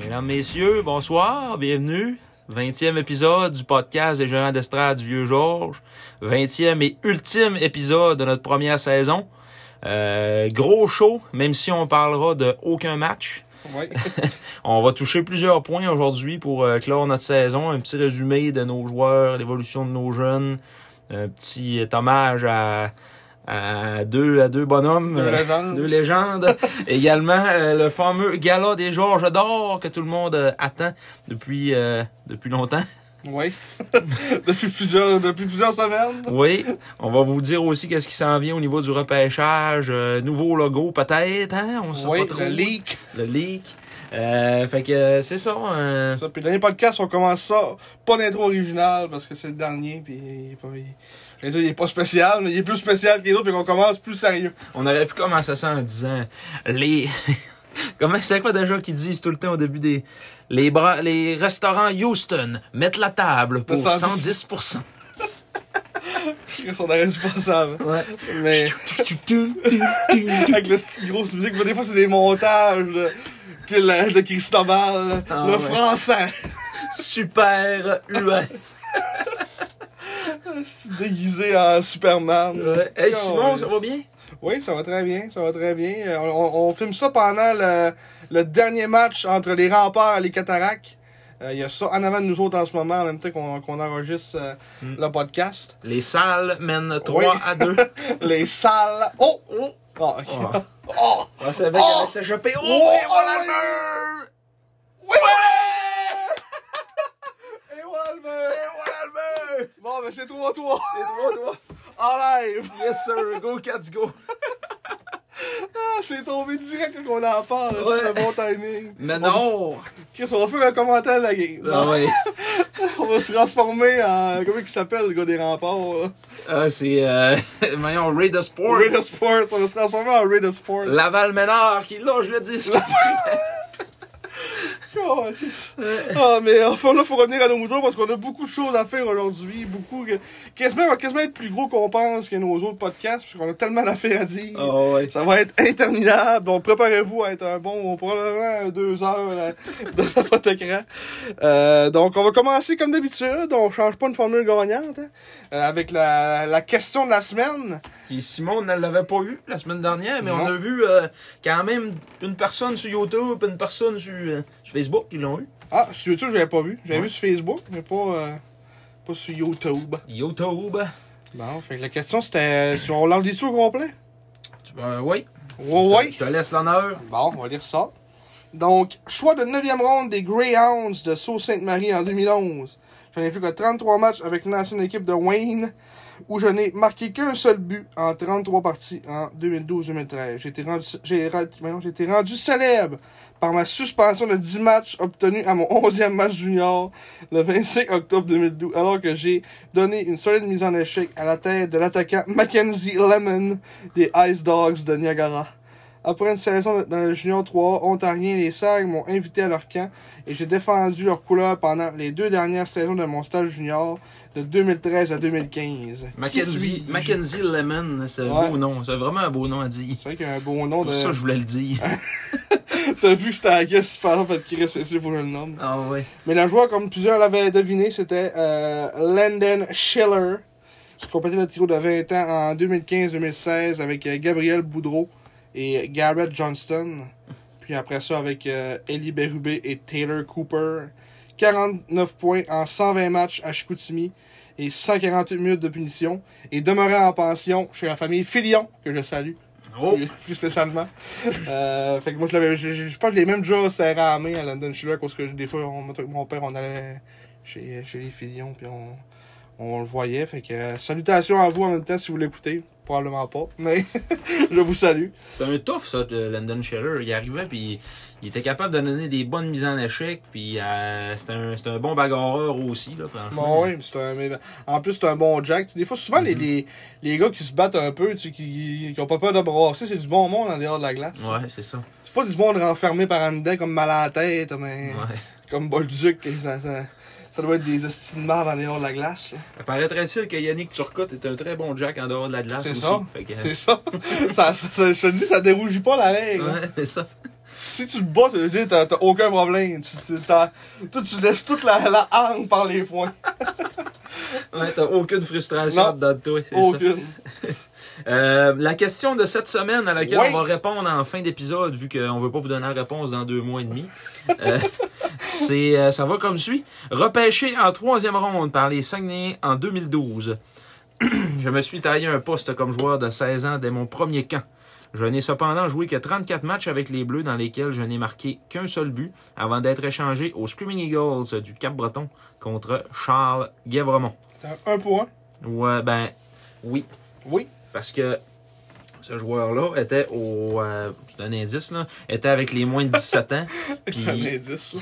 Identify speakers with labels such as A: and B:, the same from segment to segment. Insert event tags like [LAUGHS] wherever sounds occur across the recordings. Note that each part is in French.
A: Mesdames, Messieurs, bonsoir, bienvenue. 20e épisode du podcast des gérants d'estrade du Vieux Georges. 20e et ultime épisode de notre première saison. Euh, gros show, même si on parlera de aucun match. [LAUGHS]
B: Ouais.
A: On va toucher plusieurs points aujourd'hui pour euh, clore notre saison. Un petit résumé de nos joueurs, l'évolution de nos jeunes. Un petit euh, hommage à, à deux, à deux bonhommes.
B: Deux
A: euh,
B: légendes.
A: deux légendes. [LAUGHS] Également, euh, le fameux gala des Georges d'or que tout le monde euh, attend depuis, euh, depuis [LAUGHS] longtemps.
B: Ouais. [LAUGHS] depuis, plusieurs, depuis plusieurs semaines.
A: Oui, on va vous dire aussi qu'est-ce qui s'en vient au niveau du repêchage. euh, nouveau logo peut-être, hein? On sait
B: Ouais,
A: pas trop.
B: le leak.
A: Le leak. Euh, fait que euh, c'est ça. euh,
B: Ça, puis le dernier podcast, on commence ça. Pas l'intro originale, parce que c'est le dernier, puis il est pas, il- j'allais dire, il est pas spécial, mais il est plus spécial que les autres, puis qu'on commence plus sérieux. [LAUGHS]
A: On aurait pu commencer ça en disant les. [LAUGHS] Comment c'est quoi déjà qu'ils disent tout le temps au début des les bras les restaurants Houston mettent la table pour
B: 110.
A: 110%.
B: Parce qu'on aurait dû penser avant.
A: Ouais. [LAUGHS]
B: Mais, avec la petite grosse musique, des fois, c'est des montages, là. Puis le, de Cristobal,
A: Ah,
B: le
A: ouais.
B: français, [LAUGHS]
A: Super humain.
B: c'est déguisé en
A: [LAUGHS]
B: Superman.
A: Ouais. E. Hey Simon, ça
B: Caliste.
A: va bien?
B: Oui, ça va très bien, ça va très bien. Euh, On, on filme ça pendant le, le dernier match entre les remparts et les cataractes. Euh, Il y a ça en avant de nous autres en ce moment, en même temps qu'on qu'on enregistre euh, le podcast. [LAUGHS]
A: Les salles mènent 3
B: Oui.
A: à [LAUGHS] 2.
B: Les salles... Oh!
A: Oh!
B: Ah, ok.
A: Oh.
B: [LAUGHS] Oh!
A: On savait
B: Oh!
A: qu'elle allait s'échapper. Oh!
B: Oh!
A: et voilà le mur!
B: Oui! [LAUGHS]
A: Et voilà le mur! Et voilà le mur!
B: Bon, ben c'est 3-3
A: Et trois, trois.
B: [LAUGHS] en live!
A: Yes sir, go Cats, go!
B: Ah, c'est tombé direct quand on en parle, là,
A: Ouais.
B: c'est le bon timing.
A: Mais non!
B: Chris, on va faire un commentaire de la game.
A: Ah ouais.
B: [LAUGHS] On va se transformer en... Comment il s'appelle, le gars des remparts? là?
A: [LAUGHS] Ah, c'est euh, [LAUGHS] voyons, Ray de Sport.
B: Raid of Sports, on va se transformer en Raid of Sports.
A: Laval Ménard qui lâche le disque.
B: Calisse. Ah, mais enfin, là, faut revenir à nos moutons parce qu'on a beaucoup de choses à faire aujourd'hui. Beaucoup. que- Quasiment, on va quasiment être plus gros qu'on pense que nos autres podcasts, puisqu'on a tellement d'affaires à dire.
A: oh, ouais.
B: Ça va être interminable, donc préparez-vous à être un bon, probablement un deux heures là, de la photo écran. Euh, donc, on va commencer comme d'habitude, on change pas une formule gagnante, hein, euh, avec la, la question de la semaine.
A: Puis Simon ne l'avait pas eu la semaine dernière, mais
B: Non.
A: on a vu euh, quand même une personne sur YouTube, une personne sur, euh, sur Facebook qui l'ont eu.
B: Ah, sur YouTube, j'avais pas vu. J'avais
A: Ouais.
B: vu sur Facebook, mais pas, euh, pas sur YouTube.
A: YouTube.
B: Bon, fait que la question c'était euh, si on lance des au complet.
A: Tu veux- euh, oui.
B: Ouais, ouais.
A: Je te laisse l'honneur.
B: Bon, on va lire ça. Donc, choix de 9e ronde des Greyhounds de Sault-Sainte-Marie en 2011. Je n'ai fait que 33 matchs avec l'ancienne équipe de Wayne, où je n'ai marqué qu'un seul but en 33 parties en 2012-2013. J'ai été rendu, j'ai ra- voyons, j'ai été rendu célèbre par ma suspension de 10 matchs obtenue à mon 11e match junior le 25 octobre 2012, alors que j'ai donné une solide mise en échec à la tête de l'attaquant Mackenzie Lemon des Ice Dogs de Niagara. Après une saison dans le Junior 3, Ontariens et les Sags m'ont invité à leur camp et j'ai défendu leur couleur pendant les deux dernières saisons de mon stage junior de 2013 à 2015.
A: Mm.
B: Qui
A: Mackenzie,
B: suis-je?
A: Mackenzie Lemon, c'est un
B: Ouais. Euh,
A: beau nom. C'est vraiment un beau nom à dire.
B: C'est vrai qu'il y a un beau nom
A: Pour
B: de.
A: ça, je voulais le
B: [LAUGHS]
A: dire.
B: T'as vu que c'était la gueule super fait qu'il reste ici pour le nom.
A: Ah ouais.
B: Mais le joueur, comme plusieurs l'avaient deviné, c'était euh, Landon Schiller, qui complétait le trio de 20 ans en 2015-2016 avec euh, Gabriel Boudreau et Garrett Johnston. Puis Puis après ça, avec euh, Ellie Berube et Taylor Cooper. 49 points en 120 matchs à Chicoutimi et 148 minutes de punition. Et demeurant en pension chez la famille Filion, que je salue.
A: Oh!
B: Plus- plus spécialement. Euh, fait que moi, je l'avais, je, je- je pense que je l'ai même déjà serré à la main à London Schiller, parce que des fois, on- mon père, on allait chez, chez les Filions, puis on, on le voyait. Fait que, euh, salutations à vous en même temps si vous l'écoutez. Probablement pas, mais [LAUGHS] je vous salue.
A: C'était un tough, ça, de Landon Scherer. Il arrivait, puis il était capable de donner des bonnes mises en échec, puis euh, c'était un, c'était un bon bagarreur aussi, là, franchement.
B: Bon, oui, mais c'est un, mais en plus, c'est un bon Jack. Tu sais, des fois, souvent,
A: Mm-hmm.
B: les, les, les gars qui se battent un peu, tu sais, qui, qui ont pas peur de brasser, c'est du bon monde en dehors de la glace.
A: Ouais, c'est ça.
B: C'est pas du monde renfermé par en dedans, comme mal à la tête, mais
A: Ouais.
B: comme Bolduc. et Ça, ça, ça doit être des hosties de marde en dehors de la glace.
A: Apparaîtrait-il que Yannick Turcotte est un très bon Jack en dehors de la glace
B: C'est
A: aussi.
B: ça.
A: Fait que,
B: C'est ça. ça, ça- ça- Je te dis, ça dérougit pas la règle.
A: euh, Ouais, c'est ça.
B: Si tu te bats, tu veux dire, t'as t'as aucun problème. Tu, tu, t'as- toi, tu laisses toute la, la hargne par les points.
A: Ouais, t'as aucune frustration
B: Non.
A: dedans de toi, c'est ça.
B: Aucune.
A: Euh, la question de cette semaine à laquelle
B: Oui.
A: on va répondre en fin d'épisode, vu qu'on veut pas vous donner la réponse dans deux mois et demi, euh, c'est euh, ça va comme suit. Repêché en troisième ronde par les Saguenayens en 2012. [CLEARS THROAT] je me suis taillé un poste comme joueur de 16 ans dès mon premier camp. Je n'ai cependant joué que 34 matchs avec les Bleus dans lesquels je n'ai marqué qu'un seul but avant d'être échangé aux Screaming Eagles du Cap-Breton contre Charles Guévremont.
B: T'as un pour un.
A: Ouais, ben, oui.
B: Oui.
A: Parce que ce joueur-là était au. Euh, c'est un indice, là. Était avec les moins de 17 ans. Puis
B: Un indice,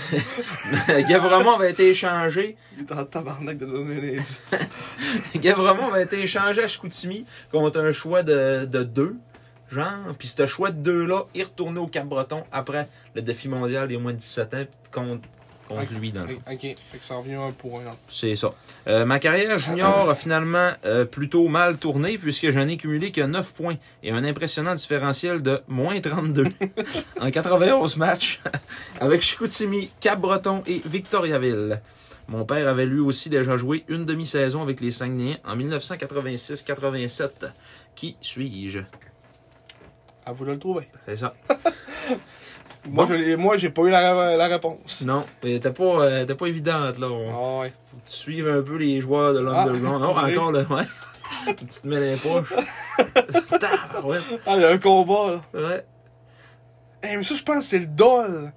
A: [LAUGHS]
B: là.
A: Gavremont avait été échangé.
B: Il est dans le tabarnak de donner un indice.
A: Gavremont avait été échangé à Chicoutimi contre un choix de, de deux. Genre, puis ce choix de deux-là, il retournait au Cap-Breton après le défi mondial des moins de 17 ans contre, contre
B: Ok.
A: lui, dans le fond.
B: Ok, fait que ça revient un hein. pour un. dans le fond.
A: C'est ça. Euh, ma carrière junior a finalement euh, plutôt mal tourné puisque je n'ai cumulé que 9 points et un impressionnant différentiel de moins 32 [LAUGHS] en 91 matchs [LAUGHS] avec Chicoutimi, Cap-Breton et Victoriaville. Mon père avait lui aussi déjà joué une demi-saison avec les Saguenayens en 1986-87. Qui suis-je?
B: À vous de le trouver.
A: C'est ça. Bon.
B: Moi, je l'ai- Moi, j'ai pas eu la, la réponse.
A: Sinon, euh, t'es pas, euh, t'es pas évidente, là. On-
B: Ah ouais.
A: Faut que tu suives un peu les joueurs de l'Underground.
B: Ah, [LAUGHS]
A: non,
B: oui.
A: encore le. Ouais. tu te mets dans les
B: [LAUGHS]
A: poches. Tabarouette.
B: Ah, il y a un combat, là.
A: ouais.
B: Eh, mais ça, je pense que c'est le Doll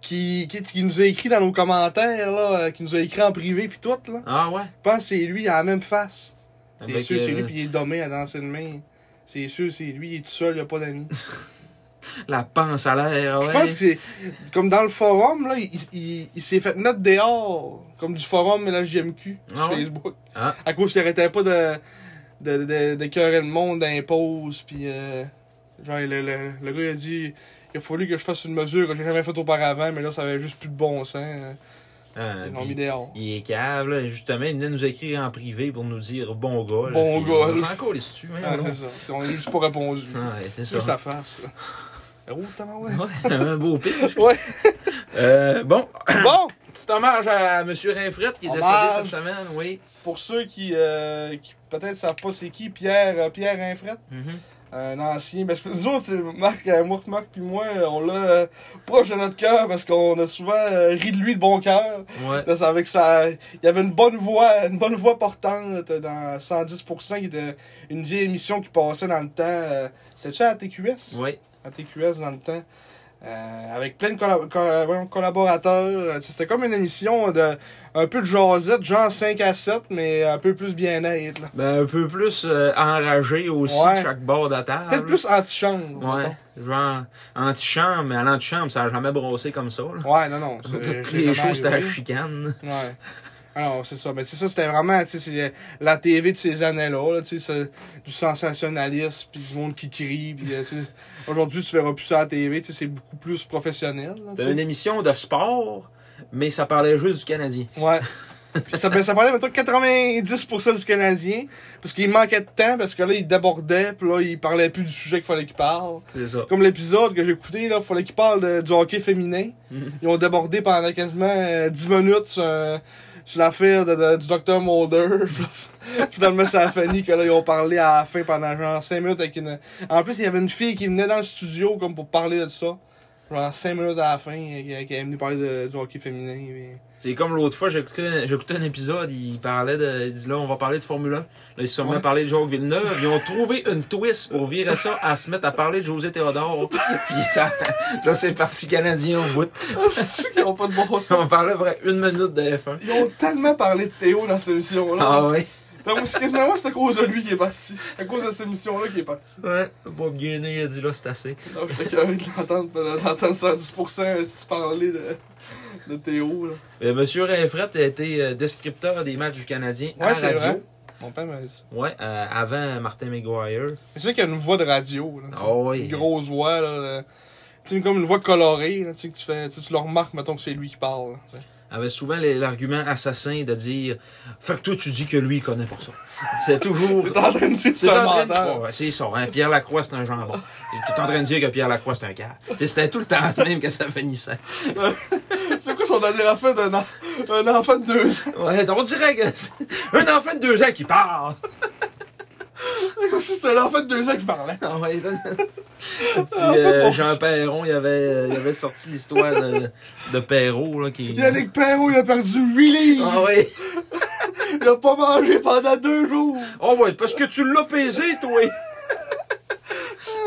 B: qui, qui, qui nous a écrit dans nos commentaires, là, euh, qui nous a écrit en privé, puis tout, là.
A: Ah ouais.
B: Je pense que c'est lui, il a la même face. C'est
A: Avec,
B: sûr, c'est
A: euh,
B: lui, puis il est dommé à danser de main. C'est sûr, c'est lui, il est tout seul, il a pas d'amis.
A: La panse à l'air. Ouais.
B: Je pense que c'est. Comme dans le forum, là, il, il- il s'est fait note dehors. Comme du forum Mélange JMQ
A: Ah
B: sur
A: ouais?
B: Facebook.
A: Ah.
B: À cause qu'il arrêtait pas de. de, de, de cœurer le monde dans les pauses, Puis. euh, genre, le, le, le gars, il a dit. Il a fallu que je fasse une mesure que j'ai jamais faite auparavant, mais là, ça avait juste plus de bon sens. hein.
A: Ah,
B: Ils l'ont
A: puis
B: mis dehors.
A: il est cave, là. Justement, il venait nous écrire en privé pour nous dire bon gars. là.
B: Bon
A: Puis,
B: gars,
A: On
B: là.
A: s'en colle, c'est-tu, hein,
B: Ah,
A: là?
B: c'est ça. C'est- On a juste pas répondu.
A: Ah, ouais, c'est ça.
B: C'est sa face, là. Oh, tabarouette.
A: Ouais, [LAUGHS] un beau pitch.
B: Ouais. [COUGHS]
A: Euh, bon,
B: Bon!
A: petit hommage à M. Rinfret qui est décédé
B: Hommage.
A: cette semaine, oui.
B: Pour ceux qui, euh, qui peut-être savent pas c'est qui, Pierre, euh, Pierre Infret.
A: Mhm.
B: un ancien. Ben, c'est- nous autres, c'est Marc, euh, moi, Marc puis moi, euh, on l'a euh, proche de notre cœur parce qu'on a souvent euh, ri de lui de bon cœur.
A: Ouais.
B: Là, c'est Avec sa, il avait une bonne voix, une bonne voix portante dans 110%, qui était une vieille émission qui passait dans le temps. euh, C'était-tu à TQS?
A: Ouais.
B: À TQS dans le temps. euh, avec plein de colla- colla- voyons, collaborateurs. Euh, C'était comme une émission de un peu de jasette, genre 5 à 7, mais un peu plus bien-être. là.
A: Ben, un peu plus euh, enragé aussi
B: Ouais.
A: de chaque bord de la table.
B: Peut-être plus anti-chambre. mettons.
A: Ah, Ouais, genre antichambre, mais à l'antichambre, ça a jamais brossé comme ça. Là.
B: Ouais, non, non. c'est-
A: Toutes
B: c'est
A: les
B: jamais
A: choses, c'était la
B: arrivé.
A: chicane.
B: Ouais. Alors, c'est ça. Mais c'est ça, c'était vraiment, tu sais, c'est le- la TV de ces années-là, là, tu sais, c'est du sensationnalisme, puis du monde qui crie, puis, euh, tu sais, aujourd'hui, tu verras plus ça à la TV, tu sais, c'est beaucoup plus professionnel, là, tu
A: C'était
B: sais.
A: une émission de sport, mais ça parlait juste du Canadien.
B: Ouais. Puis ça, ben, ça parlait, mettons, 90% du Canadien, parce qu'il manquait de temps, parce que là, il débordait, puis là, il parlait plus du sujet qu'il fallait qu'il parle.
A: C'est ça.
B: Comme l'épisode que j'ai écouté, là, fallait qu'ils parlent de- du hockey féminin.
A: Mhm.
B: Ils ont débordé pendant quasiment euh, 10 minutes sur, euh, sur l'affaire de- de- du Dr. Mulder. [LAUGHS] Finalement, ça a fini que là, ils ont parlé à la fin pendant genre 5 minutes avec une. En plus, il y avait une fille qui venait dans le studio comme pour parler de ça. genre 5 minutes à la fin, euh, qui est venu parler de, du hockey féminin. puis-
A: C'est comme l'autre fois, j'écoutais j'écoutais un épisode, il parlait de. Il dit là, on va parler de Formule 1. Là, ils se sont mis à
B: Ouais.
A: parler de Jacques Villeneuve. Ils ont trouvé une twist pour virer ça à se mettre à parler de José Théodore. Puis ça, là, c'est parti canadien au bout.
B: [LAUGHS] Ah, c'est-tu qu'ils ont pas de bon sens?
A: On parlait vrai une minute de F1.
B: Ils ont tellement parlé de Théo dans cette émission-là.
A: Ah ouais.
B: Donc, c'est quasiment moi, c'est à cause de lui qui est parti. À cause de cette émission-là qui est parti.
A: Ouais. Bob Guéné a dit là, c'est assez.
B: Donc, j'étais curieux de l'entendre, d'entendre 110% si tu parlais de, de Théo, là.
A: Euh, Monsieur Rainfret a été euh, descripteur des matchs du Canadien à
B: Ouais, c'est
A: radio.
B: vrai. Mon père m'a dit ça.
A: Ouais, euh, avant Martin McGuire.
B: Mais C'est sûr qu'il y a une voix de radio, là. tu sais.
A: Ah oui.
B: Une grosse voix, là. là. Tu sais, comme une voix colorée, là, tu sais, que tu fais, tu, sais, tu le remarques, mettons que c'est lui qui parle, là, tu sais.
A: avait souvent les- l'argument assassin de dire Fait que toi tu dis que lui il connaît pas ça. C'est toujours.
B: T'es en train de dire
A: C'est
B: que [LAUGHS] c'est un
A: en train de-
B: menteur.
A: Ouais, ouais, c'est ça, hein. Pierre Lacroix, c'est un jambon. T'es tout en train de dire que Pierre Lacroix, c'est un cœur. C'était tout le temps le même que ça finissait.
B: C'est quoi son dernier affaire d'un en- un enfant de deux ans?
A: Ouais, on dirait que c'est un enfant de deux ans qui parle.
B: Comme si c'était un enfant de deux ans qui parlait.
A: Ah ouais, Puis,
B: Ah, pas
A: euh,
B: pour
A: Jean
B: ça.
A: Perron, il avait, euh, il avait sorti l'histoire de, de Perrault, là, qui.
B: Yannick Perrault, il a perdu 8 livres!
A: Ah ouais.
B: Il a pas mangé pendant deux jours!
A: Oh ouais, parce que tu l'as pesé, toi.
B: Euh,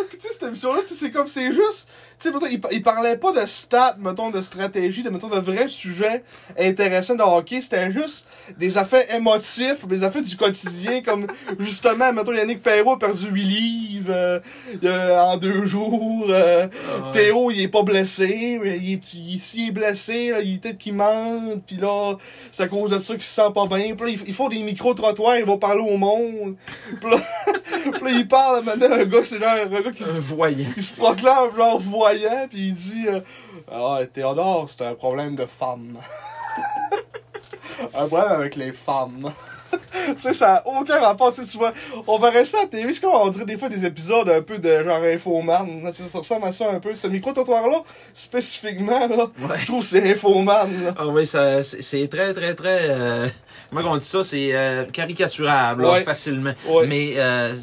B: Puis tu sais, cette émission-là, tu sais, c'est comme, c'est juste, tu sais, mettons, il, pa- il parlait pas de stats, mettons, de stratégie, de, mettons, de vrais sujets intéressants de hockey, c'était juste des affaires émotives, des affaires du quotidien, comme, [LAUGHS] justement, mettons, Yannick Perrault a perdu 8 livres euh, euh, en deux jours, euh,
A: Ah ouais.
B: Théo, il est pas blessé, mais il est, il, s'il est blessé, là, il est peut-être qu'il mente, puis là, c'est à cause de ça qu'il se sent pas bien, puis là, ils, ils font des micro-trottoirs, ils vont parler au monde, puis là, [LAUGHS] puis là, il parle, maintenant, un gars, c'est genre un gars qui se
A: Un voyant.
B: il se proclame genre voyant, puis il dit euh, Ah, Théodore, c'est un problème de femme. [LAUGHS] un problème avec les femmes. [LAUGHS] tu sais, ça n'a aucun rapport, tu sais, tu vois. On verrait ça à TV, c'est comme on dirait des fois des épisodes un peu de genre Infoman. là, tu sais, ça ressemble à ça un peu. Ce micro-trottoir-là, spécifiquement, là,
A: Ouais.
B: je trouve que c'est Infoman. Là.
A: Ah oui, ça, c'est c'est très, très, très... euh, comment on dit ça? C'est euh, caricaturable, là,
B: Ouais.
A: facilement.
B: Ouais.
A: Mais euh,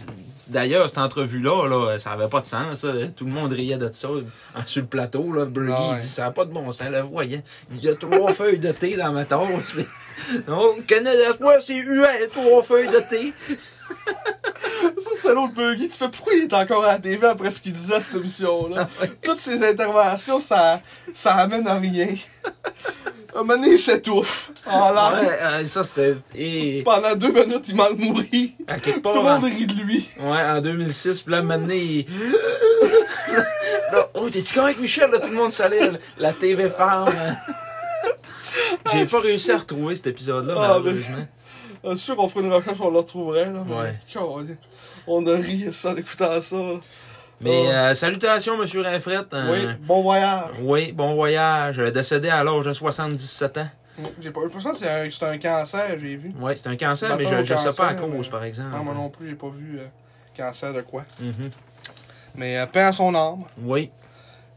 A: d'ailleurs, cette entrevue-là, là, ça avait pas de sens. là. Tout le monde riait de ça euh, sur le plateau. Là. Bruggy,
B: Ah ouais.
A: il dit, ça n'a pas de bon sens, le voyant. Il y a trois [LAUGHS] feuilles de thé dans ma tasse. [LAUGHS] Non, Canada, moi, c'est huet, trois feuilles de thé.
B: Ça, c'était l'autre buggy. Tu fais pourquoi il est encore à la TV après ce qu'il disait à cette émission-là? Toutes ces interventions, ça, ça amène à rien. À un moment donné, il s'étouffe en l'air.
A: Ouais, euh, ça, c'était... Et...
B: Pendant deux minutes, il manque mourir.
A: À quelque
B: Tout
A: part,
B: le
A: en-
B: monde rit de lui.
A: Ouais, en 2006, puis là, maintenant, il... [GASPS] Là, oh, t'es-tu correct, Michel? Là, tout le monde s'allait, là. la TV ferme. [LAUGHS] J'ai pas réussi à retrouver cet épisode-là,
B: Ah, ben.
A: malheureusement.
B: Je suis sûr qu'on ferait une recherche, on le retrouverait. Là.
A: Ouais.
B: Calais. On a ri ça en écoutant ça. là.
A: Mais
B: Ah.
A: euh, salutations, Monsieur Rainfret.
B: Oui,
A: Euh,
B: bon voyage.
A: oui, bon voyage. Euh, Décédé à l'âge de 77 ans.
B: J'ai pas eu pour ça, c'est un, c'est un cancer, j'ai vu.
A: Oui, c'est un cancer,
B: Bâton
A: mais je, je sais
B: cancer,
A: pas à cause,
B: mais-
A: par exemple.
B: Non, moi non plus, j'ai pas vu euh, cancer de quoi.
A: Mhm.
B: Mais euh, paix à son âme.
A: Oui.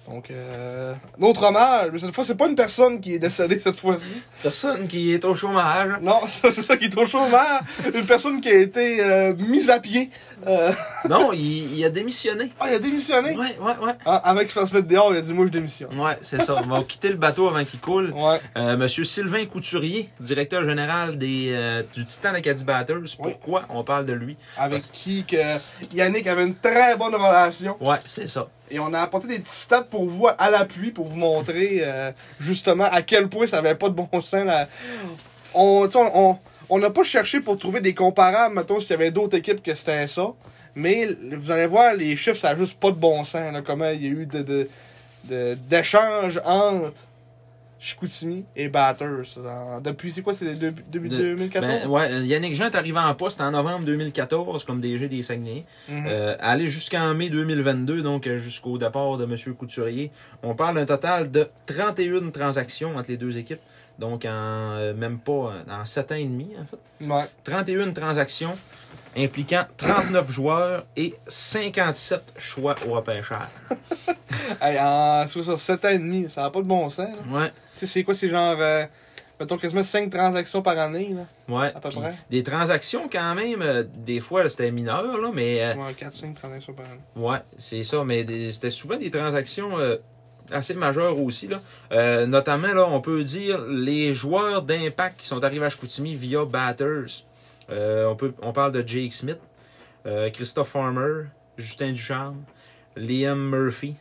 B: Donc, euh, un autre hommage, mais cette fois, c'est pas une personne qui est décédée cette fois-ci.
A: Personne qui est au chômage.
B: Non, ça, c'est ça qui est trop chauveur. Une personne qui a été euh, mise à pied. Euh, [LAUGHS]
A: Non, il, il a démissionné.
B: Ah, il a démissionné.
A: Ouais, ouais, ouais.
B: Ah, avant qu'il se fasse mettre dehors, il a dit Moi, je démissionne.
A: Ouais, c'est ça. On va quitter le bateau avant qu'il coule.
B: Ouais.
A: Euh, Monsieur Sylvain Couturier, directeur général des, euh, du Titan Acadie Batters. Pourquoi on parle de lui?
B: Avec qui que Yannick avait une très bonne relation.
A: Ouais, c'est ça.
B: Et on a apporté des petits stats pour vous à l'appui pour vous montrer euh, justement à quel point ça avait pas de bon sens. Là. On tu sais, on- on- on n'a pas cherché pour trouver des comparables, mettons, s'il y avait d'autres équipes que c'était ça. Mais l- vous allez voir, les chiffres, ça n'a juste pas de bon sens. Là, comment il y a eu de, de, de- d'échanges entre Chicoutimi et Batters. là. depuis, c'est quoi, c'est de- depuis
A: De-
B: 2014?
A: Ben, ouais, euh, Yannick Jean est arrivé en poste en novembre 2014 comme DG des Saguenay.
B: Mhm.
A: Euh, allé jusqu'en mai 2022, donc euh, jusqu'au départ de Monsieur Couturier. On parle d'un total de 31 transactions entre les deux équipes. Donc, en euh, même pas, euh, en 7 ans et demi, en fait.
B: Mhm. Ouais.
A: 31 transactions impliquant 39 joueurs et 57 choix au repêchage.
B: Hey, en, c'est quoi ça, 7 ans et demi, ça n'a pas de bon sens. là.
A: Ouais.
B: Tu sais, c'est quoi, c'est genre, euh, mettons quasiment 5 transactions par année, là.
A: Ouais.
B: À peu
A: puis
B: près.
A: Des transactions quand même, euh, des fois c'était mineur, là, mais euh,
B: Ouais, 4-5 transactions par année.
A: ouais, c'est ça, mais des- c'était souvent des transactions euh, assez majeur aussi. Là. Euh, notamment, là, on peut dire les joueurs d'impact qui sont arrivés à Chicoutimi via Batters. Euh, on, peut, on parle de Jake Smith, euh, Christophe Farmer, Justin Ducharme, Liam Murphy,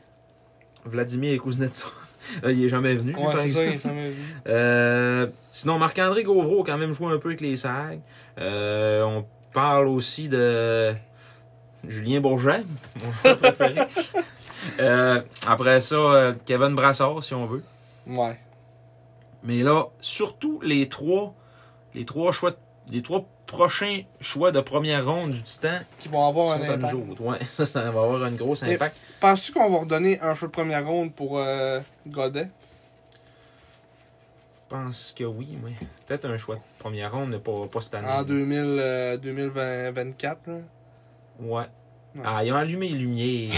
A: Vladimir Kuznetsov. [LAUGHS] Là, il est jamais venu. lui,
B: Ouais,
A: par
B: c'est
A: exemple.
B: ça, il est jamais vu.
A: Euh, sinon, Marc-André Gauvreau a quand même joué un peu avec les SAG. Euh, on parle aussi de Julien Bourget, [LAUGHS] mon joueur préféré. Euh, après ça, euh, Kevin Brassard, si on veut.
B: [LAUGHS] Ouais.
A: Mais là, surtout les trois, les trois choix, les trois prochains choix de première ronde du Titan
B: Qui vont avoir
A: sont
B: un
A: à nous
B: impact.
A: autres. Ouais, [LAUGHS] ça va avoir un gros
B: Mais-
A: impact.
B: Penses-tu qu'on va redonner un jeu de première ronde pour euh, Godet?
A: Je pense que oui, oui. Peut-être un choix de première ronde, mais pas, pas cette année.
B: En 2000, euh, 2024, là.
A: Ouais. Ah, ils ont allumé les lumières.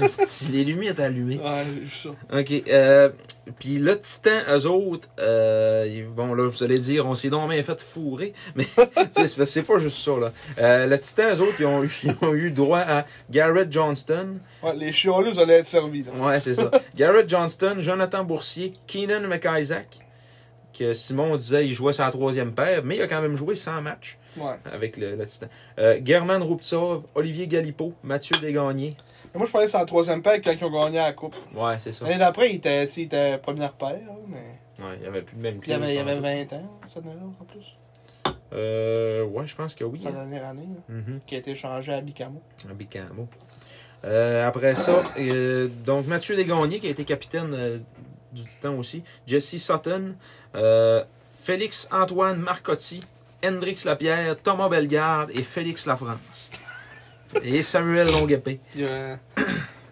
A: Esti, les lumières étaient allumées.
B: Ouais, j'ai vu ça.
A: OK. euh, Puis le Titan, eux autres, euh, ils- bon, là, vous allez dire, on s'est donc bien fait fourrer, [LAUGHS] mais tu sais, c'est c'est pas juste ça, là. Euh, le Titan, eux autres, ils ont, eu- [LAUGHS] ils ont eu droit à Garrett Johnston.
B: Ouais, les chiolés, vous allez être servis, là.
A: Ouais, c'est ça. Garrett Johnston, Jonathan Boursier, Keenan McIsaac, que Simon disait, il jouait sa troisième paire, mais il a quand même joué 100 matchs
B: Ouais.
A: avec le, le Titan. Euh, German Rouptsov, Olivier Galipo, Mathieu Desgagnés.
B: Mais moi, je parlais que c'est la troisième paire quand ils ont gagné la Coupe.
A: Ouais, c'est ça.
B: L'année d'après, il était, tu sais, il était première paire, là, mais.
A: Ouais, il n'y avait plus de même
B: Puis Hein? il y avait, il y
A: club,
B: avait
A: je
B: 20 ans, cette année-là, en plus.
A: pense. Euh, ouais, je pense que oui.
B: Sa dernière année, là,
A: Mhm.
B: qui a été changée à Bicamo.
A: Un Bicamo. Euh, après ça, euh, donc Mathieu Desgagnés, qui a été capitaine euh, du Titan aussi, Jesse Sutton, euh, Félix Antoine Marcotti, Hendrix Lapierre, Thomas Bellegarde et Félix
B: [LAUGHS]
A: Lafrance. Et Samuel Longuepé.
B: Il y a.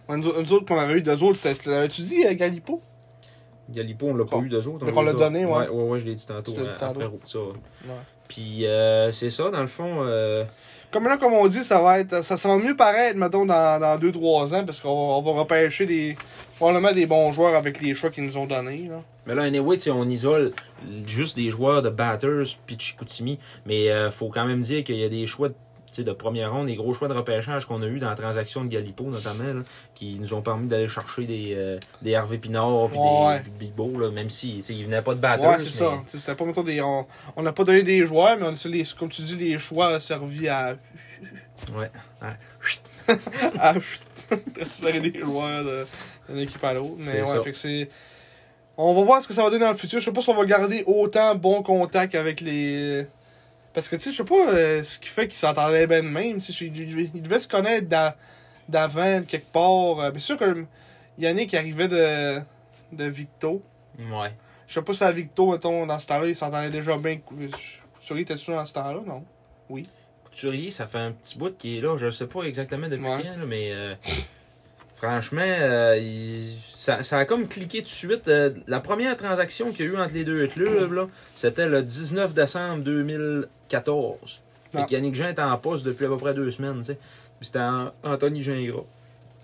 B: Ouais, nous, nous autres qu'on avait eu, deux autres, c'était. L'avais-tu dit, euh, Galipo
A: Galipo, on l'a pas
B: Bon.
A: eu d'eux autres.
B: Donc, on
A: les
B: l'a
A: a-
B: donné, ouais.
A: Ouais, ouais, ouais, je l'ai dit tantôt.
B: Tu l'as dit
A: hein,
B: tantôt.
A: après Roupsard.
B: Ouais.
A: Puis euh, c'est ça, dans le fond. euh,
B: Comme là, comme on dit, ça va être. Ça, ça va mieux paraître, mettons, dans, dans 2-3 ans, parce qu'on va, on va repêcher des. Probablement des bons joueurs avec les choix qu'ils nous ont donnés, là.
A: Mais là, anyway, tu sais, on isole juste des joueurs de batters puis de Chicoutimi. Mais euh, faut quand même dire qu'il y a des choix de, tu sais, de première ronde, des gros choix de repêchage qu'on a eu dans la transaction de Galipo, notamment, là, qui nous ont permis d'aller chercher des, euh, des Hervé Pinard puis
B: Ouais.
A: des Bibo, là, même si tu sais, ils venaient pas de batters.
B: Ouais, c'est
A: mais-
B: ça. Tu sais, C'était pas, mettons, des. On on n'a pas donné des joueurs, mais on, c'est les, comme tu dis, les choix servis à.
A: Ouais. Ouais.
B: [LAUGHS] à transférer des joueurs de- d'une équipe à l'autre. Mais
A: C'est
B: ouais,
A: ça.
B: fait que c'est. On va voir ce que ça va donner dans le futur. Je sais pas si on va garder autant bon contact avec les. Parce que, tu sais, je sais pas euh, ce qui fait qu'ils s'entendaient bien de même. Tu sais, Ils devaient- ils devaient se connaître d'a- d'avant, de quelque part. Euh, Bien sûr que Yannick arrivait de, de Victo.
A: Ouais.
B: Je sais pas si à Victo, mettons, dans ce temps-là, il s'entendait déjà bien. Couturier, t'es-tu dans ce temps-là, non?
A: Couturier, ça fait un petit bout qui est là. Je sais pas exactement depuis
B: Ouais.
A: quand, là, mais euh, franchement, euh, il- ça, ça a comme cliqué tout de suite. Euh, la première transaction qu'il y a eu entre les deux clubs, là, c'était le 19 décembre 2014.
B: Ah.
A: Fait que Yannick Jean était en poste depuis à peu près deux semaines. tu sais. Puis C'était An- Anthony Gingras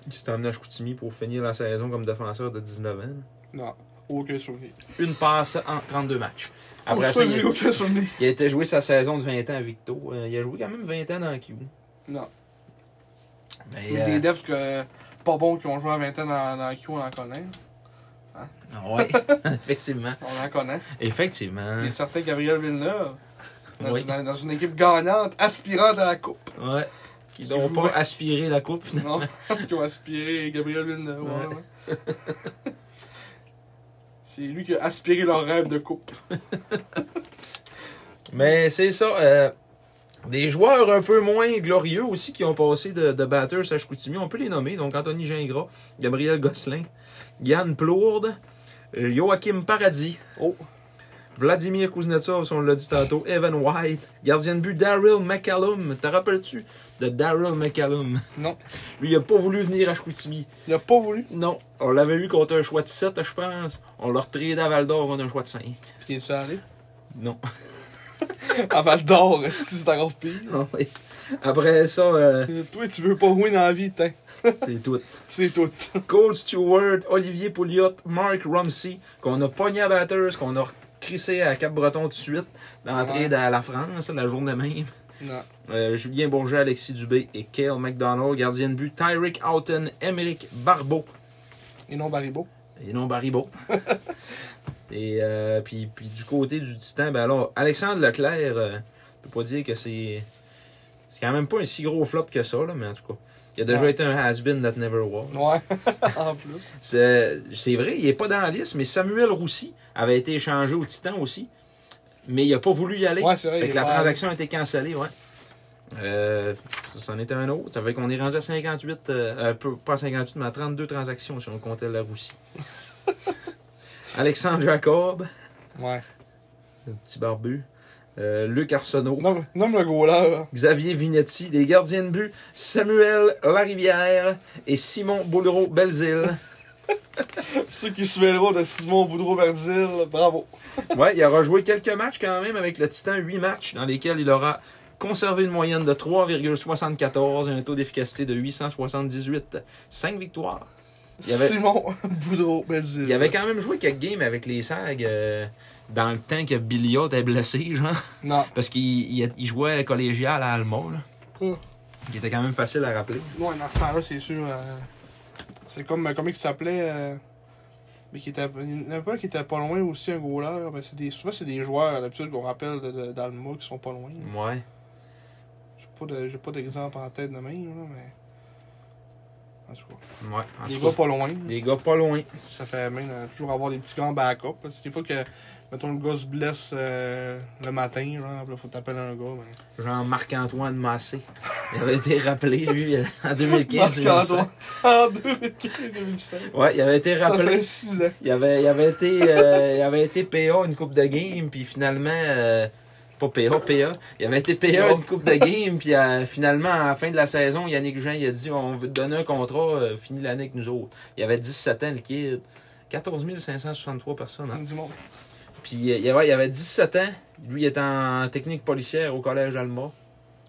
A: qui s'est emmené à Chicoutimi pour finir la saison comme défenseur de 19 ans.
B: Non, aucun souvenir.
A: Une passe en 32 matchs. Après
B: Aucun
A: ça,
B: souvenir,
A: il,
B: aucun souvenir.
A: il a été joué sa saison de 20 ans à Victo. Euh, il a joué quand même 20 ans dans le Q.
B: Non.
A: Mais,
B: Ou
A: euh,
B: des devs que, pas bons qui ont joué à 20 ans dans, dans Q, on en connaît.
A: Oui, Ah effectivement.
B: On en connaît.
A: Effectivement.
B: Il y a certains Gabriel Villeneuve. Dans,
A: Oui.
B: une, dans une équipe gagnante, aspirante à la coupe.
A: Ouais. Qui
B: Je
A: n'ont
B: vous
A: pas
B: vois-
A: aspiré la coupe, finalement.
B: Non? [LAUGHS] qui ont aspiré Gabriel Villeneuve. ouais, ouais. C'est lui qui a aspiré leur rêve de coupe.
A: Mais c'est ça. euh, des joueurs un peu moins glorieux aussi qui ont passé de, de batteurs à Chicoutimi. On peut les nommer. Donc Anthony Gingras, Gabriel Gosselin, Yann Plourde, euh, Joachim Paradis,
B: Oh.
A: Vladimir Kuznetsov, si on l'a dit tantôt, Evan White, gardien de but Daryl McCallum. Te rappelles-tu de Daryl McCallum?
B: Non.
A: Lui, il n'a pas voulu venir à Chicoutimi.
B: Il a pas voulu.
A: Non. On l'avait eu contre un choix de 7, je pense. On l'a retiré à Val d'Or contre un choix de 5.
B: Puis il est déjà allé.
A: Non.
B: À Val d'Or, c'est c'est encore pire.
A: [LAUGHS] Non, oui. Après ça, euh,
B: Toi, tu veux pas jouer dans la vie, t'es.
A: [LAUGHS] c'est tout.
B: C'est tout.
A: Cole Stewart, Olivier Pouliot, Mark Rumsey, qu'on a pogné à Batters, qu'on a crissé à Cap-Breton tout de suite, d'entrée
B: Ouais.
A: à la France, la journée même.
B: Non.
A: Euh, Julien Bourget, Alexis Dubé et Kale McDonald, gardien de but, Tyrick Houghton, Emeric Barbeau,
B: Et non Baribo.
A: et non
B: [LAUGHS]
A: Baribo. et euh, puis, puis du côté du Titan, ben alors, Alexandre Leclerc, euh, on peut pas dire que c'est. C'est quand même pas un si gros flop que ça, là, mais en tout cas. Il a déjà
B: Ouais.
A: été un has-been that never was.
B: Ouais, [LAUGHS] en plus.
A: C'est c'est vrai, il n'est pas dans la liste, mais Samuel Roussy avait été échangé au Titan aussi. Mais il n'a pas voulu y aller.
B: Ouais, c'est vrai,
A: Fait
B: il
A: que
B: est
A: la
B: pas allé.
A: transaction a été cancellée, ouais. Euh, ça, c'en était un autre. Ça fait qu'on est rendu à 58, euh, euh, peu- pas à 58, mais à 32 transactions si on comptait la Russie. Alexandre Jacob,
B: Ouais.
A: le petit barbu. Euh, Luc Arsenault.
B: Nomme, nomme le goaler.
A: Xavier Vinetti, les gardiens de but, Samuel Larivière et Simon Boulreau-Belzile.
B: Ceux qui se souviendront de Simon Boudreau-Verdil, bravo.
A: Ouais, il aura joué quelques matchs quand même avec le Titan, 8 matchs dans lesquels il aura conservé une moyenne de 3,74 et un taux d'efficacité de 878. 5 victoires. Il y avait-
B: Simon Boudreau-Verdil.
A: Il avait quand même joué quelques games avec les SAG euh, dans le temps que Billy Hott est blessé, genre. [LAUGHS]
B: Non.
A: Parce qu'il il- il jouait collégial à Alma, là.
B: Hum.
A: Il était quand même facile à rappeler.
B: Ouais, dans ce temps-là, c'est sûr. euh, c'est comme euh, comment il s'appelait. euh, mais qui était. Il y en a pas qui était pas loin aussi, un goaler. Mais c'est des, souvent, c'est des joueurs, euh, d'habitude, qu'on rappelle de- de- dans le mois qui sont pas loin.
A: Ouais.
B: J'ai pas, de- j'ai pas d'exemple en tête de même, là, mais. En tout cas,
A: Ouais. en
B: des
A: tout
B: gars
A: cas,
B: pas loin.
A: des gars pas loin.
B: Ça fait même euh, toujours avoir des petits gars en backup. là. C'est des fois que, mettons, le gars se blesse euh, le matin, genre, pis là, faut t'appeler un gars. Ben...
A: Genre Marc-Antoine Massé. Il avait été rappelé, lui, en 2015.
B: Marc-Antoine, [LAUGHS] en 2015-2016.
A: Ouais, il avait été
B: Ça
A: rappelé.
B: fait 6 ans.
A: Il avait, il avait été, euh, il avait été PA une coupe de game, puis finalement, euh, pas PA, PA. Il avait été PA une coupe de game, puis euh, finalement, à la fin de la saison, Yannick Jean, il a dit, on veut te donner un contrat, euh, finis l'année avec nous autres. Il avait 17 ans, le kid. 14 563 personnes. hein.
B: Du monde.
A: Puis euh, il, avait, il avait 17 ans. Lui, il était en technique policière au collège Alma.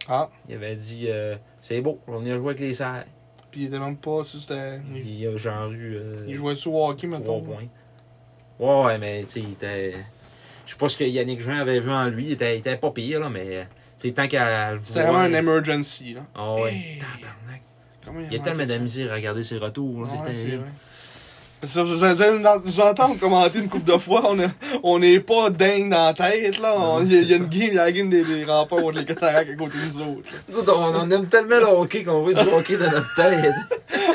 B: Ah.
A: Il avait dit, euh, c'est beau, on vient jouer avec les serres.
B: Puis il était même pas. si C'était,
A: Puis
B: il,
A: il a genre eu... euh,
B: il jouait sur hockey, mettons.
A: Trois points. Ouais, ouais, mais tu sais, il était. Je sais pas ce que Yannick Jean avait vu en lui. Il était, il était pas pire, là, mais. C'est tant qu'à le voir.
B: C'était vraiment un emergency. Là.
A: Ah ouais.
B: Hey!
A: Tabarnak.
B: Comment
A: Il y a tellement de misère à regarder ses retours. là,
B: Ah Ouais,
A: c'est
B: c'est
A: terrible. [LAUGHS]
B: vrai. Parce que vous allez nous- nous entendre commenter une couple de fois, on est- on n'est pas dingue dans la tête, là. On- Il y, a- il y a une game, il y a la game des, des remparts contre les cataractes à côté de nous autres. là.
A: Nous autres, on en aime tellement le hockey qu'on veut du hockey dans notre tête.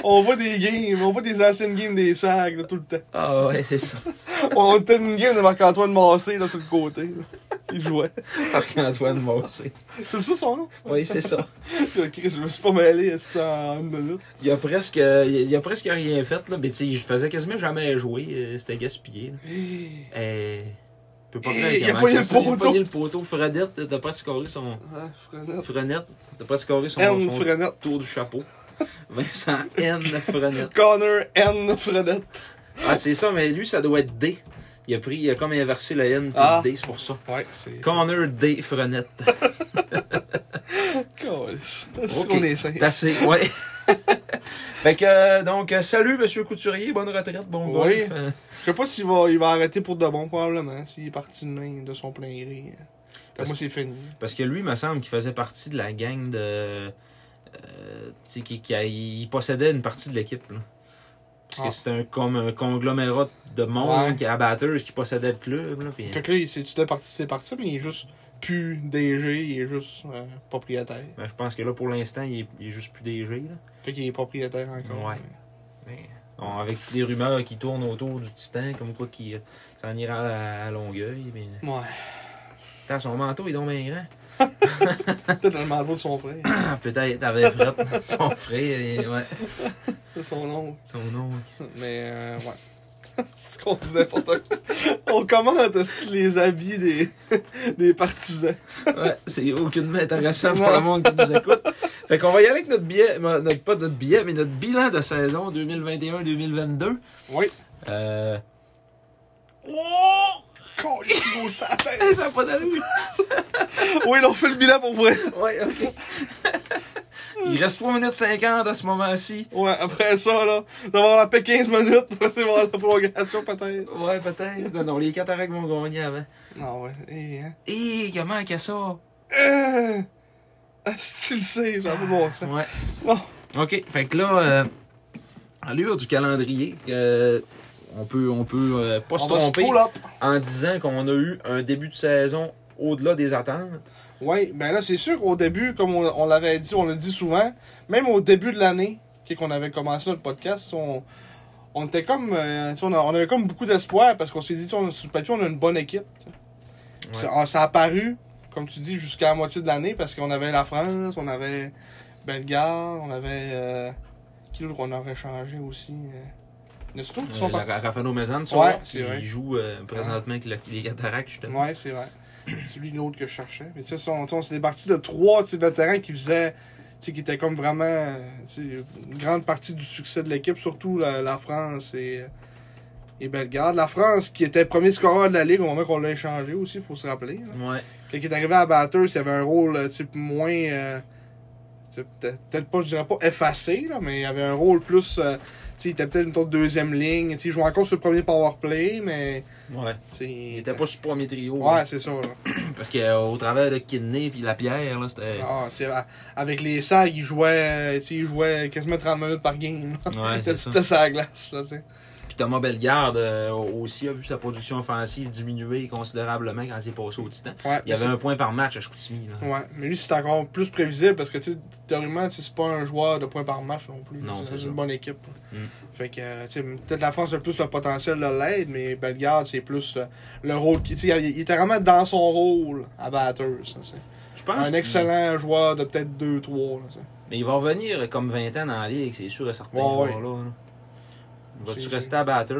B: On voit des games, on voit des anciennes games des sacs, là, tout le temps.
A: Ah ouais, c'est
B: [LAUGHS]
A: ça.
B: On était une game de Marc-Antoine Massé, là, sur le côté, là. Il jouait.
A: Marc-Antoine Mossé.
B: C'est ça son [LAUGHS] nom?
A: Oui, c'est ça.
B: Là, Chris, je me suis pas mêlé, est-ce que en une minute?
A: Il a presque, il a presque rien fait, là. Mais tu sais, je faisais quasiment jamais jouer. euh, C'était gaspillé, là.
B: Eh,
A: Euh, je peux pas croire
B: Il a
A: comment
B: pogné le
A: ça, Il a
B: poteau.
A: pogné le poteau. Fredette, t'as pas scoré son.
B: Ah, Frenette.
A: Frenette. T'as pas scoré son,
B: N.
A: son
B: Frenette.
A: tour du chapeau. Vincent N. Frenette.
B: Connor N. Fredette.
A: Ah, c'est ça, mais lui, ça doit être D. Il a pris, il a comme inversé le N puis
B: Ah.
A: le D, c'est pour ça.
B: Ouais, c'est.
A: Connor D. Frenette.
B: Calice.
A: Ok.
B: On est sains.
A: C'est assez, ouais. [LAUGHS] fait que, euh, donc, euh, salut, monsieur Couturier. Bonne retraite, bon
B: Oui.
A: golf. Euh,
B: Je sais pas s'il va, il va arrêter pour de bon, probablement, s'il est parti de main de son plein gré. Pour
A: Parce-
B: moi, c'est fini.
A: Parce que lui, il me semble qu'il faisait partie de la gang de. euh, tu sais, qui, qui a- il possédait une partie de l'équipe, là. Parce
B: Ah.
A: que c'était un, comme un conglomérat de monde
B: Ouais.
A: qui à batteuse qui possédait le club, là. puis-
B: Fait que là, il s'est tout de parti, c'est parti, mais il est juste plus DG, il est juste euh, propriétaire.
A: Ben, je pense que là, pour l'instant, il, est- il est juste plus DG. Là.
B: Fait qu'il est propriétaire encore.
A: Ouais. Mais, bon, avec toutes les rumeurs qui tournent autour du Titan, comme quoi qu'il euh, s'en ira à, à Longueuil. Mais...
B: Ouais.
A: Putain, son manteau est donc bien grand.
B: [LAUGHS]
A: [COUGHS]
B: Peut-être dans le manteau de son frère.
A: Ah, Peut-être avec Fred,
B: [LAUGHS]
A: son frère, et, ouais,
B: C'est son nom.
A: son nom.
B: Mais, euh, ouais. [LAUGHS] c'est qu'on dit n'importe quoi. On commente aussi les habits des, [LAUGHS] des partisans.
A: Ouais, c'est aucunement intéressant pour le monde qui nous écoute. Fait qu'on va y aller avec notre billet, ma- notre, pas notre billet, mais notre bilan de saison 2021-2022.
B: Oui.
A: Euh...
B: Oh! Calice, gros, sa tête.
A: hey, ça a pas d'allure!
B: [LAUGHS] Oui, là, on fait le bilan pour vrai.
A: Ouais, ok. [LAUGHS] Il reste 3 minutes 50 à ce moment-ci.
B: Ouais, après ça, là, d'avoir la paix 15 minutes, c'est voir la prolongation, peut-être.
A: Ouais, peut-être. Non, non, les cataractes vont gagner avant.
B: Non, ouais, eh, hein.
A: Hé, il a manqué ça.
B: Euh, est-ce que tu le sais, ça va bon ça.
A: Ouais.
B: Bon,
A: OK, fait que là, euh, à l'heure du calendrier, euh, On peut, on peut euh, pas se
B: On va se
A: tromper
B: pull up.
A: en disant qu'on a eu un début de saison au-delà des attentes.
B: Oui, ben là, c'est sûr qu'au début, comme on, on l'avait dit, on le dit souvent, même au début de l'année, qui- qu'on avait commencé notre podcast, on, on était comme. euh, tu sais, on, a- on avait comme beaucoup d'espoir parce qu'on s'est dit, tu sais, on, sur le papier, on a une bonne équipe. tu sais. Puis
A: Ouais.
B: Ça, ça a paru, comme tu dis, jusqu'à la moitié de l'année parce qu'on avait la France, on avait Bellegarde, on avait. euh, qui d'autre qu'on aurait changé aussi euh, Nestor qui sont
A: Euh, la-
B: partis.
A: Ra- Rafael Omezan,
B: Ouais,
A: ça,
B: c'est vrai.
A: il joue euh, présentement avec la- les cataractes, justement.
B: Ouais, c'est vrai. C'est lui l'autre que je cherchais. Mais tu sais, on, on s'est départi de trois tu sais, vétérans qui faisaient. Tu sais, qui étaient comme vraiment. euh, tu sais, une grande partie du succès de l'équipe, surtout la, la France et. euh, Et Bellegarde. La France, qui était premier scoreur de la Ligue au moment qu'on l'a échangé aussi, il faut se rappeler. là.
A: Ouais.
B: Quand il est arrivé à Batters, il avait un rôle euh, tu sais, moins. euh, tu sais, peut-être peut-être pas, je dirais pas effacé, là, mais il avait un rôle plus. euh, tu sais, il était peut-être une autre deuxième ligne. Tu sais, il jouait encore sur le premier power play, mais.
A: ouais.
B: tu sais,
A: Il était pas sur le premier trio.
B: Ouais,
A: là.
B: c'est ça. là.
A: Parce qu'au travers de Kidney puis la pierre, là, c'était.
B: Ah, tu sais, à- avec les sacs, ils jouaient, euh, tu sais, ils jouaient quasiment 30 minutes par game. là.
A: Ouais,
B: C'était
A: c'est
B: tout
A: ça.
B: à sa glace, là, tu sais.
A: Puis Thomas Bellegarde euh, aussi a vu sa production offensive diminuer considérablement quand il est passé au Titan.
B: Ouais,
A: Il y avait un point par match à Chicoutimi. Là.
B: c'est- ouais, mais lui, c'est encore plus prévisible parce que, tu sais, théoriquement, tu sais, c'est pas un joueur de points par match non plus.
A: Non,
B: c'est
A: c'est
B: une
A: ça.
B: bonne équipe. là.
A: Mm.
B: Fait que, euh, tu sais, peut-être la France a plus le potentiel de l'aide, mais Bellegarde, c'est plus euh, le rôle. qui- Tu sais, il il était vraiment dans son rôle à Batters. là, tu sais.
A: Je pense
B: Un
A: qu'il-
B: excellent joueur de peut-être 2-3, là, tu sais.
A: Mais il va revenir comme 20 ans dans la ligue, c'est sûr et certain.
B: Ouais,
A: là, là.
B: C'est
A: Vas-tu
B: sûr.
A: rester à Batters?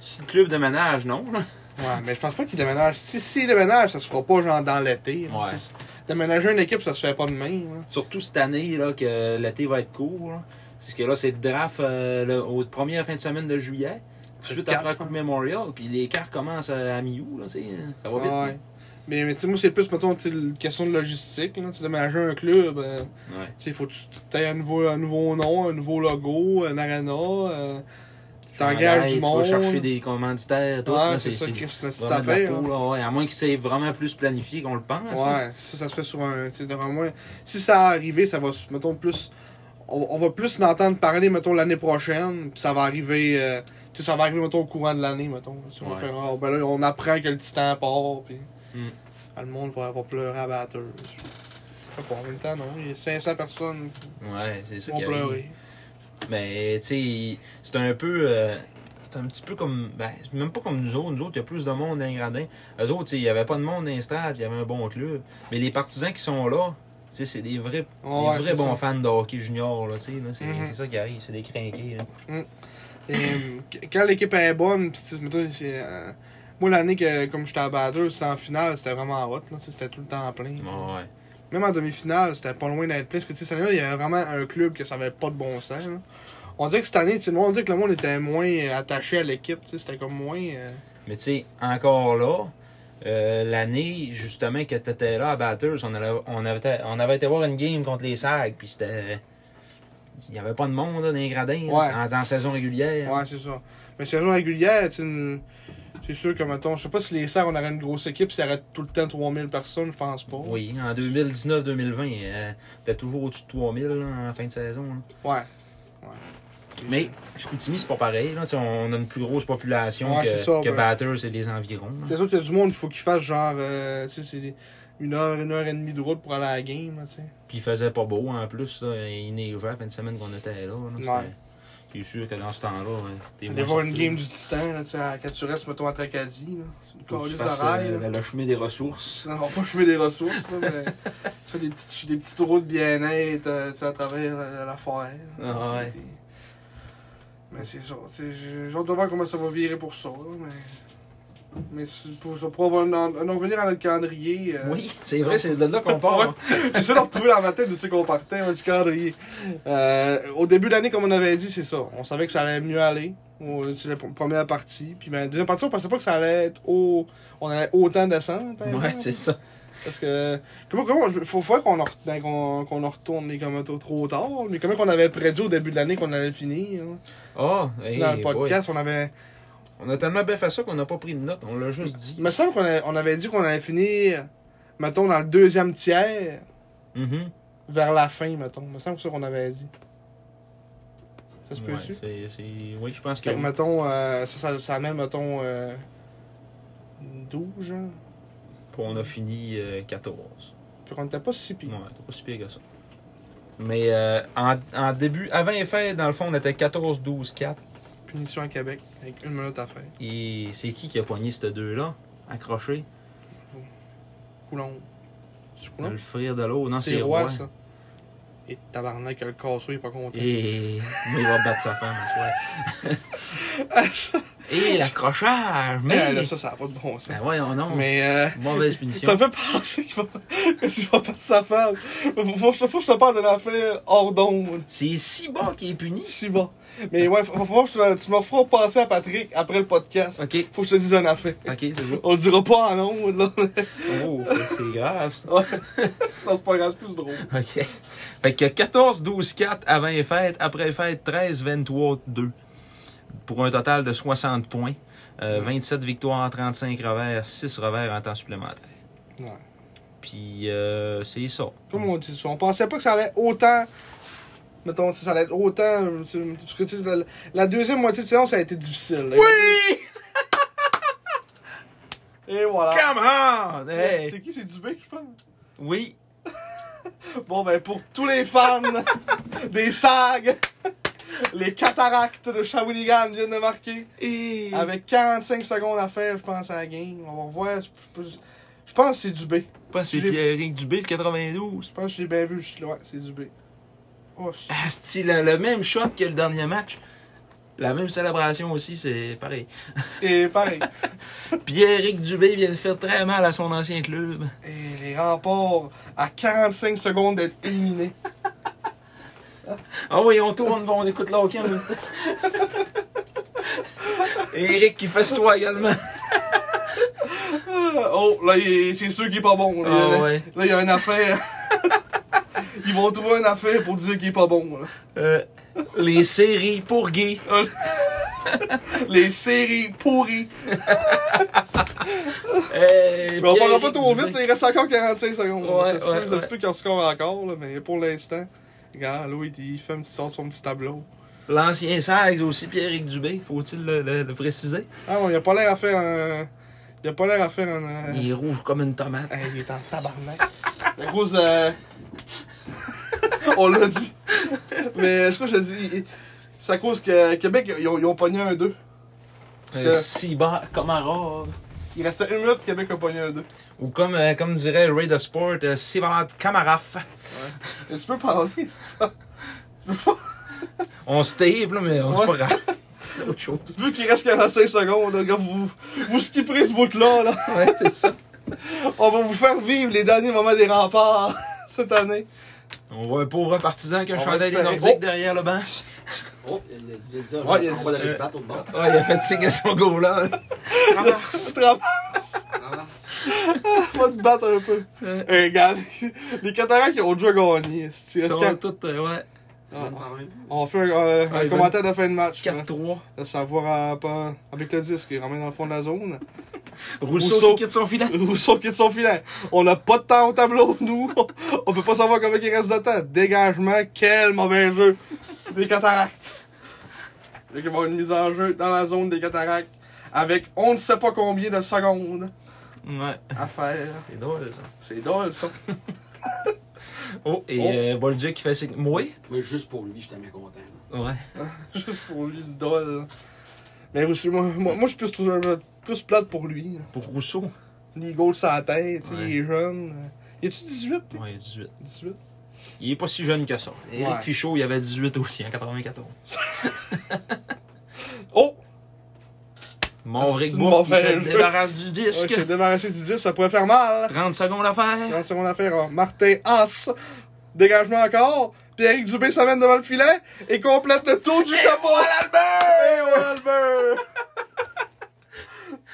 A: C'est le club de ménage, non? là?
B: Ouais, mais je pense pas qu'il déménage. Si, si il déménage, ça se fera pas genre dans l'été. là.
A: Ouais.
B: Tu sais, Déménager une équipe, ça se fait pas de même. là.
A: Surtout cette année là, que l'été va être court. là. Parce que là, c'est le draft euh, le- aux premières fin de semaine de juillet. Tout de
B: C'est
A: suite
B: le
A: après la
B: quatre, hein.
A: Coupe Memorial. Puis les quarts commencent à, à mi-août. là, tu sais, hein. Ça va vite.
B: Ah Ouais. Mais, mais tu sais, moi, c'est plus, mettons, tu sais, une question de logistique. Là. Tu sais, Déménager un club,
A: là.
B: euh,
A: Ouais.
B: tu sais, faut que tu aies un nouveau, un nouveau nom, un nouveau logo, un arena. euh, tu t'engages
A: Hey,
B: du
A: tu
B: monde.
A: vas chercher des commanditaires, tout.
B: Ouais,
A: là,
B: c'est ça, qu'est-ce que c'est
A: vraiment
B: à
A: de la
B: faire.
A: peau, là, ouais. À moins que c'est vraiment plus planifié qu'on le pense. hein. là.
B: Ouais, ça, ça se fait sur un. Tu sais, devant moi. Si ça arrivait, ça va, se- mettons, plus. On, on va plus en entendre parler, mettons, l'année prochaine, puis ça va arriver. euh, tu sais, ça va arriver, mettons, au courant de l'année, mettons. Si on, va
A: Ouais.
B: faire, Ah, ben là, on apprend que le titan part, puis.
A: Hmm.
B: Ah, le monde va, va pleurer à batteuse. Je sais pas, en même temps, non. Il y a 500 personnes
A: Ouais, c'est
B: qui
A: ça
B: vont
A: qui arrive.
B: pleurer.
A: Mais tu sais, c'est un peu. euh, c'est un petit peu comme. Ben, c'est même pas comme nous autres. Nous autres, il y a plus de monde dans les gradins. Eux autres, tu sais, il n'y avait pas de monde dans les stades, il y avait un bon club. Mais les partisans qui sont là, tu sais, c'est des vrais,
B: Ouais,
A: des
B: ouais,
A: vrais
B: c'est
A: bons
B: ça.
A: fans de hockey junior. Là, tu sais, là, c'est
B: Mhm.
A: c'est ça qui arrive, c'est des crinqués. là.
B: Et, euh, qu- quand l'équipe est bonne, pis tu sais, mettons, c'est. euh, moi, l'année que, comme j'étais à batteuse, c'était en finale, c'était vraiment hot, là. tu sais, C'était tout le temps plein.
A: Ouais.
B: Même en demi-finale, c'était pas loin d'être plein. Parce que, tu sais, cette année-là, il y avait vraiment un club que ça avait pas de bon sens. là. On dirait que cette année, tu sais, le monde- on dirait que le monde était moins euh, attaché à l'équipe. tu sais, C'était comme moins. euh,
A: Mais tu sais, encore là, euh, l'année justement que t'étais là à Batters, on, allait- on, avait, été- on avait été voir une game contre les Sags, puis c'était. Il n'y avait pas de monde là, dans les gradins, là, en, en saison régulière.
B: Ouais, c'est ça. Mais saison régulière, tu sais, une- c'est sûr que, mettons, je sais pas si les Serres, on aurait une grosse équipe, s'il y aurait tout le temps 3000 personnes, je pense pas.
A: Oui, en 2019-2020, euh, t'es toujours au-dessus de 3000 là, en fin de saison. là.
B: Ouais.
A: Mais Chicoutimi, c'est pas pareil. Là. Tu sais, On a une plus grosse population
B: Ouais,
A: que,
B: c'est ça,
A: que
B: ben.
A: Batters et les environs. là.
B: C'est sûr qu'il y a du monde, il faut qu'il fasse genre. euh, tu sais, c'est une heure, une heure et demie de route pour aller à la game, là, tu sais.
A: Puis il faisait pas beau en plus. Là. Il neigeait la fin de semaine qu'on était là. là. C'était-
B: Ouais.
A: C'est sûr que dans ce temps-là, hein, t'es
B: Aller
A: moins
B: voir une
A: surpris.
B: game du Titan, là, tu sais, à- quand tu restes, mettons, à Tracadie, là. C'est une
A: Faut que tu
B: calisse
A: fasses,
B: d'oreille,
A: euh,
B: là.
A: le chemin des ressources.
B: On va pas fumer des ressources, là, mais tu fais des petites, des petites routes bien-être euh, tu sais, à travers euh, la forêt. là.
A: Ah ouais.
B: Des- Mais c'est ça. tu sais, J'ai j'ai hâte de voir comment ça va virer pour ça. là, mais mais c'est- pour, ça, pour avoir un, en- un revenir à notre calendrier. euh,
A: Oui, c'est vrai, c'est de là qu'on part.
B: [LAUGHS] J'essaie de retrouver dans ma tête de ce qu'on partait, hein, du calendrier. Euh, au début de l'année, comme on avait dit, c'est ça. On savait que ça allait mieux aller. On- C'est la pr- première partie. Puis ben, la deuxième partie, on pensait pas que ça allait être au... on allait autant descendre. par
A: Ouais,
B: exemple.
A: c'est ça.
B: Parce que. Comment, comment. Faut faire qu'on en, re- ben, qu'on, qu'on en retourne les comme trop, trop tard. Mais comment qu'on avait prédit au début de l'année qu'on allait finir. hein.
A: Ah,
B: Tu sais,
A: hey,
B: dans le
A: boy.
B: podcast, on avait.
A: On a tellement bien fait ça qu'on n'a pas pris de notes, on l'a juste dit.
B: Il me semble qu'on avait, on avait dit qu'on allait finir, mettons, dans le deuxième tiers,
A: Mhm.
B: Mm-hmm. vers la fin, mettons. Il me semble que c'est ça qu'on avait dit. Ça se
A: Ouais,
B: peut-tu?
A: c'est- c'est- Oui, je pense que.
B: Fait que, mettons, euh, ça, ça, ça amène, mettons, euh, 12, genre.
A: Puis on a fini euh, 14.
B: Fait qu'on était pas si pire.
A: Ouais, c'est pas si pire que ça. Mais euh, en, en début, avant et fait, dans le fond, on était 14-12-4.
B: Punition à Québec, avec une minute à faire.
A: Et c'est qui qui a poigné ces deux-là? Accroché?
B: Coulon. C'est
A: Le
B: Coulon?
A: frire de l'eau. Non,
B: C'est
A: Ah, c'est
B: roi,
A: Roy.
B: ça. Et tabarnak, le casseau, il est pas content.
A: Et... Mais il va battre sa femme, à soir.
B: [LAUGHS]
A: Et l'accrochage! Mais...
B: Eh, là, ça, ça a pas de bon sens.
A: Ben voyons donc.
B: Mais, euh,
A: Mauvaise
B: ça
A: punition.
B: me fait penser qu'il va, [LAUGHS] qu'il va perdre sa femme. Faut, faut, faut que je te parle de l'affaire hors d'onde.
A: C'est si bas qui est puni.
B: Si bon.
A: Ah.
B: Mais ouais, faut, faut que je te- tu me referas penser à Patrick après le podcast.
A: Ok,
B: Faut que je te dise un affaire.
A: ok, c'est bon.
B: On le dira pas en ondes, là. [LAUGHS]
A: Oh, c'est grave, ça.
B: non, c'est pas grave, c'est plus drôle.
A: OK. Fait que 14, 12, 4 avant les fêtes, après les fêtes, 13, 23, 2. Pour un total de 60 points. Euh,
B: Mm.
A: 27 victoires, 35 revers, 6 revers en temps supplémentaire.
B: Ouais.
A: Puis, euh, c'est ça.
B: Comme on dit, on pensait pas que ça allait autant. Mettons, ça allait être autant. euh, c'est- Parce que, tu sais, la, la deuxième moitié de saison, ça a été difficile. là.
A: Oui!
B: Et voilà.
A: Come on! Hey!
B: C'est qui C'est Dubé, je pense.
A: Oui,
B: Bon, ben, pour tous les fans [LAUGHS] des SAG, [LAUGHS] les cataractes de Shawinigan viennent de marquer.
A: Et...
B: Avec 45 secondes à faire, je pense, à la game. On va voir. Je je pense que c'est Dubé.
A: Pas c'est
B: j'ai-
A: Pierre-Éric Dubé, le 92.
B: Je pense que j'ai bien vu. Je suis là. Ouais, c'est Dubé. Oh, c'est-
A: Ah, c'est le, le même shot que le dernier match. La même célébration aussi, c'est
B: [LAUGHS]
A: pareil.
B: c'est
A: [LAUGHS]
B: pareil.
A: Pierre-Éric Dubé vient de faire très mal à son ancien club.
B: Et les remports à 45 secondes d'être éliminés.
A: Ah oui, on tourne, bon, on écoute hein. l'hockey. [LAUGHS] Et Eric qui fait toi également.
B: Ah, Oh, là, il est- c'est sûr qu'il est pas bon. Là,
A: Ah
B: Là,
A: ouais.
B: là, il y a une affaire. [LAUGHS] Ils vont trouver une affaire pour dire qu'il est pas bon. là.
A: Euh, les séries pour Guy.
B: Les séries pourries.
A: Euh,
B: Mais on parlera
A: Pierre-Éric
B: pas trop
A: Dubé.
B: vite, hein. il reste encore 45 secondes.
A: Ouais,
B: ça se
A: ouais,
B: peut, ça se
A: ouais.
B: peut qu'il en score encore, là, mais pour l'instant, regarde, là, il- il fait un petit sort sur son petit tableau.
A: L'ancien Sags aussi, Pierre-Éric Dubé, faut-il le, le- le préciser.
B: Ah non, il a pas l'air à faire un. Il a pas l'air à faire un. euh,
A: Il est rouge comme une tomate.
B: Hey, il est en
A: [LAUGHS]
B: tabarnak. La grosse. euh, [LAUGHS] On l'a dit. Mais est-ce que je le dis il- C'est à cause que Québec, ils ont, ils ont pogné un 2.
A: Euh,
B: que-
A: Si bas comme un rare.
B: Il restait une minute, Québec a pogné un 2.
A: Ou comme, euh, comme dirait Ray de Sport, euh, si bas camaraf.
B: Et tu peux parler. [LAUGHS] tu peux pas-
A: On se tape, là, mais on
B: Ouais.
A: c'est pas grave.
B: [LAUGHS]
A: C'est autre chose.
B: Vu qu'il reste 45 secondes, là, comme vous, vous skipperez ce bout-là, là.
A: Ouais, c'est ça.
B: On va vous faire vivre les derniers moments des remparts [LAUGHS] cette année.
A: On voit un pauvre partisan qui a un
B: On va
A: chandail des
B: espérer.
A: Nordiques
B: Oh!
A: derrière le banc.
C: Oh, il a- il vient de dire,
B: Ouais, il a
C: on
B: dit- euh, ah.
C: va aller se battre au bord.
A: Ouais, il a fait signe à son go-là.
B: Tu te rappelles,
C: Ah,
B: va te battre un peu. Eh, regarde, les cataractes, ils ont déjà gagné.
A: Ils
B: esti. Reste
A: sont
B: qu'à-
A: toutes, euh, ouais,
C: on ne parle même plus.
B: On fait un, euh, un
A: Ouais,
B: commentaire de la fin de match. là.
A: 4-3.
B: Là, ça va à- pas- avec le disque, il ramène dans le fond de la zone.
A: Rousseau,
B: Rousseau.
A: qui quitte son
B: [LAUGHS]
A: filet.
B: Rousseau quitte son filet. On n'a pas de temps au tableau, nous. On peut pas savoir combien il reste de temps. Dégagement, quel mauvais jeu. Des cataractes. Là, il va y avoir une mise en jeu dans la zone des cataractes. Avec on ne sait pas combien de secondes
A: Ouais,
B: à faire.
A: c'est drôle ça.
B: C'est drôle, ça. [LAUGHS]
A: Oh, et
B: Oh.
A: euh, Bolduc qui fait signe. Moué?
C: Mais juste pour lui, j'étais bien content. là.
A: Ouais.
B: Juste pour lui, du drôle. Mais Rousseau, moi, moi, moi, je suis plus, trouvé- plus plate pour lui.
A: Pour Rousseau.
B: Les goals sur la tête, tu sais,
A: Ouais.
B: il est jeune. Y a-tu 18? lui?
A: Ouais, il a 18.
B: 18?
A: Il est pas si jeune que ça. Éric
B: Ouais.
A: Fichaud, il avait 18 aussi en 94.
B: Oh!
A: Mon
B: C'est
A: Rick
B: une
A: Bourg qui
B: mauvaise
A: se
B: jeu.
A: débarrasse du
B: Ouais,
A: disque.
B: je t'ai débarrassé du 10, ça pourrait faire mal.
A: 30 secondes à faire.
B: Dans seconde affaire, hein. Martin Haas. Dégagement encore. Pierrick Dubé s'amène devant le filet et complète le tour du chapeau. Et voilà Albert!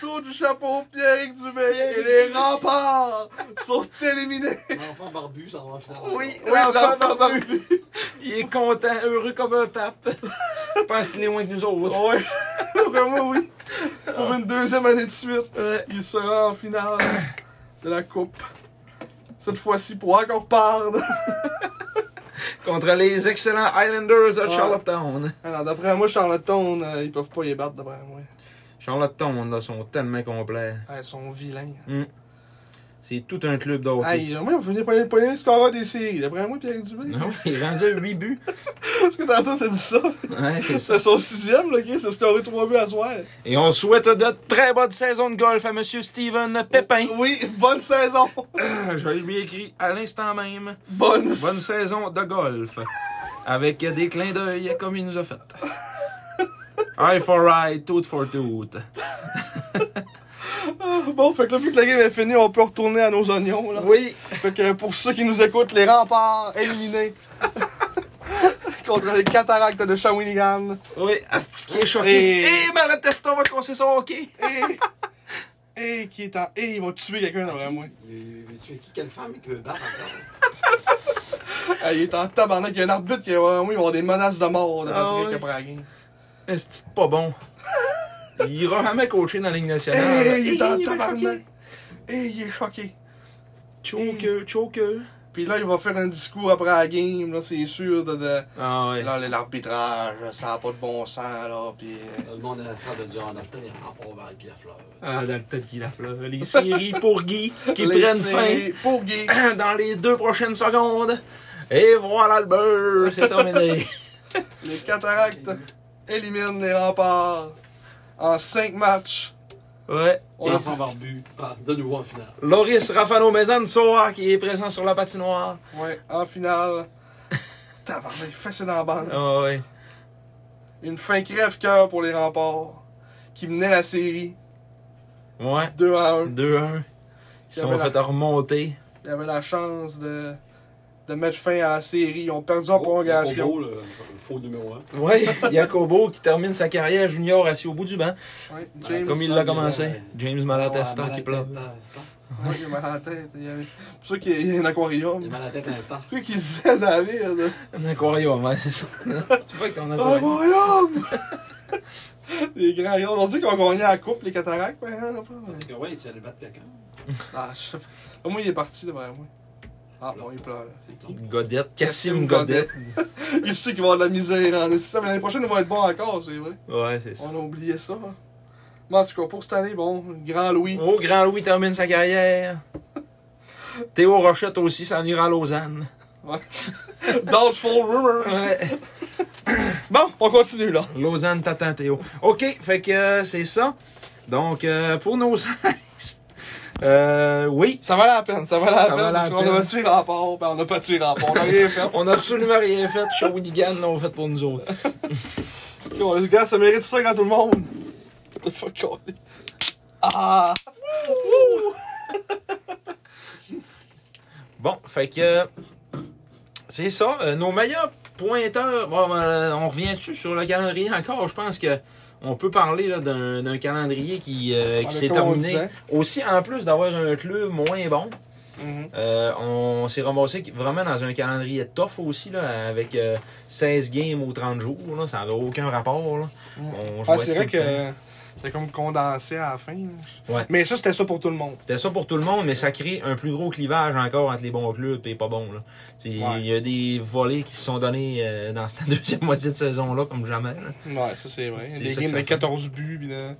B: tour du chapeau, Pierrick Dubé et les remparts sont éliminés.
C: L'enfant barbu, ça va en finale.
B: Oui, oui,
A: L'enfant
B: l'enfant
A: barbu.
B: barbu.
A: Il est content, heureux comme un pape. Je pense qu'il est loin que nous autres.
B: Ouais, vraiment oui. Pour une deuxième année de suite,
A: Ouais.
B: il sera en finale de la coupe. Cette fois-ci pour encore perdre.
A: contre les excellents Islanders de
B: Ouais.
A: Charlottetown.
B: Alors, d'après moi, Charlottetown, euh, ils peuvent pas y battre, d'après moi.
A: Charlottetown, là, sont tellement complets.
B: Ah, ils sont vilains.
A: C'est tout un club d'hockey.
B: Ah, ils, moi, ils vont venir pogner pogner le scoreur des séries. D'après moi, Pierre Dubé.
A: Non, Ah il est rendu à 8 buts.
B: Parce que tantôt, t'as dit ça.
A: Ouais, c'est ça.
B: C'est son sixième, là, qui c'est scoré trois buts à soir.
A: Et on souhaite de très bonnes saisons de golf à Monsieur Steven Pépin.
B: Oui, bonne saison.
A: Oh, Je lui ai écrit à l'instant même.
B: Bonne,
A: Bonne saison de golf. Avec des clins d'œil comme il nous a fait. [LAUGHS] Eye for eye, tooth for tooth.
B: Bon, fait que là, vu que la game est finie, on peut retourner à nos oignons, là.
A: Oui,
B: Fait que pour ceux qui nous écoutent, les remparts
A: [LAUGHS]
B: éliminés. Contre les cataractes de Shawinigan.
A: [LAUGHS] oui, astiqué,
B: Et-
A: choqué. Eh, Et, Malateston va casser son hockey.
B: Et. Et qui est en. Et ils vont tuer quelqu'un d'après moi.
C: Il veut tuer qui Quelle femme qui veut battre encore?
B: Ah, il est en tabarnak, il y a un arbitre qui va oui, ils vont avoir des menaces de mort de
A: Ah,
B: Patrick
A: ouais.
B: après la game.
A: Esti de pas bon. Il ira jamais coacher dans la Ligue nationale.
B: Eh, il est en
A: Eh, va
B: tabarnak.
A: choquer.
B: Et il est choqué.
A: Choke, choke.
B: Puis là, il va faire un discours après la game, là, c'est sûr, de, de-
A: Ah ouais.
B: là, l'arbitrage, ça n'a pas de bon sens, là, pis... euh,
C: Le monde à la salle de Durand Dalton, il en part vers Guy Lafleur.
A: Ah, dans le tête Guy Lafleur. Les séries pour Guy qui
B: les
A: prennent
B: séries Pour Guy.
A: fin [COUGHS] dans les deux prochaines secondes. Et voilà le beurre, c'est [LAUGHS] terminé.
B: Les cataractes éliminent les remparts en 5 matchs.
A: Ouais.
C: On
A: Et
C: l'a pas barbu. Ah, de nouveau en finale.
A: Loris Rafano Mezansoa qui est présent sur la patinoire.
B: Ouais, en finale. [LAUGHS] Tabarnak, fessé dans la bande.
A: Ah ouais.
B: Une fin crève-cœur pour les remparts qui menait la série
A: Ouais.
B: 2 à
A: 2-1.
B: 1.
A: Ils
B: Il y
A: sont
B: avait
A: fait remonter.
B: Ils avaient la chance de, de mettre fin à la série. Ils ont perdu en
C: Oh,
B: prolongation.
C: Bobo, le- le Faux numéro
A: [LAUGHS]
C: 1.
A: Ouais, Jacobo qui termine sa carrière junior assis au bout du banc.
B: Ouais,
A: comme il l'a
C: Malatesta,
A: commencé.
C: ouais.
A: James
C: Ah,
A: Malatesta qui pleure.
B: Ouais, il m'a la tête. Il y avait... Pour ça qu'il y a un aquarium.
C: Il a mal à la tête un temps.
B: Pour ça qu'il disait David.
A: Un aquarium, ouais, [LAUGHS] c'est ça. c'est vrai que t'en as
B: Un Aquarium! [LAUGHS] les grands lions. On dit qu'on gagnait la coupe, les cataractes, par exemple. là, mais-
C: Fait que Ouais, tu allais battre [LAUGHS] quelqu'un.
B: Ah, je sais pas. Moi, il est parti, là, vraiment. Ah, bon, il pleure. C'est qui?
A: Godette, Cassim Godette.
B: [LAUGHS] il sait qu'il va y avoir de la misère en esti, mais l'année prochaine, il va être bon encore, c'est vrai.
A: Ouais, c'est ça.
B: On a oublié ça. hein. Mais en tout cas, pour cette année, bon, le grand Louis.
A: Oh, Grand Louis termine sa [LAUGHS] carrière. Théo Rochette aussi s'en ira à Lausanne.
B: [LAUGHS] Doubtful Rumors.
A: Ouais. [LAUGHS]
B: Bon, on continue, là.
A: Lausanne t'attend Théo. OK, fait que euh, c'est ça. Donc euh, pour nos [LAUGHS] 16. Euh, oui,
B: Ça valait la peine, ça valait la
A: Ça
B: peine.
A: valait la
B: parce qu'on
A: peine.
B: a tué rapport, ben on a pas tué rapport, on a rien fait.
A: on n'a absolument rien fait. Shawinigan l'ont fait pour nous autres.
B: Yo, les gars, ça mérite 5 à tout le monde. The fuck on est- Ah!
A: Bon, fait que euh, c'est ça. Euh, nos meilleurs pointeurs. Bon, euh, on revient-tu sur le calendrier encore? Je pense que on peut parler là, d'un d'un calendrier qui, euh,
B: Ah,
A: qui
B: mais
A: s'est
B: comme on
A: terminé.
B: disait.
A: Aussi, en plus d'avoir un club moins bon,
B: Mhm.
A: Euh, on s'est remboursé vraiment dans un calendrier tough aussi, là, avec euh, 16 games aux 30 jours. Là, ça n'avait aucun rapport. Là. On jouait
B: Ah, c'est
A: tout
B: vrai
A: le
B: que
A: temps.
B: c'est comme condensé à la fin. là.
A: Ouais.
B: Mais ça, c'était ça pour tout le monde.
A: C'était ça pour tout le monde, mais ça crée un plus gros clivage encore entre les bons clubs et les pas bons. là. T'sais, Il
B: Ouais.
A: y a des volets qui se sont donnés euh, dans cette [LAUGHS] deuxième moitié de saison-là, comme jamais. là.
B: Ouais, ça, c'est vrai.
A: C'est
B: Des
A: ça
B: games
A: que ça
B: de
A: fait.
B: 14 buts. pis de-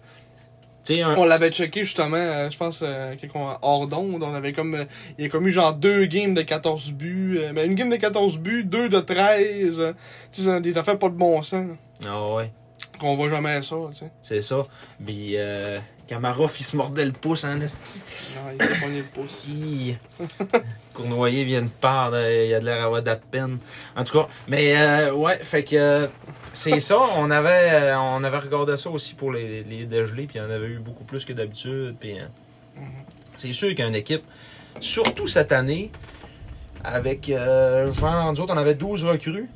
A: T'sais, un-
B: On l'avait checké justement, euh, je pense, euh, quelqu'un hors d'onde. On avait comme. euh, il y a comme eu genre deux games de 14 buts. euh, mais une game de 14 buts, deux de 13. euh, tu sais, des affaires pas de bon sens. là,
A: Ah ouais,
B: Qu'on voit jamais ça, tu sais.
A: c'est ça. Puis euh, Kamarov, il se mordait le pouce en esti.
B: Non, il s'est pogné le pouce.
A: Si. [LAUGHS] Cournoyer vient de part, il y a de l'air à avoir de la peine. En tout cas, mais euh, ouais, fait que euh, c'est ça. [LAUGHS] On avait, euh, on avait regardé ça aussi pour les, les dégelés, puis il y en avait eu beaucoup plus que d'habitude. Puis euh,
B: Mhm.
A: c'est sûr qu'une équipe, surtout cette année, avec euh, genre, nous autres, on avait 12 recrues.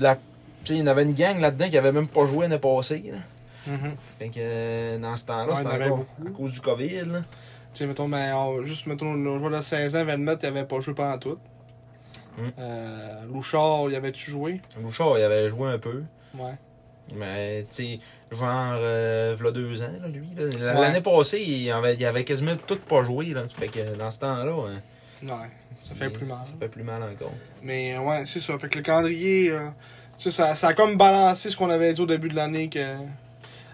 A: La, tu sais, il y en avait une gang là-dedans qui avait même pas joué l'année passée. là.
B: Mhm.
A: Fait que euh, dans ce temps-là,
B: Ouais, il y en
A: c'était
B: avait
A: encore
B: beaucoup.
A: à cause du COVID. là.
B: Tu sais, mettons, ben, on- juste, mettons, nos joueurs de 16 ans, Van Mett, il avait pas joué pendant tout.
A: Mm.
B: Euh, Louchard, il avait-tu joué?
A: Bouchard, il avait joué un peu.
B: Ouais.
A: Mais, tu sais, genre, euh, v'là deux ans, là, lui. là.
B: Ouais.
A: L'année passée, il avait, il avait quasiment tout pas joué, là. Fait que dans ce temps-là, hein,
B: Ouais, ça fait plus mal.
A: Ça fait plus mal encore.
B: Mais euh, ouais, c'est ça. Fait que le calendrier, euh, tu sais, ça, ça a comme balancé ce qu'on avait dit au début de l'année. que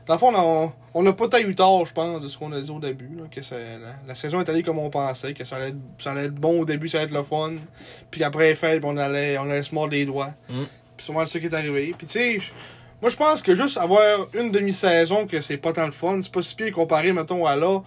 B: Dans le fond, on a- on n'a pas taillé tort, je pense, de ce qu'on a dit au début. là, que ça- la, la saison est allée comme on pensait, que ça allait, être, ça allait être bon au début, ça allait être le fun. Puis après les fêtes, on allait, on allait se mordre les doigts.
A: Mm.
B: Puis c'est vraiment ça qui est arrivé. Puis tu sais, j- moi je pense que juste avoir une demi-saison, que c'est pas tant le fun, c'est pas si pire comparé, mettons, à là.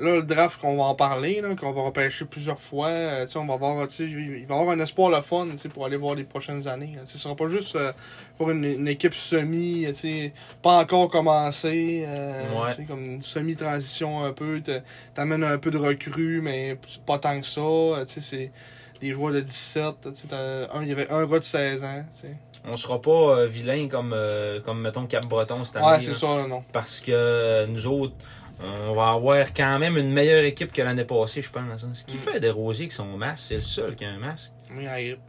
B: Là, le draft qu'on va en parler, là, qu'on va repêcher plusieurs fois, euh, tu sais, on va avoir, tu sais, il va y avoir un espoir le fun, tu sais, pour aller voir les prochaines années. là. Tu sais, Ce sera pas juste euh, pour une, une équipe semi, euh, tu sais, pas encore commencée, euh,
A: Ouais.
B: tu sais, comme une semi-transition un peu, t'a- t'amènes un peu de recrues, mais pas tant que ça, euh, tu sais, c'est des joueurs de 17, tu sais, t'as un- il y avait un gars de 16 ans, tu sais.
A: On sera pas euh, vilain comme, euh, comme, mettons, Cap-Breton cette année.
B: Ouais, c'est
A: là.
B: ça, non.
A: Parce que euh, nous autres, on va avoir quand même une meilleure équipe que l'année passée, je pense. hein. Ce qui
B: Mm.
A: fait des rosiers qui sont masques, c'est le seul qui a un masque.
B: Oui, la grippe.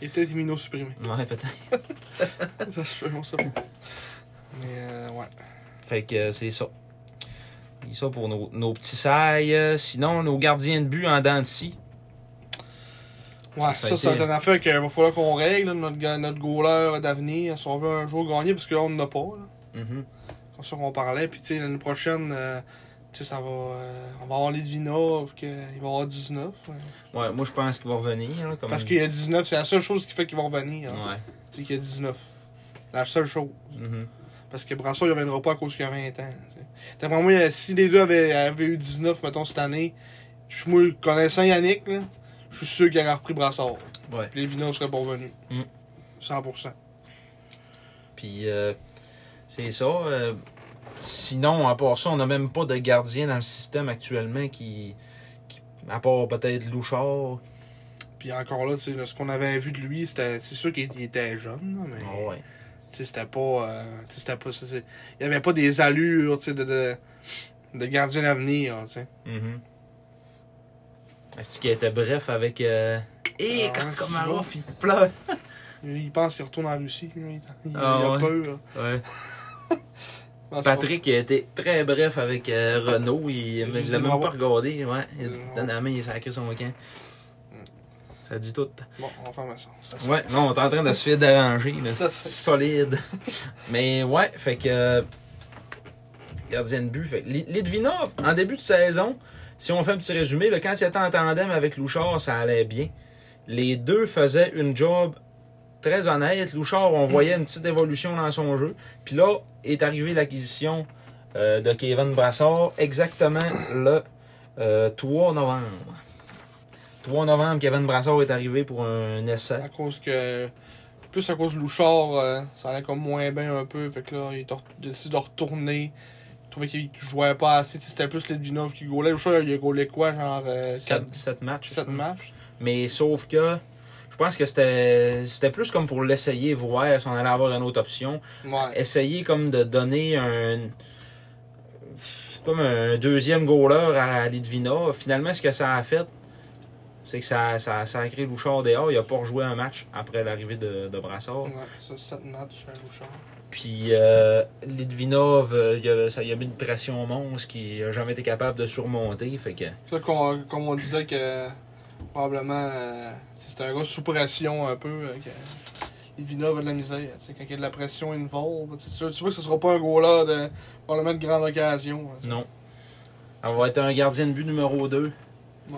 B: Il était immunosupprimé. [LAUGHS]
A: Ouais, peut-être.
B: ça se fait, on sait pas. Mais, euh, ouais.
A: Fait que euh, c'est ça. C'est ça pour nos, nos petits sailles. Euh, Sinon, nos gardiens de but en dents de scie. Ça,
B: Ouais,
A: ça a
B: ça, c'est
A: été-
B: une affaire qu'il va falloir qu'on règle, là, notre, ga- notre goaler d'avenir, si on veut un jour gagner, parce que là, on n'en a pas. Là. Mm-hmm.
A: Mhm.
B: Comme ça qu'on parlait. Puis, tu sais, l'année prochaine, euh, tu sais, ça va. euh, on va avoir Lidvina, il va avoir 19. ouais.
A: Ouais, moi, je pense qu'il va revenir. là, comme-
B: Parce qu'il y a 19, c'est la seule chose qui fait qu'il va revenir. hein.
A: Ouais.
B: Tu sais, qu'il y a 19. La seule chose.
A: Mhm.
B: Parce que Brassard, il reviendra pas à cause qu'il a 20 ans. tu sais. D'après moi, euh, si les deux avaient, avaient eu 19, mettons, cette année, je suis moi, connaissant Yannick, là, je suis sûr qu'il aurait repris Brassard.
A: Ouais.
B: Puis Lévina serait pas revenu.
A: Mm.
B: 100%.
A: Puis, euh, c'est ça. euh, sinon, à part ça, on n'a même pas de gardien dans le système actuellement qui. qui- à part peut-être Louchard.
B: Puis encore là, tu sais, là, ce qu'on avait vu de lui, c'était- c'est sûr qu'il était- il était jeune, là, mais
A: Ah ouais.
B: tu sais, c'était pas. euh, tu sais, c'était pas ça, c'est- il n'y avait pas des allures tu sais, de, de, de gardien d'avenir. tu sais.
A: Mhm. Est-ce qu'il était bref avec. Euh... Hé,
B: Ah,
A: quand
B: ouais,
A: Komarov, il pleure.
B: Il pense qu'il retourne en Russie. lui, il, il
A: Ah,
B: a
A: ouais.
B: peur. là.
A: Ouais.
B: Non, c'est
A: Patrick il a été très bref avec euh, Renaud. Il
B: Je
A: ne
B: dis
A: l'a même
B: bravo.
A: pas regardé. Ouais. Il
B: Bravo.
A: donne la main, il sacré son camp.
B: Mm.
A: Ça dit tout.
B: pas- Bon, on ferme ça. Ça, [LAUGHS] c'est-
A: Ouais, non, on est en train de se faire déranger. là.
B: C'est assez.
A: Solide. [LAUGHS] Mais ouais, fait que. euh, Gardien de but. Fait que Li- Litvinov, en début de saison, si on fait un petit résumé, là, quand il était en tandem avec Louchard, ça allait bien. Les deux faisaient une job très honnête. Louchard, on voyait une petite évolution dans son jeu. Puis là, est arrivée l'acquisition euh, de Kevin Brassard exactement le euh, 3 novembre. 3 novembre, Kevin Brassard est arrivé pour un essai.
B: À cause que. Plus à cause de Louchard, euh, ça allait comme moins bien un peu. Fait que là, il tor- décide de retourner. Il trouvait qu'il jouait pas assez. Tu sais, C'était plus Ledvinov qui gaulait. Louchard, il a gaulé quoi Genre 4,
A: 7, matchs.
B: 7 matchs
A: Mais sauf que je pense que c'était c'était plus comme pour l'essayer, voir si on allait avoir une autre option.
B: Ouais.
A: Essayer comme de donner un comme un deuxième goaler à Litvina. Finalement, ce que ça a fait, c'est que ça, ça, ça a créé Louchard dehors. Il a pas rejoué un match après l'arrivée de, de Brassard.
B: Ouais, ça, 7 matchs à Louchard.
A: Puis euh, Litvinov, euh, il a, ça, il a mis une pression monstre qu'il n'a jamais été capable de surmonter. Fait que,
B: Puis Là, comme, comme on disait que. Probablement. euh, tu sais, c'était un gars sous pression un peu. euh, que Ledvinov a de la misère. tu sais, Quand il y a de la pression involve. Tu sais, tu vois que ce sera pas un goaler de. Probablement de grande occasion. hein, là, tu sais.
A: non. On va être un gardien de but numéro 2.
B: Ouais.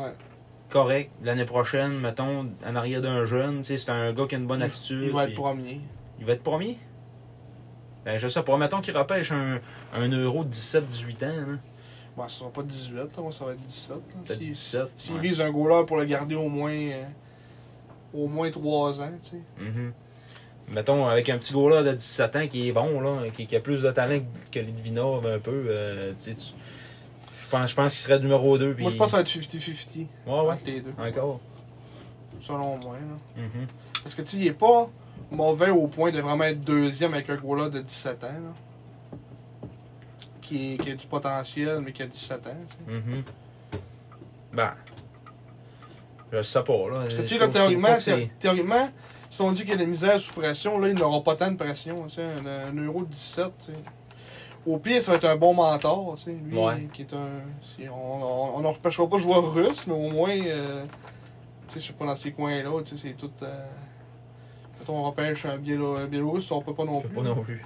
A: correct l'année prochaine, mettons, en arrière d'un jeune. tu sais, C'est un gars qui a une bonne attitude.
B: Il va être
A: puis
B: premier.
A: il va être premier. Ben, je sais pas. Mettons qu'il repêche un, un euro de 17-18 ans. hein. Là.
B: Bon, ce sera pas 18, là, moi, ça va être 17. là.
A: Peut-être
B: Si-
A: 17.
B: S'il
A: ouais.
B: vise un goaler pour le garder au moins, euh, au moins 3 ans, tu sais.
A: Mhm. Mettons, avec un petit gars là de 17 ans qui est bon, là, qui, qui a plus de talent que Lidvinov un peu. euh, tu sais, tu- je pense, je pense qu'il serait numéro 2.
B: Moi, je pense que ça va être 50-50
A: Ah Ouais, ouais.
B: entre les deux,
A: Encore.
B: selon moi. là.
A: Mhm.
B: Parce que, tu sais, il est pas mauvais au point de vraiment être deuxième avec un goaler de 17 ans, là. Qui, est- qui a du potentiel, mais qui a 17 ans, tu sais.
A: Mhm. Ben. Je sais pas, là.
B: Parce que, tu sais,
A: Je trouve- je
B: là,
A: trouve
B: théoriquement,
A: pas Euh, que c'est-
B: thé- théoriquement, si on dit qu'il y a de la misère sous pression, là, il n'aura pas tant de pression. tu sais, Un, un euro de 17, tu sais. Au pire, ça va être un bon mentor, tu sais, lui,
A: Ouais.
B: qui est un... si- on ne repêchera pas joueur russe, mais au moins, euh, tu sais, je sais pas, dans ces coins-là, tu sais, c'est tout... euh, quand on repêche un Biélo- un Biélorusse, on peut pas non
A: Je
B: plus.
A: peux pas non
B: [LAUGHS]
A: plus.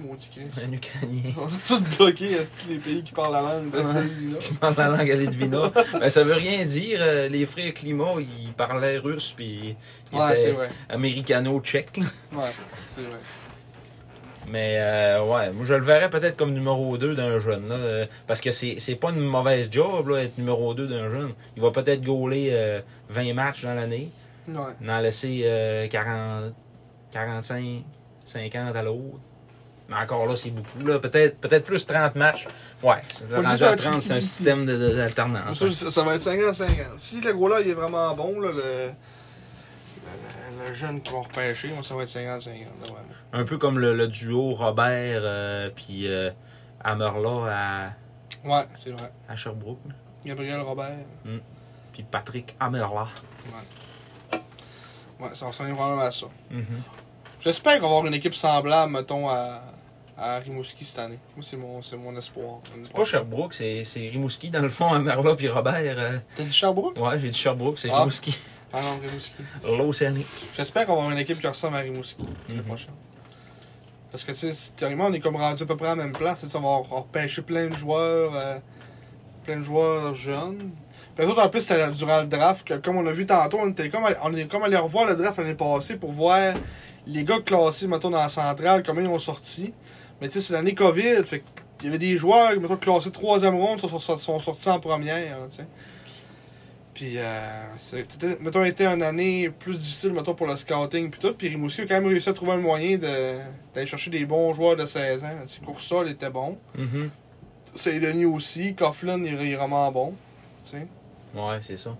B: Maudit Christ.
A: Un Ukrainien
B: [LAUGHS] On a tout bloqué, est-ce que les pays qui parlent la langue de ce
A: Ouais.
B: pays-là.
A: qui [LAUGHS] parle la langue à Litvina. Ben, ça veut rien dire. Euh, Les frères Climat, ils parlaient russe, puis ils
B: Ouais, c'est
A: étaient
B: vrai.
A: américano-tchèques. là.
B: Ouais, c'est vrai.
A: Mais euh, ouais, moi je le verrais peut-être comme numéro 2 d'un jeune. là, euh, parce que c'est c'est pas une mauvaise job, là, être numéro 2 d'un jeune. Il va peut-être gauler euh, 20 matchs dans l'année,
B: Ouais.
A: en laisser euh, 40, 45, 50 à l'autre. Mais encore là, c'est beaucoup. là. Peut-être peut-être plus 30 matchs. Ouais, c'est-
B: Faut le dire,
A: rendu
B: c'est un
A: à 30, c'est un
B: 50-50.
A: système de- de-
B: Pour
A: d'alternance.
B: ça, ça, ça va être 50-50. Si le gros-là, il est vraiment bon, là, le, le- le jeune qui va repêcher, moi, ça va être 50-50. là, vraiment.
A: Un peu comme le, le duo Robert euh, puis euh, Amerla
B: Ouais, c'est vrai.
A: à, à Sherbrooke. là.
B: Gabriel Robert.
A: Puis Patrick Amerla.
B: Ouais, ça ressemble vraiment à ça. Mm-hmm. J'espère qu'on va avoir une équipe semblable, mettons, à, à Rimouski cette année. Moi, c'est mon, c'est mon espoir.
A: C'est pas Sherbrooke, c'est c'est Rimouski dans le fond, à Merla puis Robert. euh.
B: T'as dit Sherbrooke?
A: Ouais, j'ai dit Sherbrooke, c'est
B: Ah.
A: Rimouski.
B: Ah non, Rimouski.
A: L'Océanique.
B: J'espère qu'on va avoir une équipe qui ressemble à Rimouski
A: Mhm.
B: le prochain. Parce que, tu sais, théoriquement, on est comme rendu à peu près à la même place. Tu sais, on va repêcher plein de joueurs, euh, plein de joueurs jeunes. Puis les autres, en plus, c'était durant le draft, que, comme on a vu tantôt, on, était comme, allé- on est comme allé revoir le draft l'année passée pour voir les gars classés, mettons, dans la centrale, comment ils ont sorti. Mais tu sais, c'est l'année COVID, fait que il y avait des joueurs, mettons, classés troisième ronde, sont, sont, sont sortis en première, là, tu sais. Puis, euh, c'est- c'était- mettons, été une année plus difficile, mettons, pour le scouting, puis tout. Puis Rimouski a quand même réussi à trouver un moyen de- d'aller chercher des bons joueurs de 16 ans. Tu sais, Coursol était bon.
A: Mhm.
B: Saint-Denis aussi. Coughlin, il est vraiment bon. Tu sais.
A: Ouais, c'est ça.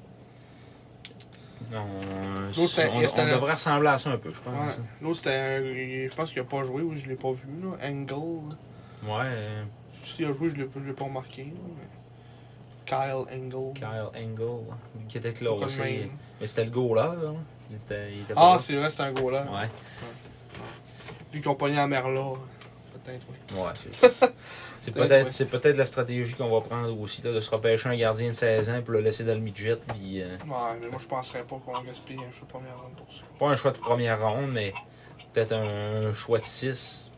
A: Non, euh,
B: L'autre, c'est-
A: on, on
B: c'est un-
A: devrait ressembler à ça un peu, je
B: Ouais.
A: pense.
B: L'autre, c'était un- il- Je pense qu'il a pas joué, ou je l'ai pas vu, là. Angle.
A: Ouais, euh,
B: S'il a joué, je l'ai je l'ai pas remarqué, là, mais- Kyle Angle.
A: Kyle Engel, qui était
B: Pas le
A: classé.
B: même.
A: Mais c'était le goaler, là. Il était, il était
B: Ah,
A: pas
B: c'est vrai, c'est un gros là.
A: là. Ouais,
B: Vu qu'on pognait à Merla. Peut-être, oui.
A: ouais,
B: [LAUGHS]
A: c'est ça. C'est
B: Peut-être,
A: peut-être
B: ouais.
A: c'est peut-être la stratégie qu'on va prendre aussi, là, de se repêcher un gardien de 16 ans pour le laisser dans le midget. Puis, euh,
B: Ouais, mais moi, je penserais pas qu'on gaspille un jeu de première ronde pour ça.
A: pas un choix de première ronde, mais peut-être un choix de 6.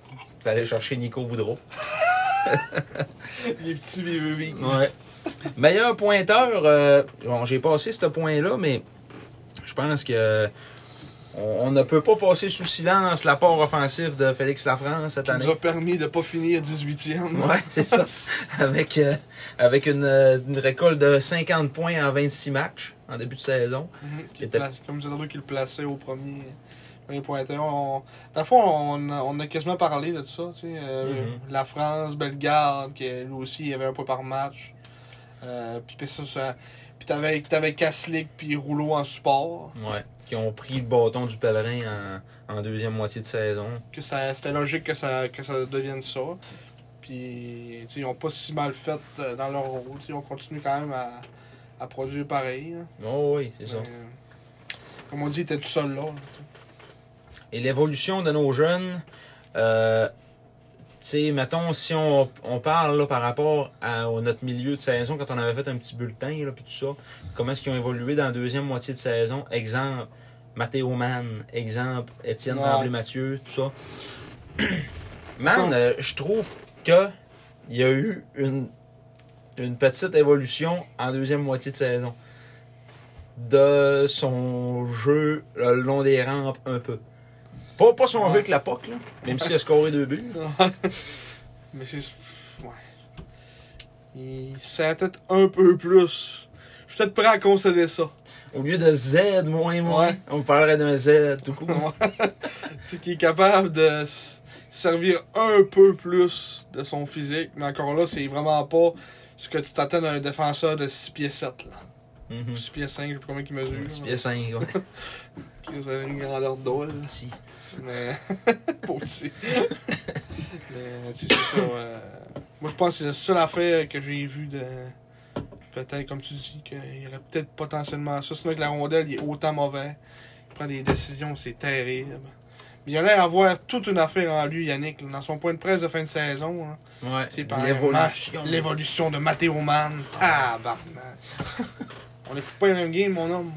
A: Fallait chercher Nico Boudreau.
B: Les petits vieux vieux.
A: Ouais. [LAUGHS] Meilleur pointeur, euh, bon, j'ai passé ce point-là, mais je pense que euh, on, on ne peut pas passer sous silence l'apport offensif de Félix Lafrance cette
B: qui
A: année.
B: nous a permis de pas finir 18e.
A: Ouais, c'est ça. Avec, euh, avec une, euh, une récolte de 50 points en 26 matchs en début de saison.
B: Mhm. Qui
A: Il était-
B: pla- Comme je disais, qui le plaçait au premier, premier pointeur. On... Dans le fond, on, a- on a quasiment parlé de tout ça. tu sais, euh,
A: Mhm.
B: La France, Bellegarde, qui lui aussi il avait un point par match. Euh, puis puis ça, ça... Puis t'avais, t'avais Kaslik puis Rouleau en support.
A: Ouais. Qui ont pris le bâton du pèlerin en, en deuxième moitié de saison.
B: Que ça, c'était logique que ça, que ça devienne ça. Puis tu sais, ils n'ont pas si mal fait euh, dans leur rôle. tu sais, On continue quand même à, à produire pareil. hein.
A: Oh oui, c'est ça.
B: Mais, euh, comme on dit, il était tout seul là. tu sais.
A: Et l'évolution de nos jeunes, euh, tu sais, mettons, si on, on parle là, par rapport à, au- notre milieu de saison, quand on avait fait un petit bulletin, là, puis tout ça, comment est-ce qu'ils ont évolué dans la deuxième moitié de saison? Exemple, Mathéo Mann, exemple, Étienne
B: Ouais.
A: Tremblay-Mathieu, tout ça. [CLEARS THROAT] Mann, euh, je trouve que il y a eu une, une petite évolution en deuxième moitié de saison. De son jeu le long des rampes un peu. Pas, pas son
B: Ouais.
A: jeu avec la POC, là, même s'il a scoré deux buts.
B: [LAUGHS] Mais c'est. Ouais. Il sert peut-être un peu plus. Je suis peut-être prêt à concéder ça.
A: Au lieu de Z, moins, moins,
B: Ouais.
A: on parlerait d'un Z tout court.
B: Tu sais, qu'il est capable de s- servir un peu plus de son physique. Mais encore là, c'est vraiment pas ce que tu t'attends d'un défenseur de 6 pieds 7. Là.
A: Mhm.
B: 6 pieds 5, je sais pas combien qu'il mesure.
A: Petit pied cinq, ouais.
B: Ils avaient une grandeur d'eau.
A: Petit.
B: Mais. [LAUGHS] Pour petit. Mais, tu sais, c'est ça. euh, Moi, je pense que c'est la seule affaire que j'ai vue de. Peut-être, comme tu dis, qu'il y aurait peut-être potentiellement ça. Sinon, avec la rondelle, il est autant mauvais. Il prend des décisions, c'est terrible. Il a l'air d'avoir toute une affaire en lui, Yannick, là, dans son point de presse de fin de saison. là.
A: Ouais.
B: C'est par
D: L'évolution.
B: l'évolution de Matteo Mann. Tabarnak. [LAUGHS] On n'écoute pas les mêmes games, mon homme.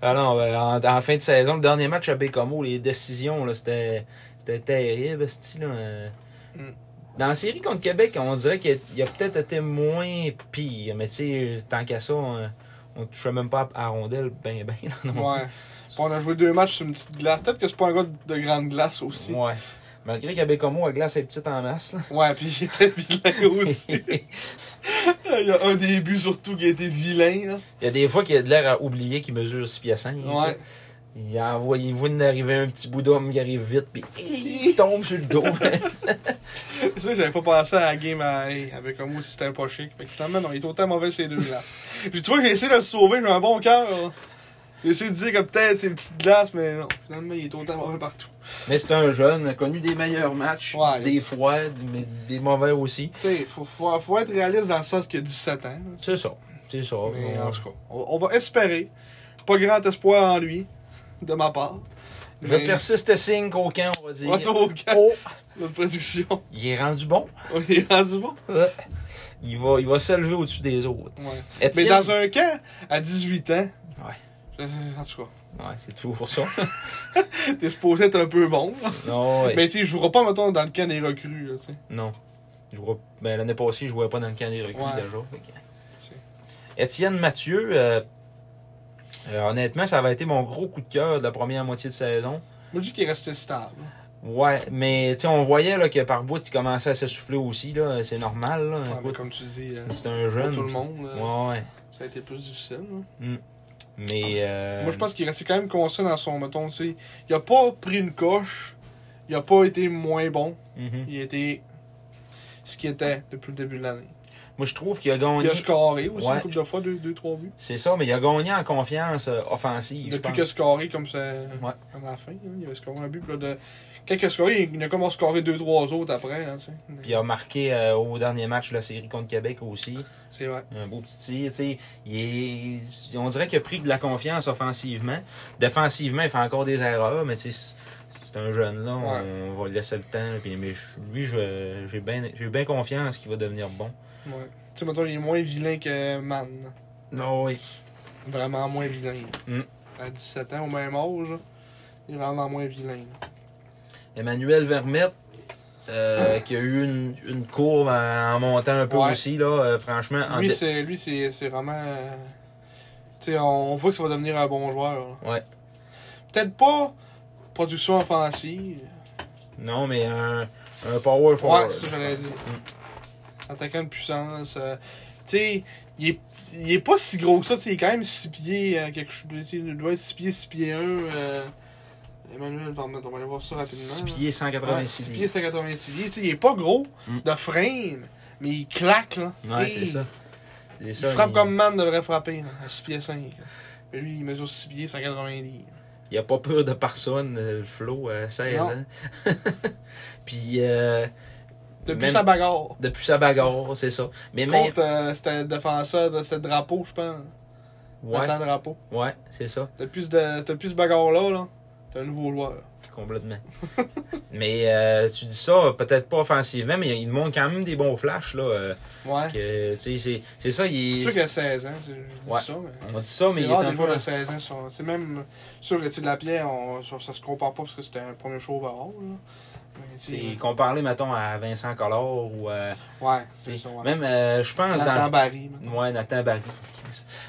A: Ah non, ben, en, en fin de saison, le dernier match à Bécamo, les décisions, là, c'était, c'était terrible. esti, là. Euh,
B: Mm.
A: Dans la série contre Québec, on dirait qu'il a, il a peut-être été moins pire, mais tu sais, tant qu'à ça, on, on touchait même pas à, à rondelle, ben ben. là, non.
B: Ouais. Puis on a joué deux matchs sur une petite glace. Peut-être que c'est pas un gars de grande glace aussi. Ouais,
A: Ouais. Malgré qu'à Bécamo, la glace est petite en masse. là.
B: puis il était [LAUGHS] vilain aussi. il y a un début surtout qui a été vilain. Là.
A: [LAUGHS] Il y a des fois qu'il a de l'air à oublier qu'il mesure 6 pieds 5.
B: Ouais.
A: Il envoie, il voit arriver un petit bout d'homme qui arrive vite, puis il tombe sur le
B: [LAUGHS]
A: dos.
B: C'est sûr que j'avais pas pensé à la game à- hey, avec un mot si c'était pas chic. Fait que finalement, non, il était autant mauvais ces deux [LAUGHS] glaces. Puis tu vois, j'ai essayé de le sauver, j'ai un bon cœur. là. J'ai essayé de dire que peut-être c'est une petite glace, mais non, finalement, il est autant mauvais partout.
A: Mais c'est un jeune, a connu des meilleurs matchs,
B: Ouais, il-
A: des fois, mais des mauvais aussi.
B: Tu sais, faut, faut, faut être réaliste dans le sens qu'il a 17 ans.
A: C'est ça. C'est ça.
B: Mais
A: On-
B: en tout cas, on, on va espérer. Pas grand espoir en lui, de ma part.
A: Je
B: Mais-
A: persiste 5 au camp, on va dire.
B: Retour au camp.
A: Oh,
B: Notre prédiction. [LAUGHS]
A: il est rendu bon.
B: On est rendu bon.
A: Il va, il va s'élever au-dessus des autres.
B: Ouais. Mais
A: Étienne-
B: dans un camp, à 18 ans.
A: Ouais.
B: je- En tout cas,
A: Ouais, c'est tout
B: [LAUGHS]
A: pour ça.
B: t'es supposé être un peu bon. là.
A: non, ouais.
B: Mais tu sais, il jouera pas, mettons, dans le camp des recrues. Là, tu sais.
A: Non. Je vois- ben, L'année passée, je jouais pas dans le camp des recrues
B: Ouais.
A: déjà. fait que-
B: C'est-
A: Étienne Mathieu, euh, euh, honnêtement, ça avait été mon gros coup de cœur de la première moitié de saison.
B: Moi, je dis qu'il est resté stable.
A: Ouais, mais tu sais, on voyait là, que par bout, il commençait à s'essouffler aussi. là C'est normal. Là,
B: Ouais, mais
A: Écoute,
B: comme tu dis, euh,
A: c'est un
B: pour
A: jeune.
B: tout le monde, là,
A: Ouais, ouais.
B: ça a été plus difficile. là.
A: Mais. euh,
B: Ah. Moi, je pense qu'il est resté quand même conscient dans son, mettons, tu sais. Il a pas pris une coche. Il a pas été moins bon.
A: mhm.
B: Il a été ce qu'il était depuis le début de l'année.
A: Moi, je trouve qu'il a gagné.
B: Il a scoré aussi
A: Ouais.
B: une couple de fois, deux, deux trois buts.
A: C'est ça, mais il a gagné en confiance euh, offensive. je
B: Depuis
A: pense.
B: qu'il a scoré comme ça, comme à la fin, hein, il avait scoré un but. Puis là, de... Quand il a scoré, il a comme en scoré deux, trois autres après. Hein, tu sais.
A: Puis il a marqué euh, au dernier match de la série contre Québec aussi.
B: C'est vrai.
A: Un beau petit tir, tu sais. Il est- On dirait qu'il a pris de la confiance offensivement. Défensivement, il fait encore des erreurs, mais tu sais, c'est c'est un jeune, là.
B: Ouais.
A: On va lui laisser le temps. Puis, mais je- lui, je- j'ai bien j'ai bien confiance qu'il va devenir bon.
B: Ouais. Tu sais, mettons, il est moins vilain que Man.
A: Non, Ah oui.
B: Vraiment moins vilain.
A: Mm.
B: À 17 ans, au même âge, là, il est vraiment moins vilain. là.
A: Emmanuel Vermette, euh, qui a eu une, une courbe en, en montant un peu
B: Ouais.
A: aussi, là. euh, franchement, en
B: Lui,
A: dé-
B: c'est lui, c'est c'est vraiment. euh, Tu sais, on, on voit que ça va devenir un bon joueur. là.
A: Ouais.
B: Peut-être pas production offensive.
A: Non, mais un, un power forward.
B: Ouais, c'est ça que j'allais dire. Mm. Attaquant de puissance. euh, tu sais, il est, il est pas si gros que ça. tu sais, Il est quand même 6 pieds. euh, quelque chose, tu sais, il doit être 6 pieds, 6 pieds 1. Emmanuel, Vermette, on va aller voir ça rapidement.
A: 6
B: là.
A: pieds 186
B: 6 pieds, 186 liés. Tu sais, il est pas gros
A: Mm.
B: de frame, mais il claque, là.
A: Ouais,
B: Hey,
A: c'est ça. C'est
B: Il
A: ça,
B: frappe
A: il-
B: comme man devrait frapper, là, à 6 pieds 5. Mais lui, il mesure 6 pieds, 180 livres.
A: Il a pas peur de personne, euh, le flow, à 16
B: Non.
A: ans. [LAUGHS] Puis, euh,
B: Depuis
A: Même-
B: sa bagarre.
A: depuis sa bagarre, c'est ça. Mais même.
B: Contre, euh, c'était le défenseur de ce drapeau, je pense.
A: Ouais,
B: Nathan Drapeau.
A: ouais, c'est ça,
B: Depuis ce, de- depuis ce bagarre-là, là, t'es un nouveau joueur.
A: complètement. [LAUGHS] mais euh, tu dis ça, peut-être pas offensivement, mais il montre quand même des bons flashs, là. euh,
B: Ouais.
A: que, tu sais, c'est- c'est ça, il
B: C'est sûr qu'il a 16 ans, c'est- je dis
A: Ouais.
B: ça, mais...
A: On dit ça, mais
B: C'est
A: il est
B: rare,
A: un
B: des joueurs
A: peu.
B: de 16 ans sont- C'est même sûr que tu sais, de la pierre, on- ça, ça se compare pas parce que c'était un premier show overall. Là. Mais, tu sais, euh,
A: C'est comparé, mettons, à Vincent Collard ou. euh,
B: Ouais,
A: tu sais,
B: c'est ça. Ouais.
A: Même, euh, je pense,
B: Nathan
A: dans.
B: Barry, maintenant.
A: Ouais, Nathan Barry.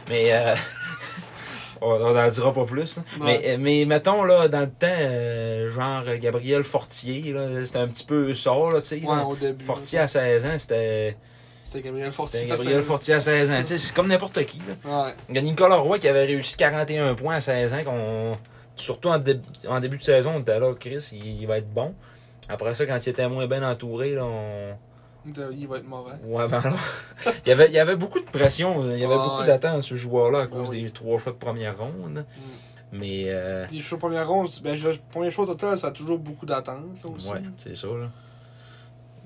A: Mais euh, [LAUGHS] on on n'en dira pas plus. là.
B: Ouais.
A: Mais, euh, mais mettons, là, dans le temps, euh, genre euh, Gabriel Fortier, là, c'était un petit peu ça, là, tu sais.
B: Ouais,
A: là.
B: au début.
A: Fortier à 16 ans, c'était
B: C'était Gabriel Fortier.
A: c'était Gabriel Fortier à 16 ans. Tu sais, C'est comme n'importe qui. Là.
B: Ouais.
A: Il y a Nicolas Roy qui avait réussi 41 points à 16 ans. Qu'on... Surtout en, dé- en début de saison, on était là, Chris, il, il va être bon. Après ça, quand il était moins bien entouré, là, on,
B: Il va être mauvais.
A: Ouais, ben alors. [LAUGHS] il, y avait, il y avait beaucoup de pression, euh, il y avait
B: Ah,
A: beaucoup
B: ouais.
A: d'attente sur ce joueur-là à cause
B: Ah oui. Mm.
A: des trois choix de première ronde. Mais, euh,
B: Puis, show première ronde, ben, je- premier show total, ça a toujours beaucoup d'attentes, là, aussi.
A: ouais, c'est ça, là.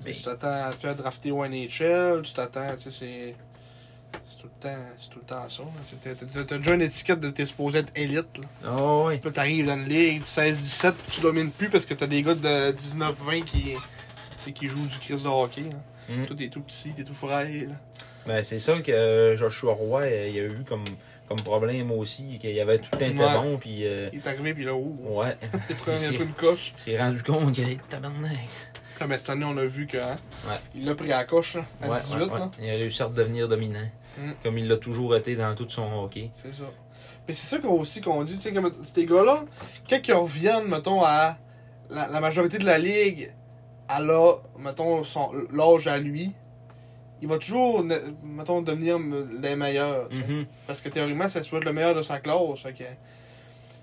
A: Mais,
B: Tu t'attends à te faire drafter au NHL, tu t'attends, tu sais, c'est. C'est tout le temps, c'est tout le temps ça. là. C'est- t'as- t'as- T'as déjà une étiquette de t'es supposé être élite. Là,
A: Oh, oui.
B: Puis là t'arrives dans une ligue 16-17, puis tu domines plus parce que t'as des gars de 19-20 qui, c'est qui jouent du Chris de hockey. Là.
A: Mm.
B: Toi, t'es tout petit, t'es tout frais. Là.
A: Ben, c'est ça que euh, Joshua Roy, euh, il y a eu comme, comme problème aussi, qu'il y avait tout le temps été
B: Ouais.
A: bon, puis euh,
B: Il est arrivé, puis là, ouh,
A: ouais, [LAUGHS]
B: t'es pris un
A: c'est-
B: peu de coche.
A: il s'est rendu compte qu'il y avait des tabarnak.
B: Ah, mais cette année, on a vu que hein,
A: Ouais.
B: il l'a pris à la coche là, à
A: Ouais,
B: 18.
A: ouais, ouais.
B: Là.
A: Il a réussi à devenir dominant,
B: Mm.
A: comme il l'a toujours été dans tout son hockey.
B: C'est ça. Mais c'est ça qu'on aussi qu'on dit, tu sais, comme ces gars-là, quand ils reviennent, mettons, à la, la majorité de la ligue, à la, mettons, son, l'âge à lui, il va toujours, ne- mettons, devenir m- les meilleurs. tu sais.
A: Mhm.
B: Parce que théoriquement, ça se peut être le meilleur de sa classe. Fait que,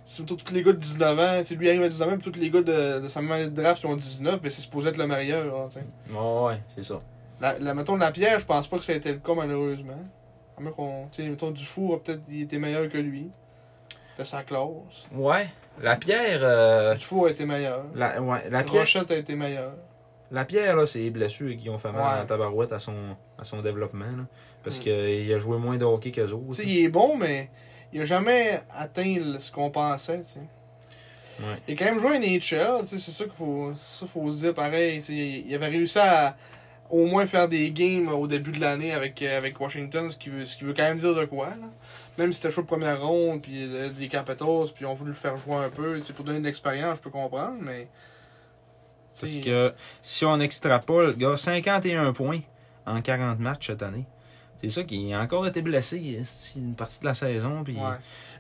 B: si mettons, tous les gars de 19 ans, si lui arrive à 19 ans, puis tous les gars de, de sa même année de draft qui ont 19, ben, c'est supposé être le meilleur. là, tu sais.
A: Ah Ouais, ouais, c'est ça.
B: La, la- mettons, la pierre, je pense pas que ça a été le cas, malheureusement. À moins qu'on. Tu sais, mettons, Dufour a peut-être il était meilleur que lui. De sa classe.
A: Ouais. La pierre, euh,
B: Dufour a été meilleur.
A: la, ouais, la pierre,
B: Rochette a été meilleur.
A: la pierre là, c'est les blessures qui ont fait mal
B: Ouais.
A: à Tabarouette à son, à son développement, là, parce
B: Mm.
A: qu'il a joué moins de hockey qu'eux
B: Tu
A: autres.
B: sais, il est bon, mais il a jamais atteint le- ce qu'on pensait, tu sais.
A: Ouais.
B: Il a quand même joué à NHL, tu sais, c'est ça qu'il faut, c'est ça qu'il faut se dire pareil. tu sais, Il avait réussi à au moins faire des games au début de l'année avec, euh, avec Washington, ce qui, veut, ce qui veut quand même dire de quoi. Là. Même si c'était chaud de première ronde, puis euh, des Capitals, puis on voulu le faire jouer un peu, tu sais, pour donner de l'expérience, je peux comprendre, mais. tu
A: Parce
B: sais,
A: que si on extrapole, gars, 51 points en 40 matchs cette année. C'est ça qui a encore été blessé esti, une partie de la saison. Puis...
B: Ouais.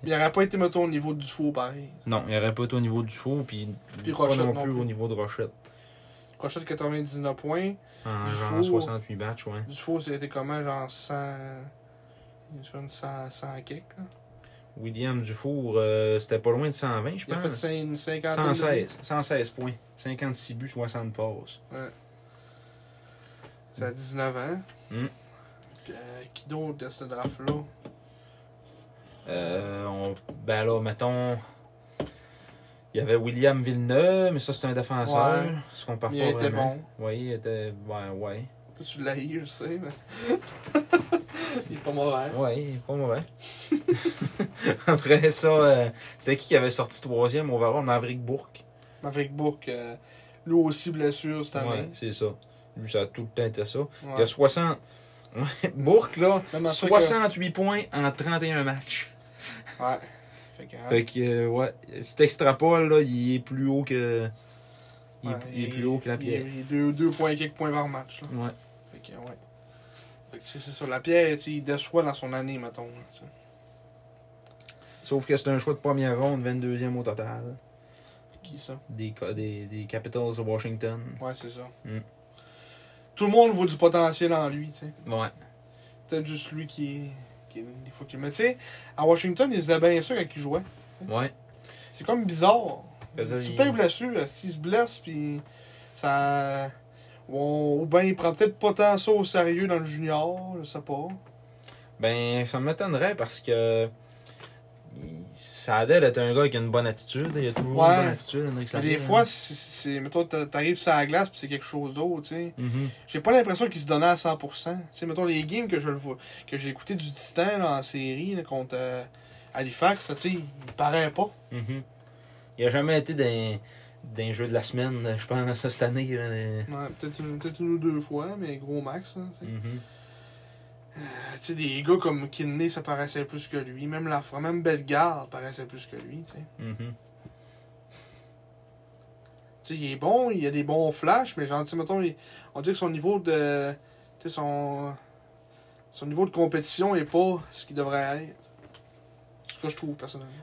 B: Il n'aurait pas été, mettons, au niveau du faux, pareil.
A: Non, il n'aurait pas été au niveau du faux, puis,
B: Puis
A: pas
B: Rochette
A: non
B: non
A: plus
B: plus.
A: au niveau de Rochette.
B: Rochette, 99 points.
A: En
B: Du
A: genre
B: Faux.
A: 68 matchs, ouais.
B: Du faux, c'était comment, genre 100. Il a fait une 100, 100 kicks, là.
A: William Dufour, euh, c'était pas loin de 120, je
B: Il a fait
A: pense.
B: cin- une cinquantaine. de minutes.
A: 116, 116 points. 56 buts, 60 passes.
B: C'est à 19 ans.
A: Mm.
B: Puis, euh, qui d'autre de ce draft-là
A: Euh, on- ben là, mettons. Il y avait William Villeneuve, mais ça, c'est un défenseur.
B: Ouais.
A: Ce qu'on part
B: Mais
A: pas
B: il était
A: vraiment.
B: bon.
A: Oui, il était. Ouais, ouais.
B: Toi, tu l'as eu, je sais, mais. il est pas mauvais.
A: Ouais, pas mauvais. [LAUGHS] Après ça, euh, c'était qui qui avait sorti troisième overall? Maverick Bourque.
B: Maverick Book, euh, lui aussi blessure cette
A: Ouais,
B: année.
A: c'est ça. Lui, ça a tout le temps été ça.
B: Ouais.
A: Il y a 60. Ouais, Bourque, là,
B: Même après
A: 68 points en 31 matchs.
B: que- Ouais. Fait que, hein,
A: Fait que, euh, ouais, cet extrapole, là, il est plus haut que. Il, est-
B: ouais,
A: il est plus haut que la
B: il-
A: pierre.
B: Il est 2 deux, points et quelques points par match. Là.
A: Ouais.
B: Fait que, ouais. Fait que, tu sais, c'est ça. La pierre, tu sais, il déçoit dans son année, mettons. là, tu sais.
A: Sauf que c'est un choix de première ronde, 22e au total.
B: Qui ça
A: Des, co- des, des Capitals de Washington.
B: Ouais, c'est ça.
A: Mm.
B: Tout le monde voit du potentiel en lui, tu sais.
A: Ouais.
B: Peut-être juste lui qui, qui des fois qui. Mais tu sais, à Washington, ils faisaient bien ça quand ils jouaient.
A: Ouais.
B: C'est comme bizarre.
A: Ben, ça,
B: C'est tout
A: il-
B: le temps blessure. S'il se blesse, puis ça. Ou, on- ou ben il prend peut-être pas tant ça au sérieux dans le junior, je sais pas.
A: Ben, ça m'étonnerait parce que. il- Ça a l'air d'être un gars qui a une bonne attitude. Il a toujours
B: Ouais.
A: une bonne attitude, Hendrix
B: Mais
A: Lavigne,
B: des
A: hein.
B: fois, c'est- c'est. Mettons, t'a- t'arrives sur la glace, puis c'est quelque chose d'autre, tu sais.
A: Mhm.
B: J'ai pas l'impression qu'il se donnait à 100%. Tu sais, mettons, les games que je le vois, que j'ai écouté du Titan là, en série là, contre euh, Halifax, là, tu sais, il paraît pas.
A: Mhm. Il a jamais été dans, dans les jeux de la semaine, je pense, [LAUGHS] cette année. là.
B: Ouais, peut-être une, peut une ou deux fois, mais gros max. Là, tu sais.
A: Mhm.
B: Tu sais, des gars comme Kidney, ça paraissait plus que lui. Même la même Bellegarde paraissait plus que lui. Tu sais.
A: Mhm.
B: Tu sais, il est bon, il a des bons flashs, mais genre, tu sais, mettons, il- on dirait que son niveau de. Tu sais, son. Son niveau de compétition est pas ce qu'il devrait être. C'est ce que je trouve, personnellement.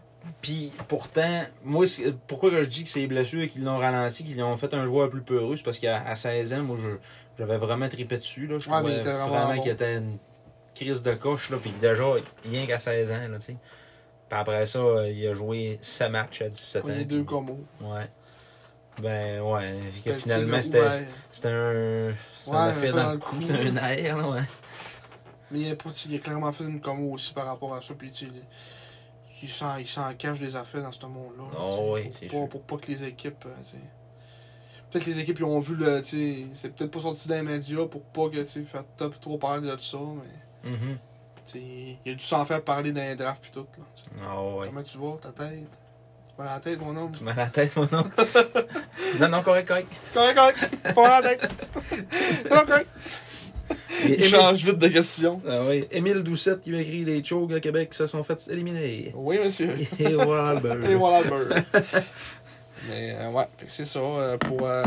A: Puis pourtant, moi, c'est- pourquoi que je dis que c'est les blessures qui l'ont ralenti, qui l'ont fait un joueur plus peureux, c'est parce qu'à à 16 ans, moi, je- j'avais vraiment trippé dessus. Là. Je
B: Ouais, mais il
A: trouvais
B: était vraiment
A: vraiment
B: bon.
A: qu'il était une crise de coche. Là. Puis déjà, rien qu'à 16 ans, là, tu sais. Puis après ça, euh, il a joué 7 matchs à 17 ans.
B: Les deux comos.
A: Ouais. Ben ouais, puis que
B: Petit,
A: finalement,
B: là,
A: c'était
B: ouais.
A: c'était un... c'était un
B: Ouais,
A: effet dans, le coup, c'était un air,
B: [LAUGHS]
A: là, ouais.
B: Mais il a, pas- il a clairement fait une commo aussi par rapport à ça. Puis, tu sais, il s'en, il s'en cache des affaires dans ce monde-là.
A: Ah
B: tu sais,
A: oui,
B: pour,
A: c'est
B: pas,
A: sûr.
B: pour pas que les équipes. euh, tu sais. Peut-être que les équipes ils ont vu le. tu sais, C'est peut-être pas sorti dans les médias pour pas que tu sais, faire top trop parler de ça. Mais
A: Mhm.
B: T'sais, Il a dû s'en faire parler dans les drafts pis tout. Là, t'sais.
A: Ah ouais.
B: Comment tu vas, ta tête? Tu vas la tête, mon homme?
A: Tu m'as la tête,
B: [LAUGHS]
A: mon homme. non, non, correct, correct.
B: Correct, correct. Pas la tête.
A: [LAUGHS]
B: Non, correct. Il change vite de question.
A: Ah oui. Émile Doucette qui m'écrit des chogs à Québec qui se sont fait éliminer.
B: Oui, monsieur.
A: Et voilà le beurre.
B: Et voilà ben. le beurre. [LAUGHS] Mais euh, ouais, fait que c'est ça. euh, pour, euh...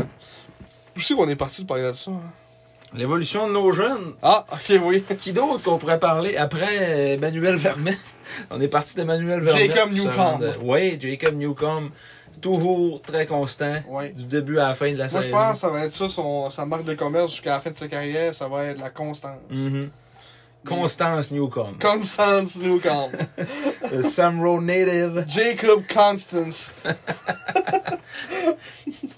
B: Où c'est qu'on est parti de parler de ça? hein?
A: L'évolution de nos jeunes.
B: Ah, ok, oui.
A: Qui d'autre qu'on pourrait parler après euh, Emmanuel Vermette? On est parti d'Emmanuel Vermette.
B: Jacob
A: Ça
B: Newcomb.
A: rend- Oui, Jacob Newcomb. Toujours très constant.
B: Ouais.
A: Du début à la fin de la
B: Moi, je
A: saison.
B: pense que ça va être ça, son, sa marque de commerce jusqu'à la fin de sa carrière, ça va être la constance.
A: Mhm. Constance Newcomb.
B: Constance [LAUGHS] Newcomb.
A: Euh, Sam Rowe Native.
B: Jacob Constance.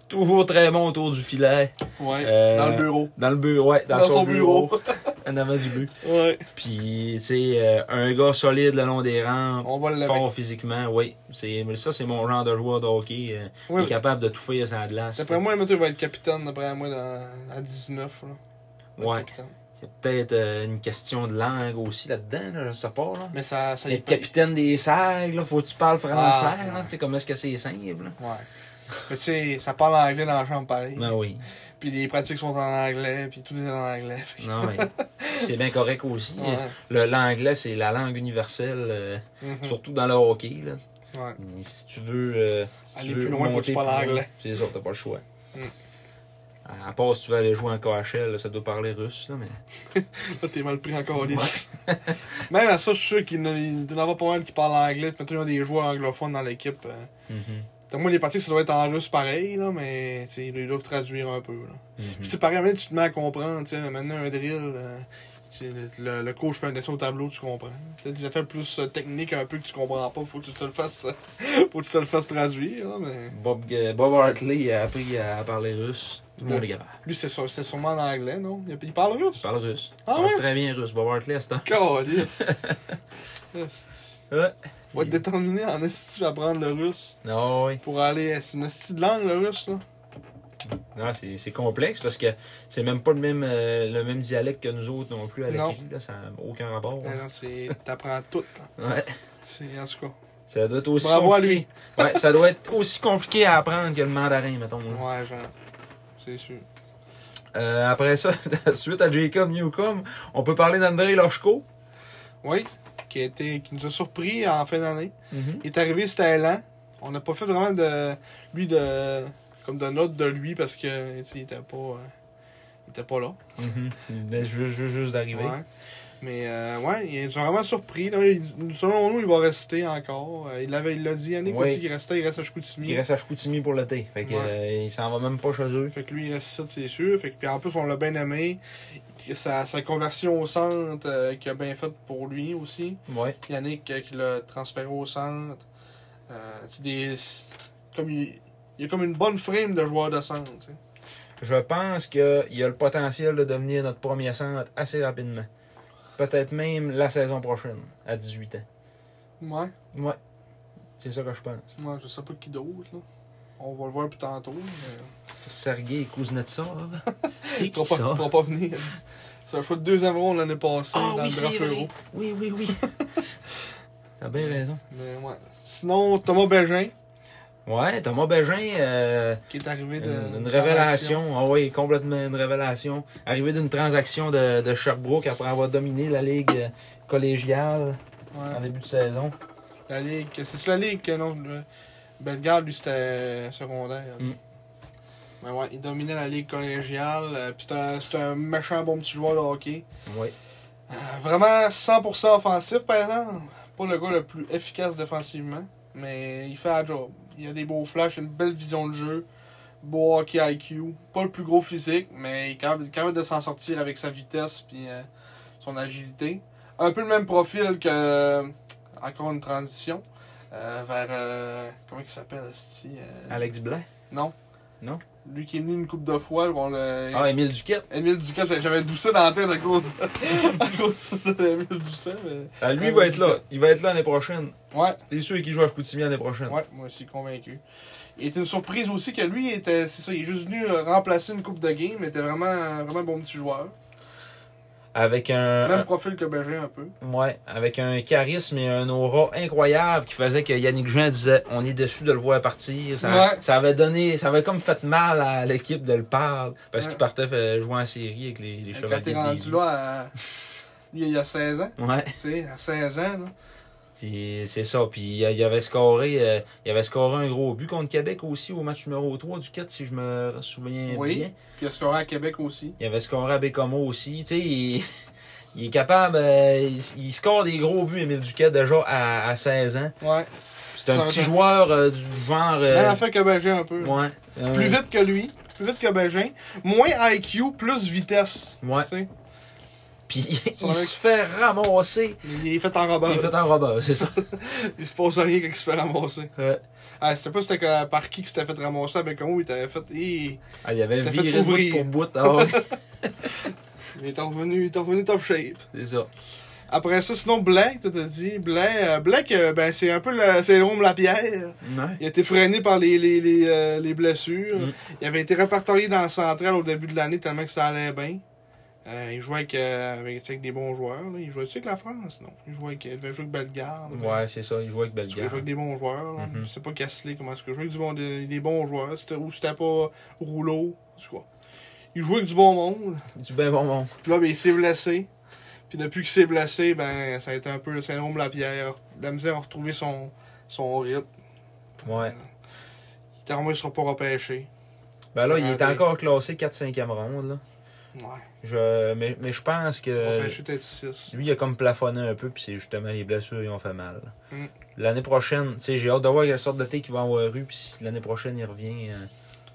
A: Toujours très bon autour du filet.
B: Ouais.
A: Euh,
B: Dans le bureau.
A: Dans le bureau, ouais, dans,
B: Dans
A: son,
B: son
A: bureau.
B: bureau.
A: en avant du but.
B: Ouais.
A: Puis, tu sais, euh, un gars solide le long des rampes.
B: On va le lever.
A: Fort physiquement, oui. C'est, mais ça, c'est mon genre de joueur de hockey. euh, qui
B: Ouais.
A: est capable de tout faire sans glace.
B: D'après moi, le il va être capitaine, d'après moi, dans- à 19. Là. Il va être
A: Ouais.
B: capitaine.
A: Il y a peut-être euh, une question de langue aussi là-dedans, là, je sais pas. Là.
B: Mais ça, ça y
A: Être capitaine des sacs, là, faut que tu parles français.
B: Ah,
A: là,
B: ouais.
A: tu sais, comment est-ce que c'est simple? Là.
B: Ouais. Mais tu sais, ça parle anglais dans la chambre pareil.
A: Ben oui.
B: Puis les pratiques sont en anglais, puis tout est en anglais.
A: Non,
B: [LAUGHS]
A: mais c'est bien correct aussi.
B: Ouais.
A: Le- L'anglais, c'est la langue universelle, euh,
B: Mhm.
A: surtout dans le hockey. Là.
B: [LAUGHS] Ouais.
A: Mais Si tu veux. euh, si
B: Aller
A: tu veux
B: plus loin, faut que
A: monter
B: tu parles
A: plus loin,
B: anglais.
A: C'est ça, t'as pas le choix.
B: Mm.
A: À- À part si tu veux aller jouer en KHL, là, ça doit parler russe, là, mais.
B: Là, t'es mal pris encore les. [LAUGHS] Même à ça, je suis sûr qu'il y en a- il doit y en avoir pas mal qui parlent anglais. Puis maintenant, il y a des joueurs anglophones dans l'équipe. euh.
A: Mhm.
B: Donc, moi, les pratiques, ça doit être en russe pareil, là, mais tu sais, ils doivent traduire un peu. Là.
A: Mhm.
B: Puis c'est pareil, maintenant, tu te mets à comprendre. tu sais, maintenant, un drill, euh, tu sais, le, le- le coach fait un dessin au tableau, tu comprends. Tu as des affaires plus euh, techniques un peu que tu comprends pas. Faut que tu te le fasses, [LAUGHS] faut que tu te le fasses traduire. Là, mais...
A: Bob, Ga- Bob Hartley a appris à parler russe. Tout le monde est capable.
B: Lui, c'est sûr- c'est sûrement en anglais, non? Il, il parle
A: Il
B: russe?
A: parle russe. Il
B: Ah
A: parle
B: ouais?
A: Très bien russe, Bob Hartley à ce temps.
B: Calice! Esti.
A: Ouais.
B: Va être déterminé en esti à prendre le russe
A: Non, Ah oui.
B: pour aller. C'est une esti de langue, le russe, là.
A: Non, c'est c'est complexe parce que c'est même pas le même, euh, le même dialecte que nous autres non plus à
B: Non. Ah
A: l'écrit. là, Ça n'a aucun rapport.
B: Eh Non, non, c'est. T'apprends tout, là.
A: Ouais.
B: C'est, en tout cas.
A: Ça doit être aussi
B: Bravo à
A: compliqué. ouais, ça doit être aussi compliqué à apprendre que le mandarin, mettons. là.
B: Ouais, genre. C'est sûr.
A: Euh, après ça, [LAUGHS] suite à Jacob Newcomb, on peut parler d'André Loshko.
B: Oui, qui, a été, qui nous a surpris en fin d'année. Il est arrivé, c'était lent. On n'a pas fait vraiment de. Lui, de. Comme de note de lui parce que, tu sais, il était pas. euh, il était pas là.
A: Mm-hmm. Juste, juste, juste d'arriver.
B: Ouais. Mais euh, ouais, ils sont vraiment surpris. là. Il- selon nous, il va rester encore. Euh, Il l'avait, il l'a dit, Yannick
A: Ouais.
B: aussi, qu'il restait, il reste à Chicoutimi.
A: Il reste à Chicoutimi pour l'été. Fait que,
B: Ouais.
A: euh, il s'en va même pas chez eux.
B: Fait que lui, il reste ça, c'est sûr. Fait que, puis en plus, on l'a bien aimé. Sa, sa conversion au centre euh, qu'il a bien faite pour lui aussi.
A: Ouais.
B: Yannick euh, qui l'a transféré au centre. Euh, tu sais, des, comme il, il a comme une bonne frame de joueur de centre. tu sais.
A: Je pense qu'il a le potentiel de devenir notre premier centre assez rapidement. Peut-être même la saison prochaine, à 18 ans.
B: Ouais,
A: Ouais. C'est ça que je pense.
B: moi je sais pas qui d'autre. là. On va le voir plus tantôt. mais-
A: Sergei [LAUGHS] Kuznetsov. C'est
B: Pourra pas, pourra pas venir. C'est un choix de deuxième round l'année passée
A: Ah
B: dans
A: oui,
B: le
A: c'est
B: draft
A: vrai.
B: euro.
A: Oui, oui, oui. [LAUGHS] T'as bien raison.
B: Mais ouais. Sinon, Thomas Bégin,
A: Ouais, Thomas Bégin, euh,
B: qui est arrivé de.
A: une, une
B: de
A: révélation. Ah oui, complètement une révélation. Arrivé d'une transaction de, de Sherbrooke après avoir dominé la ligue euh, collégiale
B: Ouais.
A: en début de saison.
B: La ligue. C'est-tu la ligue que non le- Bellegarde, lui, c'était secondaire.
A: Mm.
B: Mais ouais, il dominait la ligue collégiale. euh, Puis c'était un- c'était un méchant bon petit joueur de hockey.
A: Ouais.
B: Euh, vraiment 100% offensif, par exemple. Pas le gars le plus efficace défensivement, mais il fait la job. Il a des beaux flashs, une belle vision de jeu, beau hockey IQ. Pas le plus gros physique, mais il est capable, capable de s'en sortir avec sa vitesse puis euh, son agilité. Un peu le même profil que, euh, encore une transition, euh, vers, euh, comment il s'appelle, esti, euh,
A: Alex Blanc.
B: Non.
A: Non?
B: Lui qui est venu une coupe de fois, on l'a-
A: Ah, Émile Duquette.
B: Émile Ducet, j'avais- j'avais doucet dans la tête à cause de, [LAUGHS] à cause de Émile Doucet, mais...
A: Ah, lui,
B: Ouais,
A: il va être
B: Duquette.
A: là. Il va être là l'année prochaine.
B: Ouais,
A: T'es sûr qu'il joue à Chicoutimi l'année prochaine.
B: ouais, moi aussi convaincu. Il était une surprise aussi que lui, il était, c'est ça, il est juste venu euh, remplacer une coupe de game, mais était vraiment, vraiment bon petit joueur.
A: avec un,
B: Même profil que Bégin un peu.
A: Ouais, avec un charisme et un aura incroyable qui faisait que Yannick Jean disait on est déçu de le voir partir. Ça,
B: Ouais.
A: ça avait donné, ça avait comme fait mal à l'équipe de le perdre parce
B: Ouais.
A: qu'il partait euh, jouer en série avec les, les
B: Quand
A: Chevaliers.
B: t'es
A: de
B: rendu
A: Lévis.
B: là, à- il y a 16 ans.
A: Ouais,
B: Tu sais, à 16 ans, là.
A: c'est c'est ça. Puis euh, il avait scoré, euh, il avait scoré un gros but contre Québec aussi au match numéro 3 du 4 si je me souviens
B: Oui.
A: bien.
B: Puis il a scoré à Québec aussi.
A: Il avait scoré à Bécomo aussi. Tu sais, il, [LAUGHS] il est capable. euh, il, il score des gros buts, Émile Duquet, déjà à, à 16 ans.
B: Ouais.
A: C'est un
B: Ça
A: petit
B: va.
A: joueur euh, du genre. euh,
B: Même affaire que Bégin un peu.
A: ouais, euh,
B: Plus vite que lui, plus vite que Bégin. Moins IQ, plus vitesse.
A: Ouais.
B: Tu sais,
A: Puis [LAUGHS]
B: Ça
A: il
B: va
A: se fait ramasser.
B: il est fait en robot.
A: Il fait un robot, c'est ça.
B: Il se passe rien quand il se fait ramasser.
A: Ouais.
B: Ah, c'était pas c'était que- par qui que c'était fait ramasser avec un ou il t'avait fait. Hi.
A: Ah, il avait
B: C'était fait
A: viré de bout
B: ouvrir.
A: pour bout. Ah ouais,
B: [LAUGHS] Il est revenu, il est revenu top shape.
A: c'est ça.
B: Après ça, sinon Black, toi t'as dit. Black, euh, Black, euh, ben c'est un peu le, c'est l'homme la pierre.
A: Ouais.
B: Il a été freiné par les, les, les, euh, les blessures.
A: Mm.
B: Il avait été répertorié dans le central au début de l'année tellement que ça allait bien. Euh, il jouait avec, euh, avec, tu sais, avec des bons joueurs. là. Il jouait avec la France, non? Il, jouait avec, il devait jouer avec Bellegarde.
A: Ouais, c'est ça. Il jouait avec
B: Il jouait
A: Bellegarde.
B: avec des bons joueurs. là.
A: Mhm.
B: Je sais pas Casselet, comment est-ce que jouait avec du bon, des, des bons joueurs. C'était- ou c'était pas Rouleau, c'est quoi. Il jouait avec du bon monde.
A: Du ben bon bon.
B: Puis là, ben, il s'est blessé. Puis depuis qu'il s'est blessé, ben, ça a été un peu le syndrome de la pierre. La misère a retrouvé son, son rythme.
A: Ouais.
B: Clairement, il sera pas repêché.
A: Ben là, il
B: Ah,
A: est
B: oui.
A: encore classé 4-5e ronde. Là.
B: Ouais.
A: Je, mais, mais je pense que.
B: repêché peut-être 6.
A: Lui, Euh, il a comme plafonné un peu, puis c'est justement les blessures qui ont fait mal.
B: Mm.
A: L'année prochaine, tu sais, j'ai hâte de voir quelle sorte de thé qu'il va avoir eu, puis si l'année prochaine, il revient euh,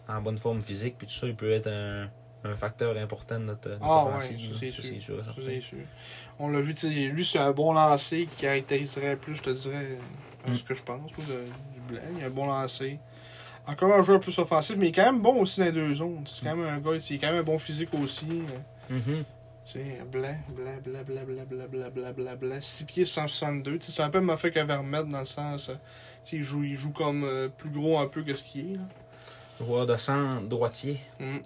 A: en bonne forme physique, puis tout ça, il peut être un, un facteur important de notre, notre
B: Ah ouais,
A: offensive,
B: ça
A: là.
B: c'est
A: Ça,
B: sûr. Ça,
A: certain.
B: c'est sûr. On l'a vu, tu sais, lui c'est un bon lancer qui caractériserait plus, je te dirais, euh,
A: Mm.
B: ce que je pense, ou de- du blanc. Il a un bon lancer. Encore un joueur plus offensif, mais il est quand même bon aussi dans les deux zones. C'est quand même un gars, il est quand même un bon physique aussi. euh,
A: Mhm.
B: Tu sais, blanc, blanc, blanc, blanc, blanc, blanc, blanc, blanc, blanc, blanc, 6 pieds 162. Tu sais, C'est un peu m'a fait que Vermette dans le sens. euh, tu sais, il joue, il joue comme euh, plus gros un peu que ce qu'il est. là.
A: Joueur de centre, droitier.
B: Mm.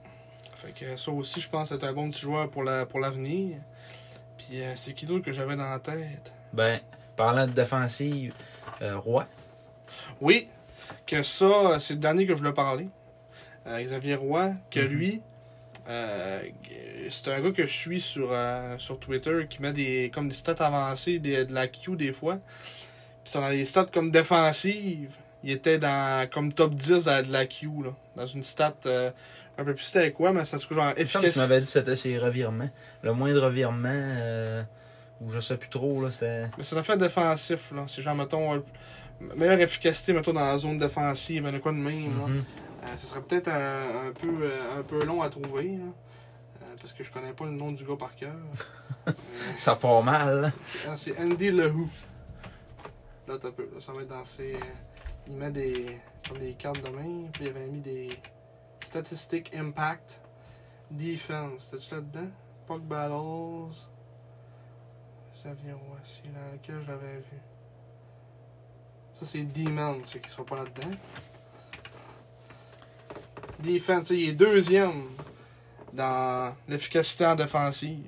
B: Fait que ça aussi, je pense, c'est un bon petit joueur pour la pour l'avenir. Puis euh, c'est qui d'autre que j'avais dans la tête?
A: Ben, parlant de défensive, euh, Roy.
B: Oui, que ça, euh, c'est le dernier que je voulais parler. Euh, Xavier Roy, que
A: Mhm.
B: lui, euh, c'est un gars que je suis sur, euh, sur Twitter qui met des comme des stats avancées, des- de la Q des fois. Puis c'est dans les stats comme défensives. Il était dans comme top 10 à de la Q, là. Dans une stat. euh, un peu plus c'était quoi, mais ça se trouve genre
A: Je pense que tu
B: efficace.
A: m'avais dit que c'était ses revirements. Le moindre revirement, euh, ou je sais plus trop, là, c'était.
B: Mais c'est un affaire défensif, là. C'est genre, mettons, euh, meilleure efficacité, mettons, dans la zone défensive, ben, de quoi de même, là.
A: Mhm.
B: Euh, ce serait peut-être un, un peu, euh, un peu long à trouver, là. Euh, parce que je connais pas le nom du gars par cœur. Euh,
A: Ça part mal, là.
B: c'est- Ah, c'est Andy Lehou. Là, t'as peu. Là, ça va être dans ses. Il met des, comme des cartes de main, puis il avait mis des statistiques impact, defense. T'as-tu là-dedans? Puck battles. Ça vient où? C'est dans lequel je l'avais vu. Ça, c'est Demon, ceux qui sont pas là-dedans. Defense, tu sais, il est deuxième dans l'efficacité en défensive.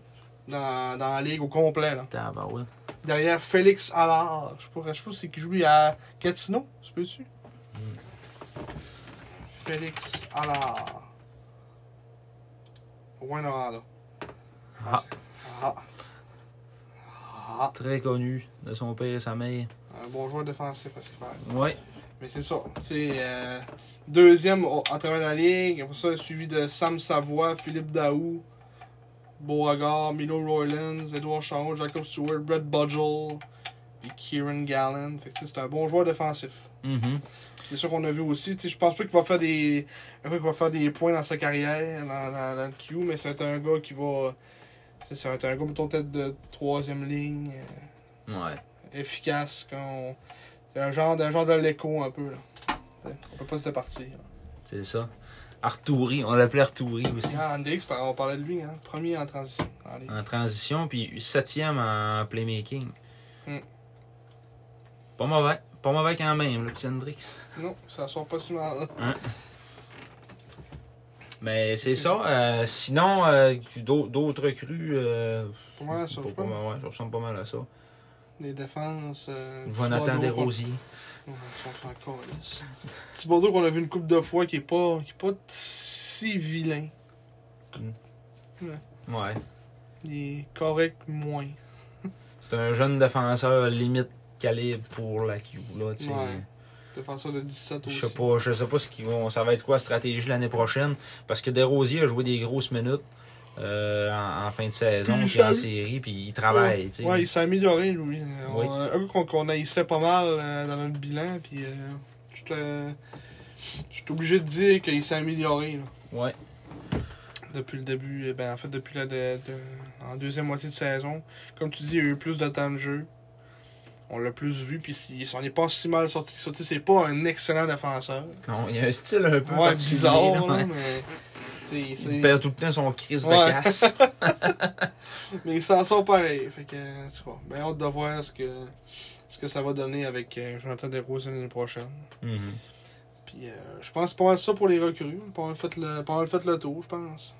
B: Dans, dans la ligue au complet, là.
A: Tabarouette.
B: Derrière Félix Allard. Je sais pas, je sais pas c'est qui joue lui à Gatineau, tu peux-tu? Félix Allard. Rouen Noranda.
A: Ah.
B: Ah. Ah.
A: Très connu de son père et sa mère.
B: Un bon joueur défensif à ce qu'il fait.
A: Ouais.
B: Mais c'est ça. tu sais, euh, deuxième au- à travers la ligue. Après ça, suivi de Sam Savoie, Philippe Daou, Beauregard, Milo Rollins, Edouard Charo, Jacob Stewart, Brett Budgel, puis Kieran Gallen. Fait que, tu sais, c'est un bon joueur défensif.
A: Mhm.
B: C'est sûr qu'on a vu aussi. tu sais, Je pense pas qu'il va faire des. un gars qui va faire des points dans sa carrière, dans, dans- dans le Q, mais c'est un gars qui va. tu sais, Ça va être un gars plutôt peut-être de troisième ligne, euh,
A: Ouais.
B: efficace. qu'on- C'est un genre, d'un genre de l'écho un peu. Là. Tu sais, On peut pas se départir.
A: C'est ça. Arturi, on l'appelait Arturi aussi.
B: Ah, Hendrix, par- on parlait de lui, hein. premier en transition. dans la ligue.
A: En transition, puis septième en playmaking.
B: Mm.
A: Pas mauvais. Pas mauvais quand même, le petit Hendrix.
B: Non, ça sort pas si mal.
A: Hein? Mais c'est ça. Euh, sinon, euh, d'au- d'autres recrues. euh,
B: Pour moi, ça, je
A: pour-
B: sais pas.
A: pour- ouais, ça ressemble pas mal à ça.
B: Les défenses. Euh,
A: Jonathan
B: Thibodeau,
A: Desrosiers.
B: qu'on- on s'en calisse. Petit Bordeaux qu'on a vu une coupe de fois qui est pas, qui est pas si vilain.
A: Ouais.
B: Il est correct moins.
A: C'est un jeune défenseur limite calibre pour la Q. Là, tu sais.
B: Ouais. Défenseur de 17 aussi.
A: Je sais pas, je sais pas ce qui vont, ça va être quoi la stratégie l'année prochaine, parce que Desrosiers a joué des grosses minutes euh, en, en fin de saison,
B: Puis il
A: puis en
B: s'est-
A: série, puis il travaille. tu sais.
B: Ouais, il s'est amélioré, lui. On-
A: Oui.
B: Un gars qu'on qu'on haïssait pas mal euh, dans notre bilan, puis euh, je te- je suis obligé de dire qu'il s'est amélioré là,
A: Ouais.
B: depuis le début, eh ben, en fait, depuis la de- de- en deuxième moitié de saison. Comme tu dis, il y a eu plus de temps de jeu. On l'a plus vu, puis il s'en est pas si mal sorti. que ça. Tu sais, C'est pas un excellent défenseur.
A: Non, il a un style un peu
B: Ouais,
A: particulier,
B: bizarre,
A: là,
B: là,
A: ouais.
B: mais. tu sais, il
A: Il
B: s'est-
A: perd tout le temps son crise
B: Ouais.
A: de
B: [LAUGHS]
A: casse.
B: Mais ils s'en sont pareils. Fait que, euh, c'est pas. Ben, hâte de voir ce que, ce que ça va donner avec euh, Jonathan Desrosiers l'année prochaine.
A: Mhm.
B: Puis, euh, je pense pas mal ça pour les recrues. Pas mal fait le, pas mal fait le tour, je pense.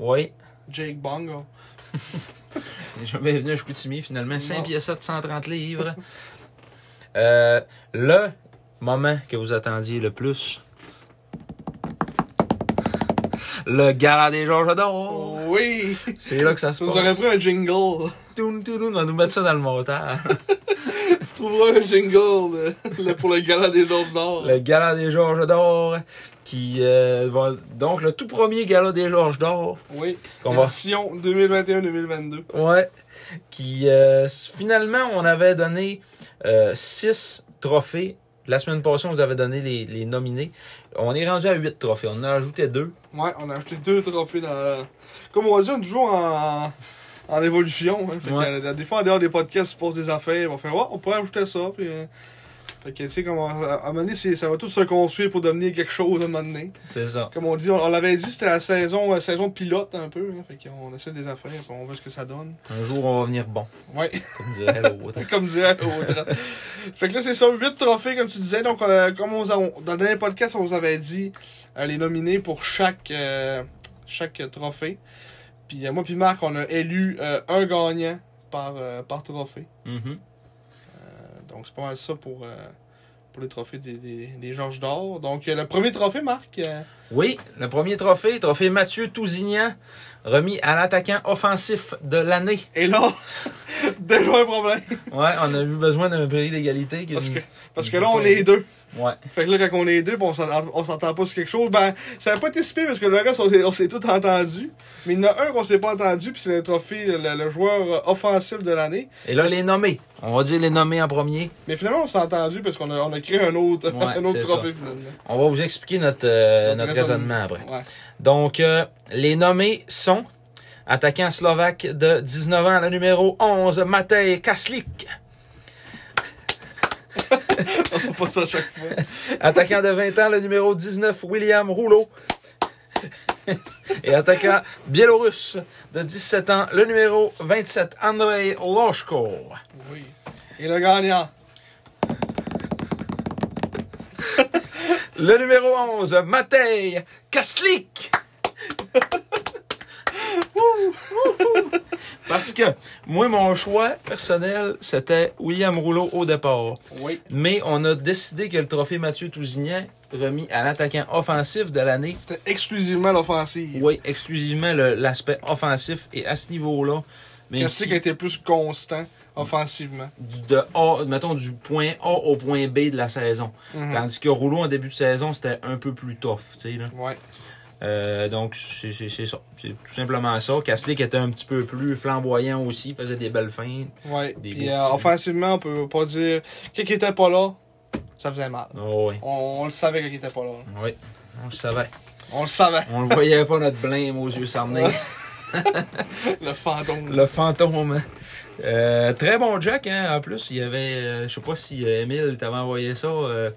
A: Oui.
B: Jake hein. Bongo.
A: Jamais venu à Chicoutimi, finalement. 5
B: Non.
A: pieds 7, 130 livres. [LAUGHS] Euh, le moment que vous attendiez le plus. Le gala des Georges d'or.
B: Oh, oui!
A: C'est là que ça se
B: Ça nous
A: passe.
B: aurait pris un jingle. [LAUGHS]
A: Toun, toun, toun, on va nous mettre ça dans le montage.
B: tu trouveras un jingle de- [LAUGHS] le- pour le gala des gens de Nord.
A: le gala des Georges d'or. Qui euh, va- Donc, le tout premier gala des Georges d'or.
B: Oui.
A: Qu'on va-
B: Édition 2021-2022.
A: Ouais. Qui, euh, finalement, on avait donné euh, six trophées. La semaine passée, on vous avait donné les, les nominés. On est rendu à huit trophées. On en a ajouté deux.
B: Ouais, on a acheté deux trophées dans la- Comme on dit, on est toujours en, en évolution. hein. Fait que,
A: Ouais.
B: euh, des fois, en dehors des podcasts, il se passe des affaires. On fait, ouais, on pourrait ajouter ça. Puis, euh, fait que, tu sais, comme on- à un moment donné, c'est- ça va tout se construire pour devenir quelque chose à un moment donné.
A: C'est ça.
B: Comme on dit, on, on l'avait dit, c'était la saison, la saison pilote un peu. hein. Fait qu'on essaie des affaires, puis on voit ce que ça donne.
A: Un jour, on va venir bon.
B: Ouais,
A: Comme [LAUGHS] dirait l'autre.
B: [LAUGHS] comme dirait l'autre. fait que là, c'est ça, 8 trophées, comme tu disais. Donc, euh, comme on, vous a- on- dans le dernier podcast, on vous avait dit euh, les nominés pour chaque, euh, chaque trophée. Puis euh, moi, puis Marc, on a élu euh, un gagnant par, euh, par trophée.
A: Mhm.
B: Euh, donc, c'est pas mal ça pour, euh, pour les trophées des, des, des Georges d'Or. Donc, euh, le premier trophée, Marc. euh,
A: Oui, le premier trophée, trophée Mathieu Tousignan, remis à l'attaquant offensif de l'année.
B: Et là, [LAUGHS] déjà un problème.
A: Ouais, on a eu besoin d'un prix d'égalité. qui-
B: Parce que, parce que là, on est deux.
A: Ouais.
B: Fait que là, quand on est deux, pis on s'entend on s'entend pas sur quelque chose, ben, ça n'a pas été si pire parce que le reste, on s'est- on s'est tout entendu. Mais il y en a un qu'on s'est pas entendu, puis c'est le trophée, le, le joueur euh, offensif de l'année.
A: Et là, les nommés. On va dire les nommés en premier.
B: Mais finalement, on s'est entendu parce qu'on a, on a créé un autre,
A: Ouais,
B: [LAUGHS] un autre
A: c'est
B: trophée, finalement.
A: On va vous expliquer notre, euh, notre raisonnement après. Donc, euh, les nommés sont attaquant slovaque de 19 ans, le numéro 11, Matej Kaslik.
B: Ouais, [LAUGHS] on fait pas ça à chaque fois.
A: Attaquant de 20 ans, le numéro 19, William Rouleau. Et attaquant biélorusse de 17 ans, le numéro 27, Andrei Loshko.
B: Oui. Et le gagnant.
A: Le numéro 11, Matej Kaslik. Parce que, moi, mon choix personnel, c'était William Rouleau au départ.
B: Oui.
A: Mais on a décidé que le trophée Mathieu Tousignan, remis à l'attaquant offensif de l'année,
B: C'était exclusivement l'offensive.
A: oui, exclusivement le- l'aspect offensif, et à ce niveau-là, mais
B: Qu'est-ce qui a été plus constant offensivement?
A: du, de A, mettons du point A au point B de la saison.
B: Mhm.
A: Tandis que Rouleau, en début de saison, c'était un peu plus tough, tu sais, là.
B: Ouais.
A: Euh, donc, c'est c'est- c'est ça. C'est tout simplement ça. Kaslik était un petit peu plus flamboyant aussi, faisait des belles feintes.
B: Ouais.
A: Des
B: Puis
A: beaux
B: euh,
A: petits-
B: offensivement, on peut pas dire. Quelqu'un qui était pas là, ça faisait mal.
A: Oh, oui,
B: On, on le savait qu'il était pas là.
A: oui. On le savait.
B: On le savait.
A: On le voyait pas, notre blême aux yeux sarnés.
B: Le fantôme.
A: Le fantôme. Euh, très bon Jack, hein, en plus. Il y avait, euh, je sais pas si euh, Emile t'avait envoyé ça, euh,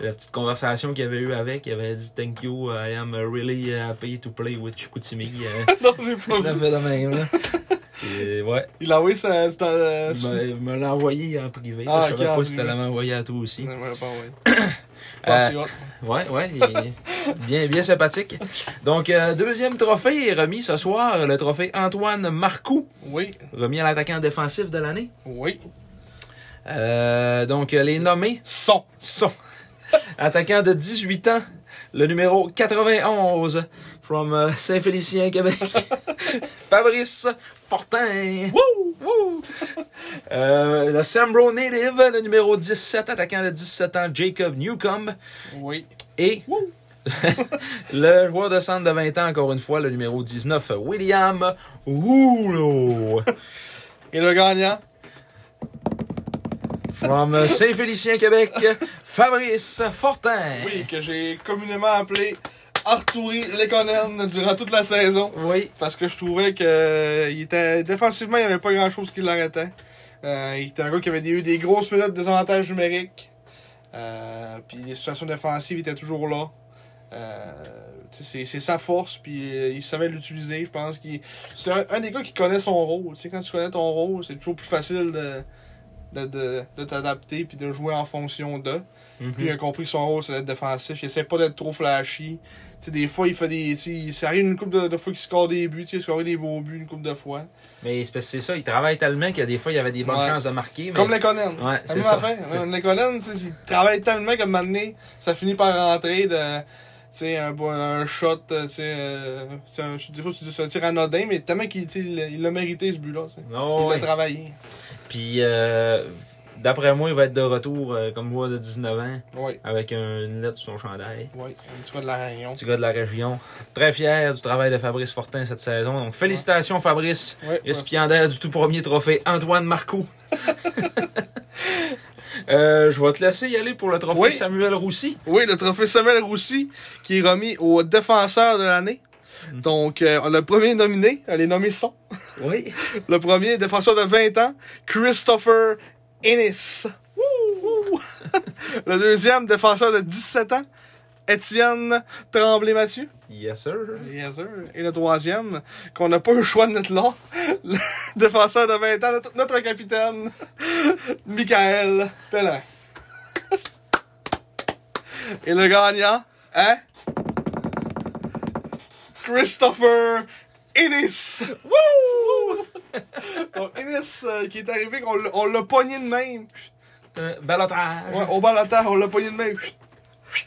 A: la petite conversation qu'il avait eue avec. Il avait dit Thank you, I am really happy to play with Chicoutimi. Euh,
B: [LAUGHS]
A: [LAUGHS]
B: Non, j'ai pas
A: il a
B: vu.
A: fait de même, là. Et ouais,
B: Il a envoyé sa. sa-
A: il
B: euh, son-
A: m'a- il me l'a envoyé en privé.
B: Ah,
A: je
B: ok,
A: savais
B: en
A: pas si tu
B: privé.
A: l'avais envoyé à toi aussi.
B: Non, ouais, pas, ouais.
A: Euh,
B: Pas si hot.
A: Ouais, ouais, il est bien, bien sympathique. Donc, euh, deuxième trophée est remis ce soir, le trophée Antoine Marcoux,
B: Oui,
A: remis à l'attaquant défensif de l'année.
B: oui.
A: Euh, donc, euh, les nommés
B: Son.
A: sont [LAUGHS] attaquant de 18 ans, le numéro 91, from euh, Saint-Félicien, Québec, [LAUGHS] Fabrice Fortin.
B: Wouh!
A: Wouh! Euh, le Sambro Native, le numéro 17, attaquant de 17 ans, Jacob Newcomb.
B: Oui.
A: Et [LAUGHS]
B: Wouh!
A: le joueur de centre de 20 ans, encore une fois, le numéro 19, William Rouleau.
B: Et le gagnant?
A: From Saint-Félicien, Québec, Fabrice Fortin.
B: Oui, que j'ai communément appelé Arturi Lekonen durant toute la saison.
A: Oui.
B: Parce que je trouvais que euh, il était défensivement, il n'y avait pas grand chose qui l'arrêtait. Euh, il était un gars qui avait des- eu des grosses minutes de désavantage numérique. Euh, puis les situations défensives il était toujours là. Euh, tu sais, c'est c'est sa force, puis euh, il savait l'utiliser. Je pense qu'il. C'est un, un des gars qui connaît son rôle. Tu sais, quand tu connais ton rôle, c'est toujours plus facile de, de, de, de t'adapter puis de jouer en fonction de. Puis
A: Mhm.
B: il a compris que son rôle, c'est d'être défensif. Il essaie pas d'être trop flashy. Tu sais, des fois, il fait des. tu sais, Ça arrive une couple de, de fois qu'il score des buts. tu sais, Il a scoré des beaux buts une couple de fois.
A: Mais c'est parce que c'est ça, il travaille tellement qu'il y a des fois, il y avait des bonnes
B: Ouais.
A: chances de marquer. Mais...
B: Comme Lekonen.
A: Ouais,
B: La
A: c'est
B: même
A: ça.
B: affaire.
A: [LAUGHS]
B: Même Lekonen, tu sais, il travaille tellement que maintenant, ça finit par rentrer de. Tu sais, un, bon- un shot. Tu sais, euh, tu sais, un- des fois, tu dis c'est un tir anodin, mais tellement qu'il tu sais, il il l'a mérité, ce but-là. tu sais.
A: Non,
B: il
A: Oh, ouais.
B: l'a travaillé.
A: Puis, euh, d'après moi, il va être de retour euh, comme joueur de 19 ans
B: Oui.
A: avec un- une lettre sur son chandail.
B: Oui. Un petit peu de la réunion.
A: Petit gars de la région. Très fier du travail de Fabrice Fortin cette saison. Donc, félicitations, Fabrice.
B: Ouais, ouais.
A: Récipiendaire du tout premier trophée, Antoine
B: [LAUGHS]
A: Marcoux. Euh, je vais te laisser y aller pour le trophée
B: Oui.
A: Samuel Roussy.
B: Oui, le trophée Samuel Roussy, qui est remis au défenseur de l'année. Donc, euh, le premier nominé, euh, les nommés sont,
A: Oui.
B: le premier défenseur de 20 ans, Christopher Ennis. [LAUGHS] le deuxième défenseur de 17 ans, Étienne Tremblay-Mathieu.
A: Yes, sir.
B: Bien sûr. Et le troisième, qu'on n'a pas eu le choix de mettre là, [LAUGHS] le défenseur de 20 ans, notre, notre capitaine, [LAUGHS] Michael Pellin. Et le gagnant, hein? Christopher Ennis! Wouh! Donc, Ennis, euh, qui est arrivé, qu'on l'a- on l'a pogné de même.
A: Euh, balotage.
B: Ouais, au bas de la terre, on l'a pogné de même. Je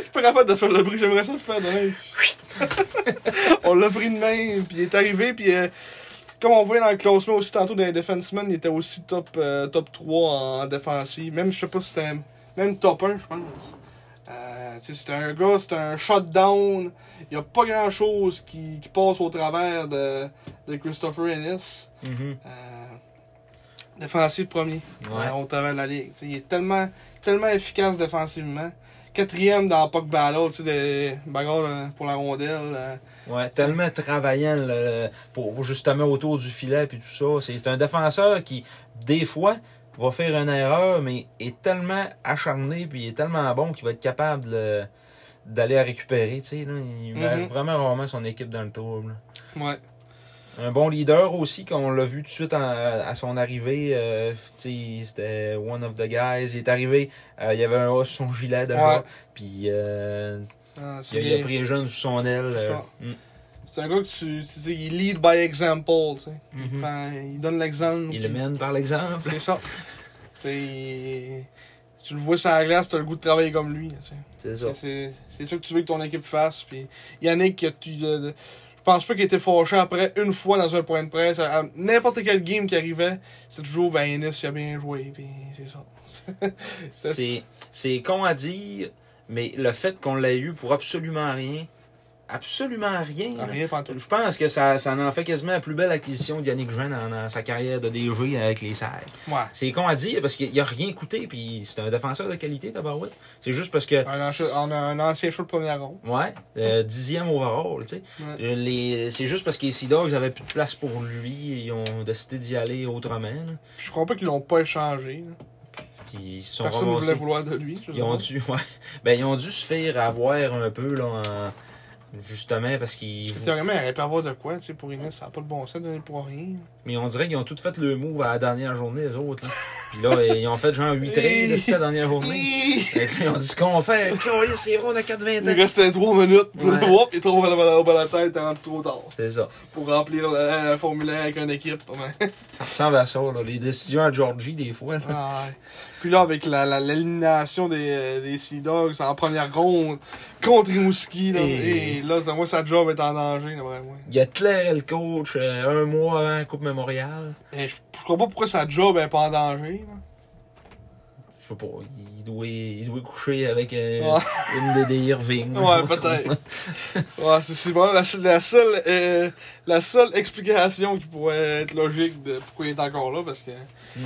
B: suis pas capable de faire le bruit, j'aimerais ça le faire de [LAUGHS] même. on l'a pris de même, puis il est arrivé, puis euh, comme on voyait dans le classement aussi tantôt dans les defensemen, il était aussi top, euh, top 3 en défensive. Même, je sais pas si c'était même top 1, je pense. Euh, tu sais, c'était un gars, c'était un shutdown. Il n'y a pas grand chose qui, qui passe au travers de, de Christopher Ennis.
A: Mhm.
B: Euh, défensif premier.
A: Ouais.
B: Euh, au travers de la ligue. Tu sais, il est tellement, tellement efficace défensivement. Quatrième dans Puck Battle, tu sais, des bagarres euh, pour la rondelle. euh.
A: Ouais, tellement travaillant le- pour justement autour du filet puis tout ça. C'est un défenseur qui, des fois, va faire une erreur, mais est tellement acharné puis est tellement bon qu'il va être capable de le- d'aller la récupérer. tu sais, là. il met
B: Mhm.
A: vraiment rarement son équipe dans le trouble. Un bon leader aussi, qu'on l'a vu tout de suite en- à son arrivée. euh, tu sais, C'était one of the guys. Il est arrivé, euh, il y avait un os sur son gilet déjà.
B: Ouais.
A: Puis euh,
B: Ah, c'est
A: il, a, il a
B: bien.
A: pris les jeunes sous son aile.
B: C'est ça.
A: euh, mm.
B: C'est un gars que tu, tu sais, il lead by example. tu sais.
A: Mhm.
B: Enfin, il donne l'exemple.
A: Il le mène par l'exemple.
B: C'est ça. [LAUGHS] Tu sais, il- tu le vois sur la glace, tu as le goût de travailler comme lui. tu sais.
A: C'est ça.
B: C'est c'est ça que tu veux que ton équipe fasse. Puis Yannick, que tu, de- de- je pense pas qu'il était fâché après une fois dans un point de presse. À- à N'importe quel game qui arrivait, c'est toujours ben Ennis, il a bien joué. Puis c'est ça. [LAUGHS]
A: C'est, c'est con à dire, mais le fait qu'on l'ait eu pour absolument rien, absolument rien,
B: Ah,
A: là,
B: rien
A: [LAUGHS]
B: pas tout.
A: je pense que ça, ça en fait quasiment la plus belle acquisition de Yannick Jean dans, dans sa carrière de DG avec les Serres.
B: Ouais.
A: C'est con à dire parce qu'il a rien coûté, puis c'est un défenseur de qualité, tabarouette. C'est juste parce que.
B: Un, ancien- on a un ancien show de première ronde.
A: Ouais, euh, dixième overall, tu sais.
B: Ouais.
A: Euh, les- C'est juste parce que les Sea Dogs n'avaient plus de place pour lui et ils ont décidé d'y aller autrement. là.
B: Je comprends pas qu'ils l'ont pas échangé. là.
A: Puis ils se sont
B: Personne ne
A: ramassés-
B: voulait vouloir de lui. je sais
A: Ils ont
B: pas.
A: dû, ouais. Ben, ils ont dû se faire avoir un peu là, en- Justement, parce qu'ils.
B: Théoriquement, il aurait pu avoir de quoi, tu sais, pour Inès, ça n'a pas le bon sens de donner pour rien.
A: Mais on dirait qu'ils ont tout fait le move à la dernière journée, les autres. là. Puis
B: [LAUGHS]
A: là, ils ont fait genre 8 traits de cette dernière journée.
B: Hi!
A: Fait que là, ils ont dit ce qu'on fait.
B: [LAUGHS]
A: Calisse, c'est vrai, on a
B: Il
A: 4-20 ans.
B: restait 3 minutes, puis
A: Ouais.
B: hop, il trouve la balle à la tête, t'es rendu trop tard.
A: C'est ça.
B: Pour remplir le euh, formulaire avec une équipe. ouais.
A: Ça ressemble à ça, là. Les décisions à Georgie, des fois. là.
B: Ah, ouais. Puis là, avec la- la- l'élimination des, euh, des Sea Dogs en première ronde contre Rimouski, là,
A: Et-
B: et... là, c'est- moi, sa job est en danger, là, vraiment.
A: Il y a Claire et le coach euh, un mois avant la Coupe Mémorial.
B: Et je, je comprends pas pourquoi sa job est pas en danger, là.
A: Je sais pas, il doit, il doit coucher avec euh,
B: Ouais.
A: une des, des Irving.
B: Ah. Ouais, peut-être. ouais, c'est c'est vraiment la, la seule euh, la seule explication qui pourrait être logique de pourquoi il est encore là parce que Mm.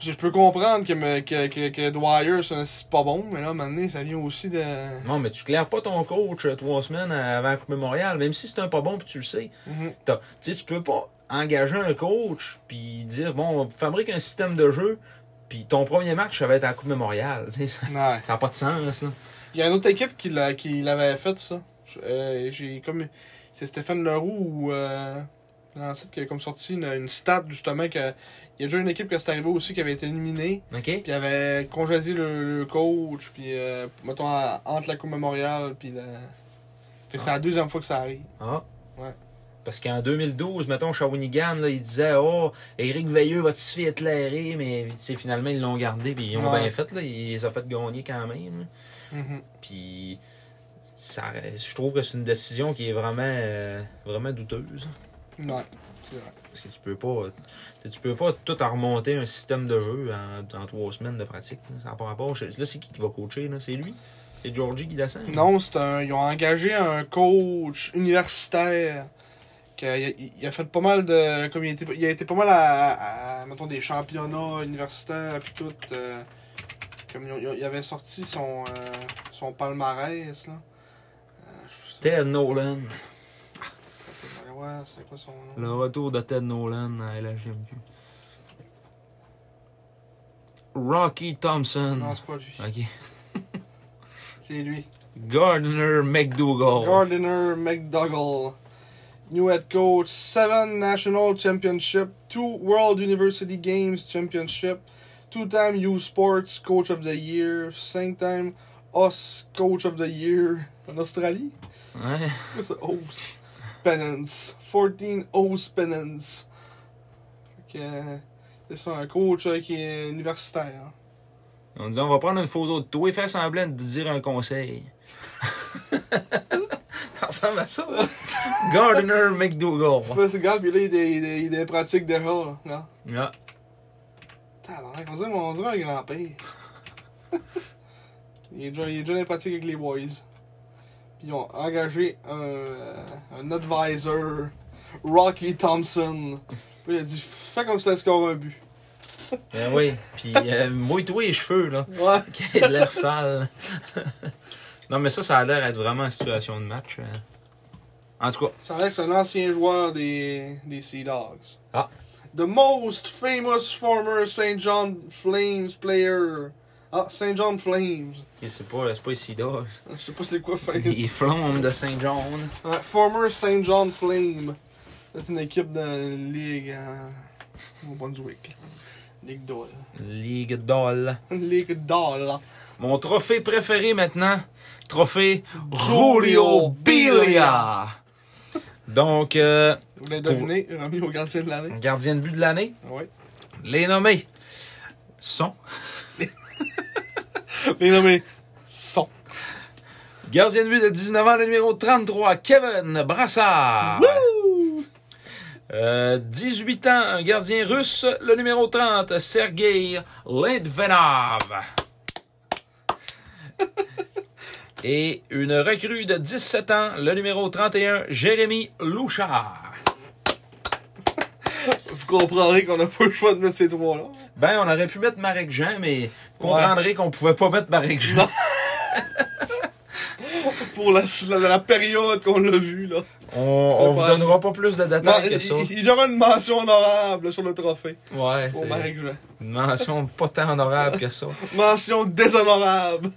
B: je je peux comprendre que, me- que, que, que Dwyer c'est un- c'est pas bon, mais là maintenant ça vient aussi de
A: Non, mais tu claires pas ton coach euh, trois semaines avant la Coupe Mémorial, même si c'est un pas bon, puis tu le sais.
B: Mhm.
A: T'as- Tu sais, tu peux pas engager un coach, puis dire, bon, fabrique un système de jeu, puis ton premier match, ça va être à la Coupe Mémorial. [LAUGHS] Tu sais, Ça
B: Ouais.
A: n'a pas de sens, là.
B: Il y a une autre équipe qui l'a- qui l'avait fait ça. Je- euh, J'ai comme c'est Stéphane Leroux ou euh, l'ancien qui a comme sorti une, une stat justement que il y a déjà une équipe qui s'est arrivée aussi qui avait été éliminée.
A: OK?
B: Puis il avait congédié le, le coach, puis euh, mettons en- entre la Coupe Memorial, puis la. Fait que c'est la deuxième fois que ça arrive.
A: Ah.
B: Ouais.
A: Parce qu'en 2012, mettons, Shawinigan, là, il disait Oh, Éric Veilleux, votre fille est clairée, mais tu sais, finalement, ils l'ont gardé, puis ils ont
B: Ouais.
A: bien fait, là, ils les ont fait gagner quand même.
B: Mhm.
A: Puis, ça, je trouve que c'est une décision qui est vraiment, euh, vraiment douteuse.
B: Ouais. c'est vrai.
A: Parce que tu peux pas, tu sais, tu peux pas tout en remonter un système de jeu en, en trois semaines de pratique. là. Ça n'a pas rapport. Je- Là, c'est qui qui va coacher là? C'est lui C'est Georgie qui descend
B: Non, c'est un. Ils ont engagé un coach universitaire. qui a, il, il a fait pas mal de. Comme il a été, il a été pas mal à, à- à, mettons, des championnats universitaires, puis tout. euh, comme il, il avait sorti son, euh, son palmarès, là.
A: Ted Nolan.
B: Ouais, c'est quoi son nom
A: Le retour de Ted Nolan à LHMQ. Rocky Thompson.
B: Non, c'est pas lui.
A: Ok.
B: C'est lui.
A: Gardner McDougall.
B: Gardiner McDougall. New head coach, 7 national championship, 2 World University Games championship, 2-time U Sports coach of the year, 5-time OS coach of the year en Australie.
A: Ouais.
B: What's the OS? Penance. 14 OS Penance. Fait que, euh, c'est ça, un coach euh, qui est universitaire. hein.
A: On dit on va prendre une photo de toi et faire semblant de dire un conseil. [LAUGHS] ça ressemble à ça. Gardner McDougall.
B: Fait, ce gars, puis là, il est- il est- il est des pratiques déjà, là. là.
A: Ah.
B: Tabarnak, on dirait, mon- on dirait un grand-père. il, est déjà, il est déjà dans les pratiques avec les boys. Puis ils ont engagé un, euh, un advisor, Rocky Thompson. Puis il a dit Fais comme si t'as score un but.
A: Ben oui, puis euh, mouille-toi les cheveux, [LAUGHS] là.
B: Ouais.
A: Qu'il y ait de l'air sale. [LAUGHS] non, mais ça, ça a l'air d'être vraiment en situation de match. euh. En tout cas,
B: Ça a l'air que c'est un ancien joueur des, des Sea Dogs.
A: Ah.
B: The most famous former St. John Flames player. Ah, St. John Flames.
A: ok, c'est pas, c'est pas ici [LAUGHS] là.
B: Je sais pas c'est quoi faire.
A: Les flammes de Saint-John.
B: Ouais, former St. John Flame. C'est une équipe de la ligue euh, au Brunswick. Ligue d'or.
A: Ligue d'Ol.
B: [LAUGHS] Ligue d'or, là.
A: Mon trophée préféré maintenant, trophée Julio Bilia. Donc, euh,
B: Vous l'avez deviné, remis au gardien de l'année.
A: gardien de but de l'année,
B: Ouais.
A: les nommés sont
B: Les nommés sont.
A: gardien de but de 19 ans, le numéro 33, Kevin Brassard. Euh, 18 ans, un gardien russe, le numéro 30, Sergei
B: [LAUGHS]
A: Lindvenov. Et une recrue de 17 ans, le numéro 31, Jérémy Louchard.
B: Vous comprendrez qu'on n'a pas le choix de mettre ces trois-là.
A: Ben, on aurait pu mettre Marek Jean, mais vous comprendrez qu'on pouvait pas mettre Marek Jean.
B: Pour la, la, la période qu'on l'a vu, là.
A: On,
B: C'est
A: on vous
B: pas
A: donnera pas plus de
B: Non,
A: détails
B: il,
A: que ça.
B: il- il y aura une mention honorable sur le trophée.
A: Ouais,
B: [LAUGHS] Pour
A: c'est
B: Marek Jean.
A: une mention pas tant honorable que ça.
B: Mention déshonorable.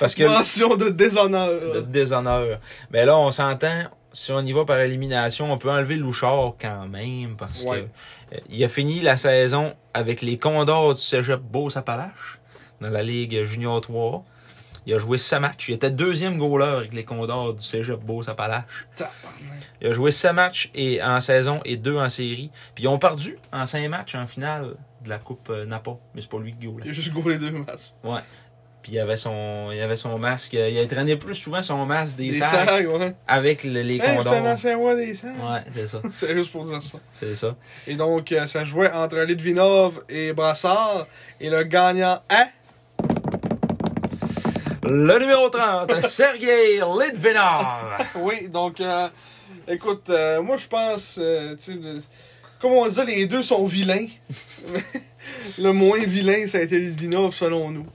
A: Parce que [LAUGHS]
B: Mention de
A: de
B: déshonneur.
A: déshonneur. Mais là, on s'entend, si on y va par élimination, on peut enlever Louchard quand même, parce
B: Ouais.
A: que euh, il a fini la saison avec les Condors du Cégep Beauce-Appalaches, dans la Ligue Junior 3. Il a joué 7 matchs. Il était deuxième goaler avec les Condors du Cégep Beauce-Appalaches.
B: Tabarnak.
A: Il a joué 7 matchs et, en saison et 2 en série. Puis ils ont perdu en 5 matchs en finale de la Coupe euh, Napa. Mais c'est pas lui qui goalait.
B: Il a juste goûté les deux matchs.
A: Puis il avait son, il avait son masque. euh, Il traînait plus souvent son masque des,
B: Des
A: sacs
B: sacs, ouais.
A: avec le- les
B: Hey, j'étais un
A: condors.
B: ancien roi des sacs.
A: Ouais, c'est ça.
B: C'est juste pour dire ça.
A: C'est ça.
B: Et donc, euh, ça jouait entre Litvinov et Brassard. Et le gagnant A.
A: Le numéro 30, Sergei Litvinov.
B: Oui, donc, euh, écoute, euh, moi, je pense, euh, tu sais, le- comme on dit, les deux sont vilains. [LAUGHS] le moins vilain, ça a été Litvinov, selon nous.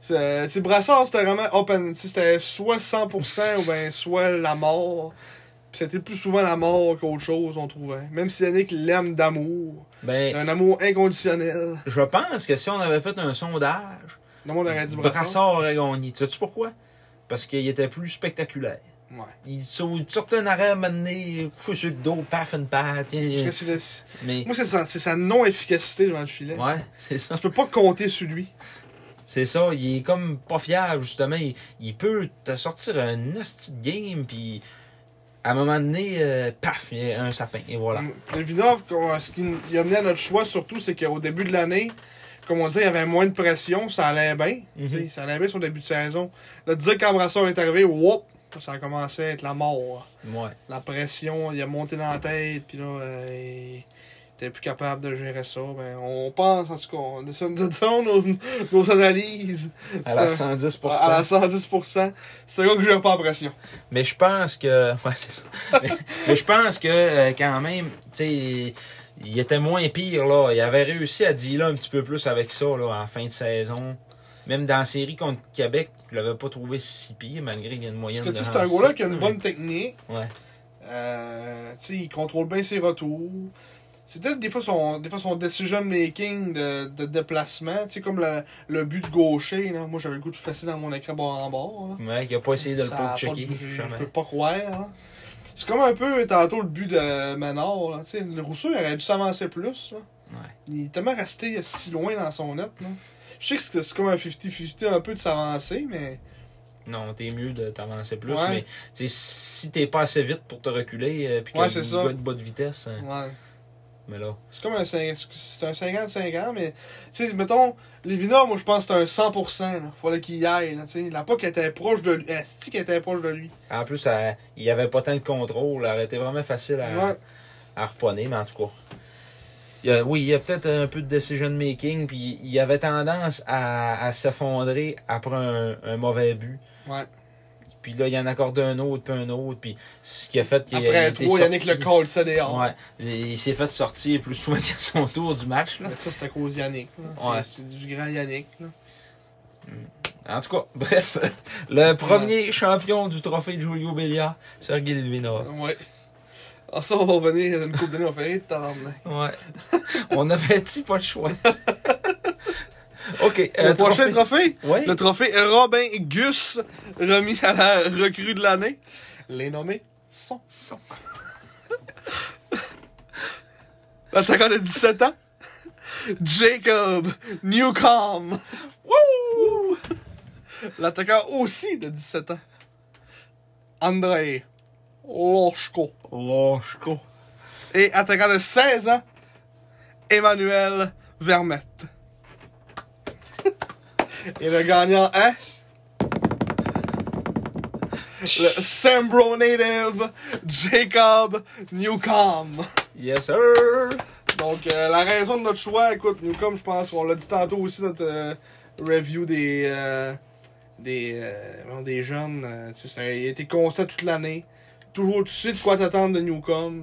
B: C'est c'est- Brassard, c'était vraiment open. tu sais, C'était soit 100% ou ben soit la mort. Puis C'était plus souvent la mort qu'autre chose, on trouvait. Même si Yannick l'aime d'amour.
A: Ben,
B: Un amour inconditionnel.
A: je pense que si on avait fait un sondage,
B: Le monde aurait dit Brassard.
A: Brassard aurait gagné. Tu sais pourquoi? Parce qu'il était plus spectaculaire.
B: Ouais.
A: Il sau- il sortait un arrêt, mené, coup sur le dos, paf, une patte.
B: Parce
A: hein,
B: que c'est le-
A: Mais,
B: Moi, c'est sa, c'est sa non-efficacité devant le filet.
A: ouais, c'est ça.
B: Tu peux pas compter sur lui.
A: C'est ça, il est comme pas fiable, justement. Il, il peut te sortir un hostie de game, puis à un moment donné, euh, paf, il y a un sapin, et voilà.
B: Mm. Levinov, qu'on- ce qui nous- il a mené à notre choix, surtout, c'est qu'au début de l'année, comme on disait, il y avait moins de pression, ça allait bien. Tu
A: Mhm.
B: sais, Ça allait bien sur le début de saison. Là, dire quand Brassard est arrivé, whoop, ça a commencé à être la mort. hein.
A: Ouais.
B: La pression, il a monté dans la tête, puis là, euh, il était plus capable de gérer ça. Ben, on pense, en tout cas, on essaie de [LAUGHS] dire nos, nos analyses.
A: À la
B: C'est un-
A: 110
B: à la 110%. C'est un gars que je pas la pression.
A: Mais je pense que. [LAUGHS] Ouais, c'est ça. mais, mais je pense que euh, quand même, tu sais, il était moins pire, là. Il avait réussi à dealer un petit peu plus avec ça, là, en fin de saison. Même dans la série contre Québec, je l'avais pas trouvé si pire, malgré qu'il y a une
B: Parce
A: moyenne
B: que
A: de.
B: tu sais, c'est un
A: 107,
B: gars-là qui a une
A: mais-
B: bonne technique.
A: Ouais.
B: Euh, tu sais, il contrôle bien ses retours. C'est peut-être des fois son, des fois son decision making de, de déplacement. Tu sais, comme le, le but de gaucher. Là. Moi, j'avais le goût de fesser dans mon écran bord en bord. là.
A: Ouais, il a pas essayé de le
B: Ça a pas de-
A: checker
B: je- Je peux pas croire. là. C'est comme un peu tantôt le but de Manor. là. Tu sais, Le Rousseau, il aurait dû s'avancer plus. là.
A: Ouais.
B: Il est tellement resté si loin dans son net. là. Je sais que c'est c'est comme un 50-50 un peu de s'avancer, mais.
A: Non, t'es mieux de t'avancer plus,
B: Ouais.
A: mais tu sais, si t'es pas assez vite pour te reculer, euh, puis que
B: Ouais,
A: le
B: c'est ça.
A: gars de bas de vitesse, hein,
B: Ouais.
A: mais là,
B: C'est comme un cin- c'est un 50-50, mais tu sais, mettons, Lévina, moi je pense que c'est un 100%. Il fallait qu'il y aille. Là, tu sais. la POC était proche de lui. Asti qui était proche de lui.
A: en plus, elle- il y avait pas tant de contrôle, elle était vraiment facile à,
B: Ouais.
A: à reponner, mais en tout cas. Il y a- oui, il y a peut-être un peu de decision making, puis il y avait tendance à, à s'effondrer après un, un mauvais but.
B: Ouais.
A: Puis là, il en accordait un autre, puis un autre, puis ce qui a fait qu'il a- il
B: Après
A: a été
B: 3, Yannick le
A: sorti.
B: call, ça dehors.
A: Ouais, il il s'est fait sortir plus souvent [LAUGHS] qu'à son tour du match. Là.
B: Mais ça, c'est à cause de Yannick. là. C'est-
A: Ouais.
B: C'est du grand Yannick. là.
A: En tout cas, bref, [LAUGHS] le premier champion du trophée de Julio Béliard, Sergei Litvinov.
B: Ouais. Ah, ça, on va revenir dans une coupe d'années, on fait Hey, tabarnak.
A: Ouais. On avait-tu pas de [LAUGHS] choix? OK.
B: Le prochain euh, trophée,
A: Oui.
B: le trophée Robin Gus, remis à la recrue de l'année. Les nommés sont. [LAUGHS] L'attaquant de 17 ans, Jacob Newcomb.
A: Wouh!
B: L'attaquant aussi de 17 ans, Andrei Loshko.
A: Loshko.
B: Et attaquant de 16 ans, Emmanuel Vermette. [LAUGHS] Et le gagnant est... Le Sambro native Jacob Newcomb.
A: Yes, sir!
B: Donc, euh, la raison de notre choix, écoute, nous, comme je pense, on l'a dit tantôt aussi, notre euh, review des, euh, des, euh, non, des jeunes, euh, tu sais, ça a été constant toute l'année. Toujours tu sais de quoi t'attendre de Newcomb.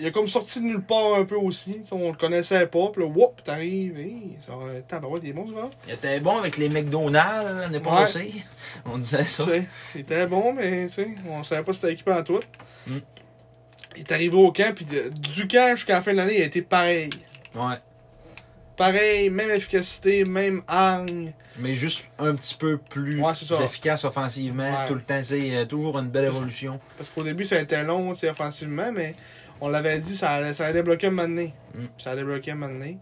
B: Il a comme sorti de nulle part un peu aussi. tu sais, On le connaissait pas, puis là, whoop, t'arrives, hey, ça va être tabarouette, il est bon, ce gars-là.
A: Il était bon avec les McDonald's hein, l'année
B: Ouais.
A: passée. On disait
B: Tu
A: ça.
B: sais, il était bon, mais tu sais, on savait pas si c'était équipé en tout.
A: Mm.
B: Il est arrivé au camp, puis de- du camp jusqu'à la fin de l'année, il a été pareil.
A: Ouais.
B: Pareil, même efficacité, même hargne.
A: Mais juste un petit peu plus
B: Ouais, c'est ça.
A: efficace offensivement,
B: Ouais.
A: tout le temps. C'est euh, toujours une belle évolution.
B: Parce qu'au début, ça a été long, tu sais, offensivement, mais on l'avait dit, ça allait, ça allait bloquer un moment donné.
A: Mm.
B: Ça allait bloquer un moment donné.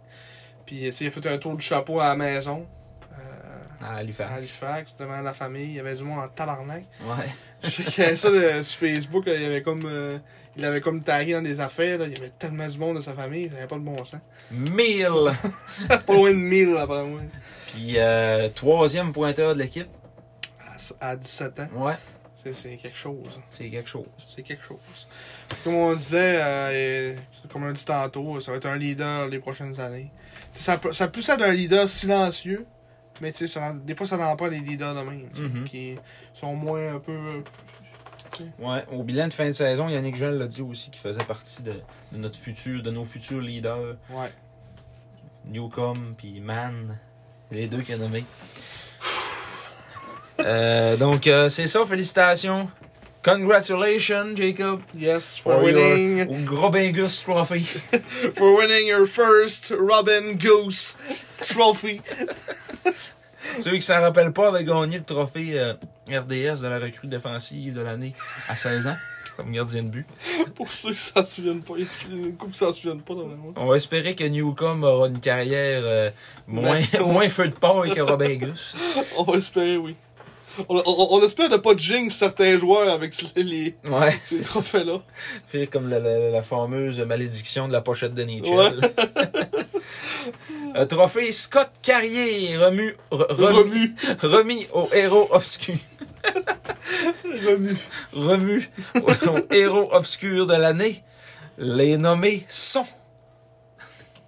B: Puis, tu sais, il a fait un tour de chapeau à la maison, euh,
A: à
B: à
A: Halifax.
B: Halifax, devant la famille. Il y avait du monde en tabarnak.
A: Ouais.
B: Je sais qu'il y avait ça là, sur Facebook, là, il avait comme euh, il avait comme tagué dans des affaires, là. il y avait tellement du monde de sa famille, ça n'avait pas de bon sens.
A: Mille!
B: Pas loin de 1000 après moi.
A: Puis euh, troisième pointeur de l'équipe.
B: À, s- à 17 ans,
A: Ouais,
B: c'est c'est quelque chose.
A: c'est quelque chose.
B: C'est quelque chose. Comme on disait, euh, et- comme on dit tantôt, ça va être un leader les prochaines années. Tu sais, Ça, peut- ça a plus être un leader silencieux, mais tu sais, ça en- des fois ça n'en pas les leaders de même, tu sais,
A: Mhm.
B: qui sont moins un peu.
A: Ouais, au bilan de fin de saison, Yannick Jean l'a dit aussi qu'il faisait partie de, de notre futur, de nos futurs leaders,
B: Ouais.
A: Newcomb puis Man, les deux qu'il a nommés. Euh, donc euh, c'est ça, félicitations. Congratulations, Jacob,
B: Yes, for
A: for [LAUGHS]
B: winning.
A: your- au Grobingus Trophy. [LAUGHS]
B: for winning your first Robin Goose trophy.
A: Ceux qui s'en rappellent pas avaient gagné le trophée euh, RDS de la recrue défensive de l'année à 16 ans, comme gardien de but.
B: Pour ceux qui s'en souviennent pas, il y a une couple qui s'en souviennent pas dans le monde.
A: On va espérer que Newcomb aura une carrière euh, moins, [LAUGHS]
B: Mais-
A: moins feu de paille que Robin Gus.
B: On va espérer, oui. On, on- on espère ne pas jinx certains joueurs avec les, les- [LAUGHS]
A: Ouais,
B: ces trophées-là.
A: fait comme la, la- la fameuse malédiction de la pochette de Nietzsche. [LAUGHS]
B: Ouais.
A: Un trophée Scott Carrier remu- re- remis,
B: Remu.
A: remis au héros obscur.
B: Remu.
A: Remis
B: [LAUGHS]
A: au héros obscur de l'année. Les nommés sont.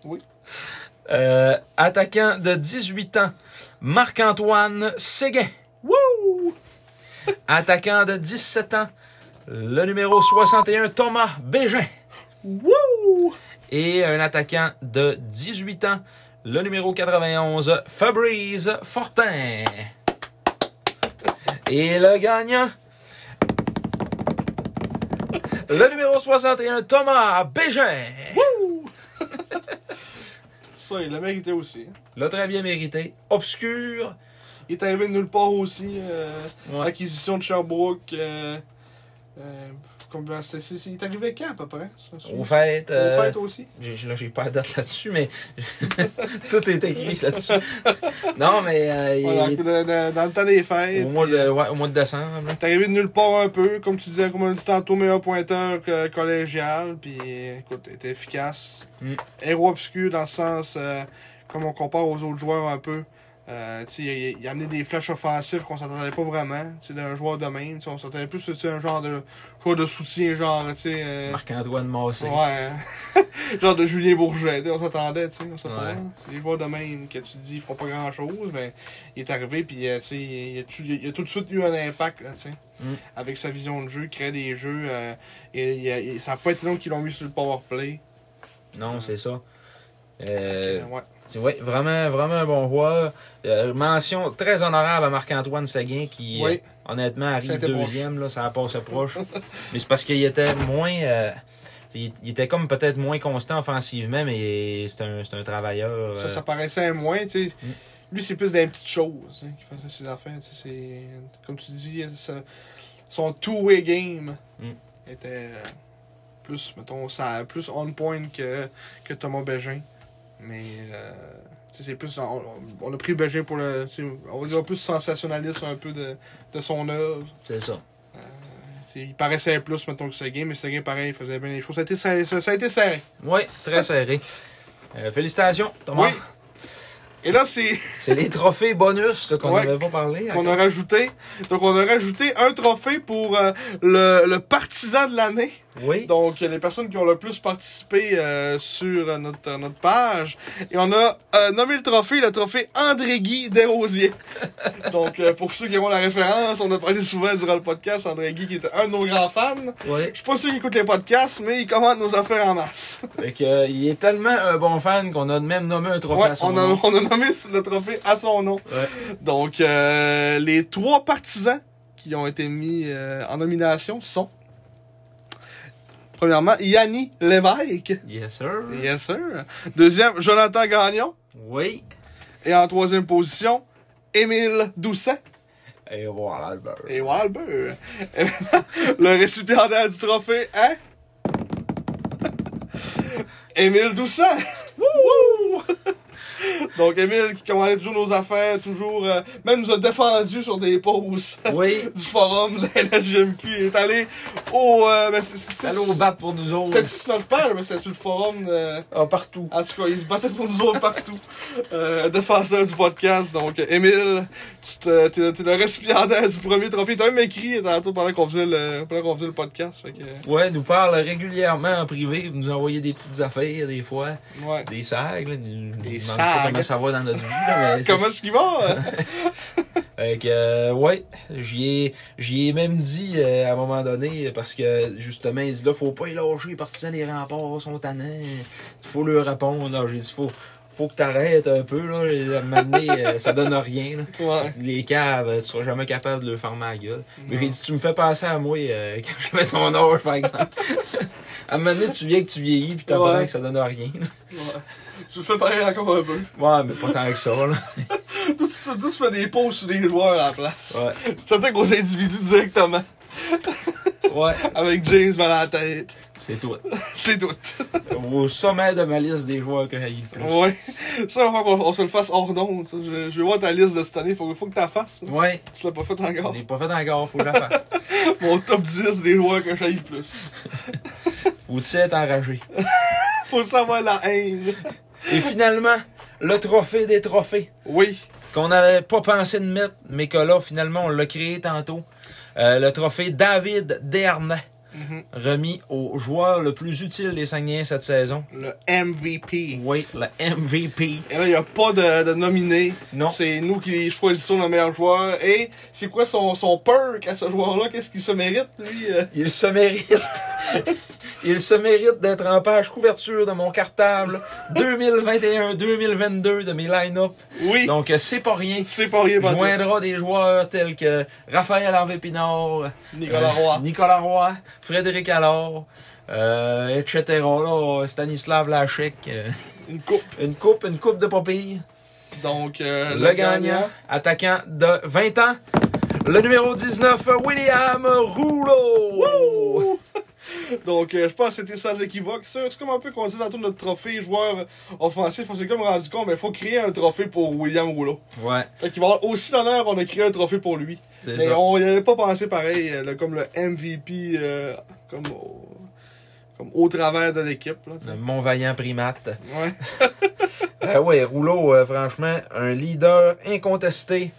B: Oui.
A: Euh, attaquant de 18 ans, Marc-Antoine Séguin.
B: Wouh!
A: Attaquant de 17 ans, le numéro 61, Thomas Bégin.
B: Wouh!
A: Et un attaquant de 18 ans, le numéro 91, Fabrice Fortin. Et le gagnant, le numéro 61, Thomas Bégin.
B: Ça, il l'a mérité aussi.
A: L'a très bien mérité. Obscur.
B: Il est arrivé de nulle part aussi. euh,
A: Ouais.
B: Acquisition de Sherbrooke. Euh, euh, combien c'était- c'est- c'est- il est arrivé quand à peu près? ça,
A: Au
B: ça?
A: fait,
B: Au
A: euh,
B: fait aussi.
A: J'ai- j'ai- Là, j'ai pas la date là-dessus, mais [LAUGHS] tout est écrit là-dessus. non, mais euh, il-
B: Voilà,
A: il-
B: dans, dans- dans le temps des fêtes.
A: au, mois
B: puis, euh,
A: de, ouais, au mois de décembre.
B: T'es arrivé de nulle part un peu, comme tu disais, comme on dit tantôt, meilleur pointeur que collégial, puis écoute, t'es efficace.
A: Mm.
B: Héros obscur dans le sens, euh, comme on compare aux autres joueurs un peu. Euh, tu sais, il, il a amené des flashs offensives qu'on s'attendait pas vraiment, tu sais, d'un joueur de même. Tu sais, On s'attendait plus, tu sais, un genre de joueur de soutien, genre, tu sais... euh,
A: Marc-Antoine Massé.
B: Ouais. [LAUGHS] Genre de Julien Bourget, tu sais, on s'attendait, tu sais, on sait pas.
A: Ouais.
B: C'est des joueurs de même que tu dis, ils font pas grand chose, mais il est arrivé, puis euh, tu sais, il, a tu- il a tout de suite eu un impact, là, tu sais.
A: Mm.
B: Avec sa vision de jeu, il crée des jeux, euh, et, il a- il- ça n'a pas été long qu'ils l'ont mis sur le powerplay.
A: Non, c'est ça.
B: play
A: Euh,
B: ouais.
A: c'est- ouais, vraiment, vraiment un bon joueur. Euh, mention très honorable à Marc-Antoine Seguin qui,
B: Oui.
A: euh, honnêtement,
B: Ça a
A: arrive
B: été
A: deuxième. Là, ça a passé
B: [LAUGHS]
A: proche. mais c'est parce qu'il était moins. euh, il, il était comme peut-être moins constant offensivement, mais c'est un, c'est un travailleur.
B: Ça,
A: euh,
B: ça paraissait un moins, tu sais.
A: Mm.
B: Lui, c'est plus des petites choses, hein, qu'il faisait ses affaires, tu sais. c'est- Comme tu dis, ça- son two-way game
A: Mm.
B: était euh, plus, mettons, ça, plus on point que, que Thomas Bégin. Mais, euh, tu sais, c'est plus. On, on- on a pris Bégin pour le. tu sais, On va dire plus sensationnaliste un peu de, de son œuvre.
A: c'est ça.
B: Tu sais, Il paraissait plus, mettons, que Seguin, mais Seguin, pareil, il faisait bien les choses. Ça a été serré. Ça, ça a été serré.
A: Oui, très serré. Euh, félicitations, Thomas.
B: Oui. Et là, c'est.
A: C'est les trophées bonus là, qu'on
B: Ouais.
A: n'avait pas parlé. hein.
B: qu'on a rajouté. Donc, on a rajouté un trophée pour euh, le, le partisan de l'année.
A: Oui.
B: Donc, les personnes qui ont le plus participé euh, sur euh, notre, notre page. Et on a euh, nommé le trophée, le trophée André-Guy Desrosiers. Donc, euh, pour ceux qui auront la référence, on a parlé souvent durant le podcast, André-Guy qui était un de nos grands fans.
A: Ouais.
B: Je suis pas sûr qu'il écoute les podcasts, mais il commande nos affaires en masse.
A: Fait que, euh, il est tellement un bon fan qu'on a même nommé un trophée
B: Ouais,
A: à son
B: on a,
A: nom.
B: on a nommé le trophée à son nom.
A: Ouais.
B: Donc, euh, les trois partisans qui ont été mis euh, en nomination sont, premièrement, Yanni Lévesque.
A: Yes, sir.
B: Yes, sir. Deuxième, Jonathan Gagnon.
A: Oui.
B: Et en troisième position, Émile Doucet.
A: Et voilà le beurre.
B: Et voilà le beurre. Et maintenant, le récipiendaire du trophée, hein? [LAUGHS] Émile Doucet! Wouhou! [LAUGHS] Donc, Émile qui commandait toujours nos affaires, toujours, euh, même nous a défendu sur des pauses
A: Oui.
B: du forum de la LGMQ. Il est allé au. Euh, ben, c'est- [LAUGHS] c'est-
A: Allô, au bat pour nous autres.
B: C'était sur notre père, mais c'était sur le forum. de-
A: Ah, partout.
B: en tout cas, il se battait pour nous autres partout. Euh, défenseur du podcast. Donc, Émile, tu te- t'es, le- t'es le récipiendaire du premier trophée. T'as même écrit tantôt pendant qu'on faisait le, pendant qu'on faisait le podcast. Fait que,
A: Ouais, nous parle régulièrement en privé, nous envoyer des petites affaires, des fois.
B: ouais.
A: Des sacs, là. Des,
B: sacs.
A: Comment ça va dans notre vie, là,
B: [LAUGHS]
A: mais c'est-
B: Comment est-ce qu'il va?
A: [LAUGHS]
B: hein?
A: Fait que, euh, ouais, j'y ai, j'y ai même dit euh, à un moment donné, parce que justement, il dit là, faut pas les lâcher, les partisans des remparts sont tannants, faut leur répondre. Là, j'ai dit, faut, faut que t'arrêtes un peu, là, à un moment donné, euh, ça donne rien, là.
B: ouais.
A: Les caves, euh, tu seras jamais capable de le faire ma gueule. Mais
B: Non.
A: j'ai dit, tu me fais penser à moi euh, [LAUGHS] quand je fais ton âge, par exemple. à un moment donné, tu viens que tu vieillis, puis t'as
B: Ouais.
A: besoin que ça donne rien. là.
B: ouais. Tu te fais pareil encore un peu.
A: Ouais, mais pas tant que ça, là.
B: Tu, tu, tu te fais des pauses sur des joueurs à la place.
A: Ouais.
B: Ça t'aide aux individus directement.
A: Ouais,
B: Avec James dans la tête.
A: c'est tout.
B: C'est tout.
A: Au sommet de ma liste des joueurs que j'ai le plus.
B: Ouais. [LAUGHS] Ça, il va falloir qu'on on se le fasse hors d'onde. ça. Je, je vais voir ta liste de cette année. Faut, faut que t'en fasses. ça.
A: Ouais,
B: Tu l'as pas fait
A: on
B: encore.
A: n'est pas fait encore, faut que je la fasse.
B: Mon top 10 des joueurs que j'aille le plus.
A: Faut-il être enragé?
B: Faut savoir la haine.
A: Et finalement, le trophée des trophées,
B: Oui.
A: qu'on n'avait pas pensé de mettre, mais que là, finalement, on l'a créé tantôt. Euh, le trophée David Dernay,
B: Mhm.
A: remis au joueur le plus utile des Saguenayens cette saison.
B: Le MVP.
A: Oui, le MVP.
B: Et là, il n'y a pas de, de nominé.
A: Non.
B: C'est nous qui choisissons le meilleur joueur. Et c'est quoi son, son perk à ce joueur-là? Qu'est-ce qu'il se mérite, lui? euh?
A: Il se mérite. [LAUGHS] Il se mérite d'être en page couverture de mon cartable 2021-2022 de mes line-up.
B: Oui.
A: Donc, euh, c'est pas rien.
B: C'est pas rien, pas tout.
A: joindra des joueurs tels que Raphaël Harvey Pinard,
B: Nicolas
A: euh,
B: Roy.
A: Nicolas Roy, Frédéric Allard, euh, etc. Là, Stanislav Lachek. euh,
B: Une coupe.
A: une coupe, une coupe de papilles.
B: Donc, euh,
A: le gagnant, attaquant de 20 ans, le numéro 19, William Rouleau.
B: Donc, euh, je pense que c'était sans équivoque. Ça, C'est comme un peu qu'on dit dans tout notre trophée joueur offensif. On s'est comme rendu compte, mais il faut créer un trophée pour William Rouleau.
A: Ouais,
B: Fait qu'il va avoir aussi l'honneur, on a créé un trophée pour lui.
A: c'est
B: Mais
A: ça.
B: on n'y avait pas pensé pareil, euh, là, comme le MVP, euh, comme, au, comme au travers de l'équipe. là, tu sais.
A: Le Mon vaillant primate.
B: Ouais.
A: Euh, ouais, Rouleau, euh, franchement, un leader incontesté.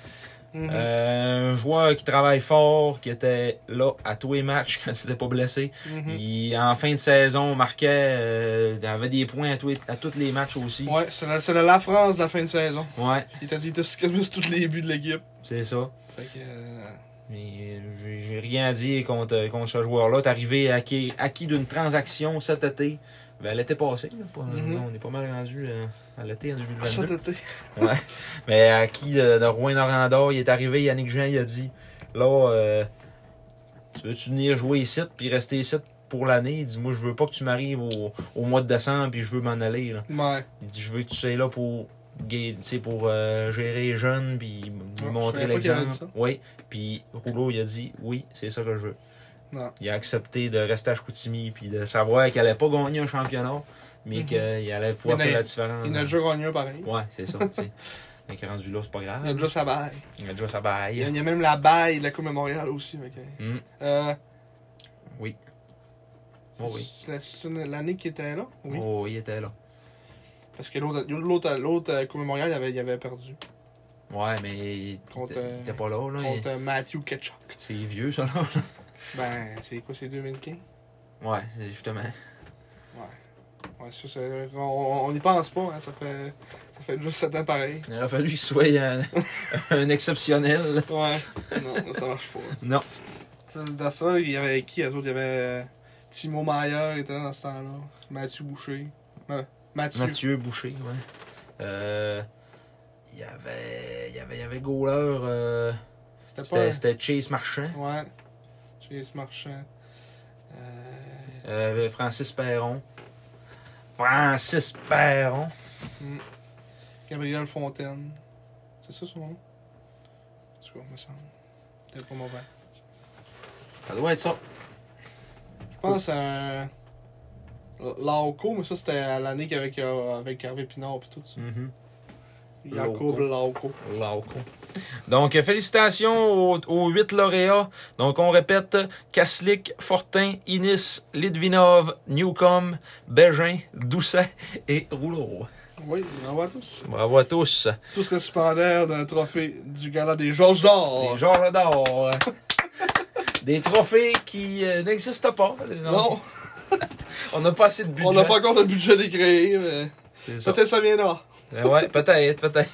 B: Mhm.
A: Euh, un joueur qui travaille fort, qui était là à tous les matchs [LAUGHS] quand il n'était pas blessé.
B: Mhm.
A: Il, en fin de saison, marquait, euh, il avait des points à, tous les- à tous les matchs aussi. Ouais,
B: Ouais, c'est la, c'est la, la France de la fin de saison. Il était, il était sur quasiment sur tous les buts de l'équipe.
A: c'est ça.
B: Fait que, euh,
A: Mais euh, j'ai- j'ai rien à dire contre, contre ce joueur-là. T'es arrivé acquis, acquis d'une transaction cet été. Ben, l'été passé, là, pas-
B: Mhm. Ah,
A: on est pas mal rendu euh, à l'été en 2022.
B: cet été.
A: Ouais. Mais à qui de, de Rouen Noranda, il est arrivé, Yannick Jean, il a dit Là, euh, tu veux-tu venir jouer ici puis rester ici pour l'année Il dit Moi, je veux pas que tu m'arrives au, au mois de décembre puis je veux m'en aller. Là.
B: Ouais.
A: Il dit Je veux que tu sois là pour, gai- tu sais, pour euh, gérer les jeunes puis lui
B: Ah, je
A: montrer
B: savais pas qu'il avait
A: l'exemple.
B: dit ça.
A: Oui. Puis Rouleau, il a dit Oui, c'est ça que je veux.
B: Non.
A: Il a accepté de rester à Chicoutimi puis de savoir qu'il allait pas gagner un championnat, mais
B: Mhm.
A: qu'il allait pouvoir
B: Il n'a-
A: faire la différence.
B: Il a déjà gagné un pareil.
A: Ouais, c'est ça, tu
B: [LAUGHS]
A: sais. Fait que rendu là, c'est pas
B: Il a
A: grave.
B: déjà sa baille.
A: Il a déjà sa
B: Il y a,
A: baille.
B: il y a même la baille de la Coupe de Montréal aussi. fait que-
A: Hmm.
B: Euh,
A: Oui. Oh oui.
B: c'est la- C'est une- l'année qui était là. Oui.
A: Oh, il était là.
B: Parce que l'autre- l'autre l'autre, euh, Coupe de Montréal, il avait, il avait perdu
A: Ouais, mais il il
B: Contre,
A: était il était pas là, là. Il-
B: contre euh, Matthew Ketchuk.
A: C'est vieux, ça, là.
B: Ben, c'est quoi, c'est 2015?
A: Ouais, c'est justement.
B: Ouais, ça, c'est- on on n'y pense pas, hein, ça fait ça fait juste 7 ans pareil.
A: Il aurait fallu qu'il soit un, [LAUGHS] un exceptionnel.
B: Ouais, non, ça marche pas.
A: [LAUGHS] Non.
B: Ça, Dans ça, il y avait qui, les autres? Il y avait euh, Timo Mayer, était là dans ce temps-là. Mathieu Boucher. Ma- Mathieu.
A: Mathieu Boucher, ouais. Euh, il y avait. Il y avait, il y avait Goaler. euh,
B: C'était pas...
A: c'était-
B: un-
A: C'était Chase Marchand.
B: Ouais. Chase Marchand. Euh,
A: Euh, Francis Perron. Francis Perron.
B: Gabriel Fontaine. C'est ça son nom? En tout cas, me semble. Peut-être pas mauvais.
A: Ça doit être ça.
B: Je pense à. Lauco, mais ça c'était à l'année qu'avec euh, avec Hervé Pinard pis tout ça.
A: Mhm.
B: Jacob Lauco.
A: Lauco. Donc, euh, félicitations aux, aux huit lauréats. Donc, on répète, Kaslik, Fortin, Inis, Litvinov, Newcomb, Bégin, Doucet et Rouleau.
B: Oui, bravo à tous.
A: Bravo à tous.
B: Tous récipiendaires d'un trophée du Gala des Georges d'Or.
A: Des Georges d'or. hein. [LAUGHS] Des trophées qui euh, n'existent pas.
B: Non,
A: On n'a pas assez de budget.
B: on n'a pas encore le budget d'écrire, mais
A: C'est ça.
B: peut-être ça viendra.
A: Euh, ouais, peut-être, peut-être.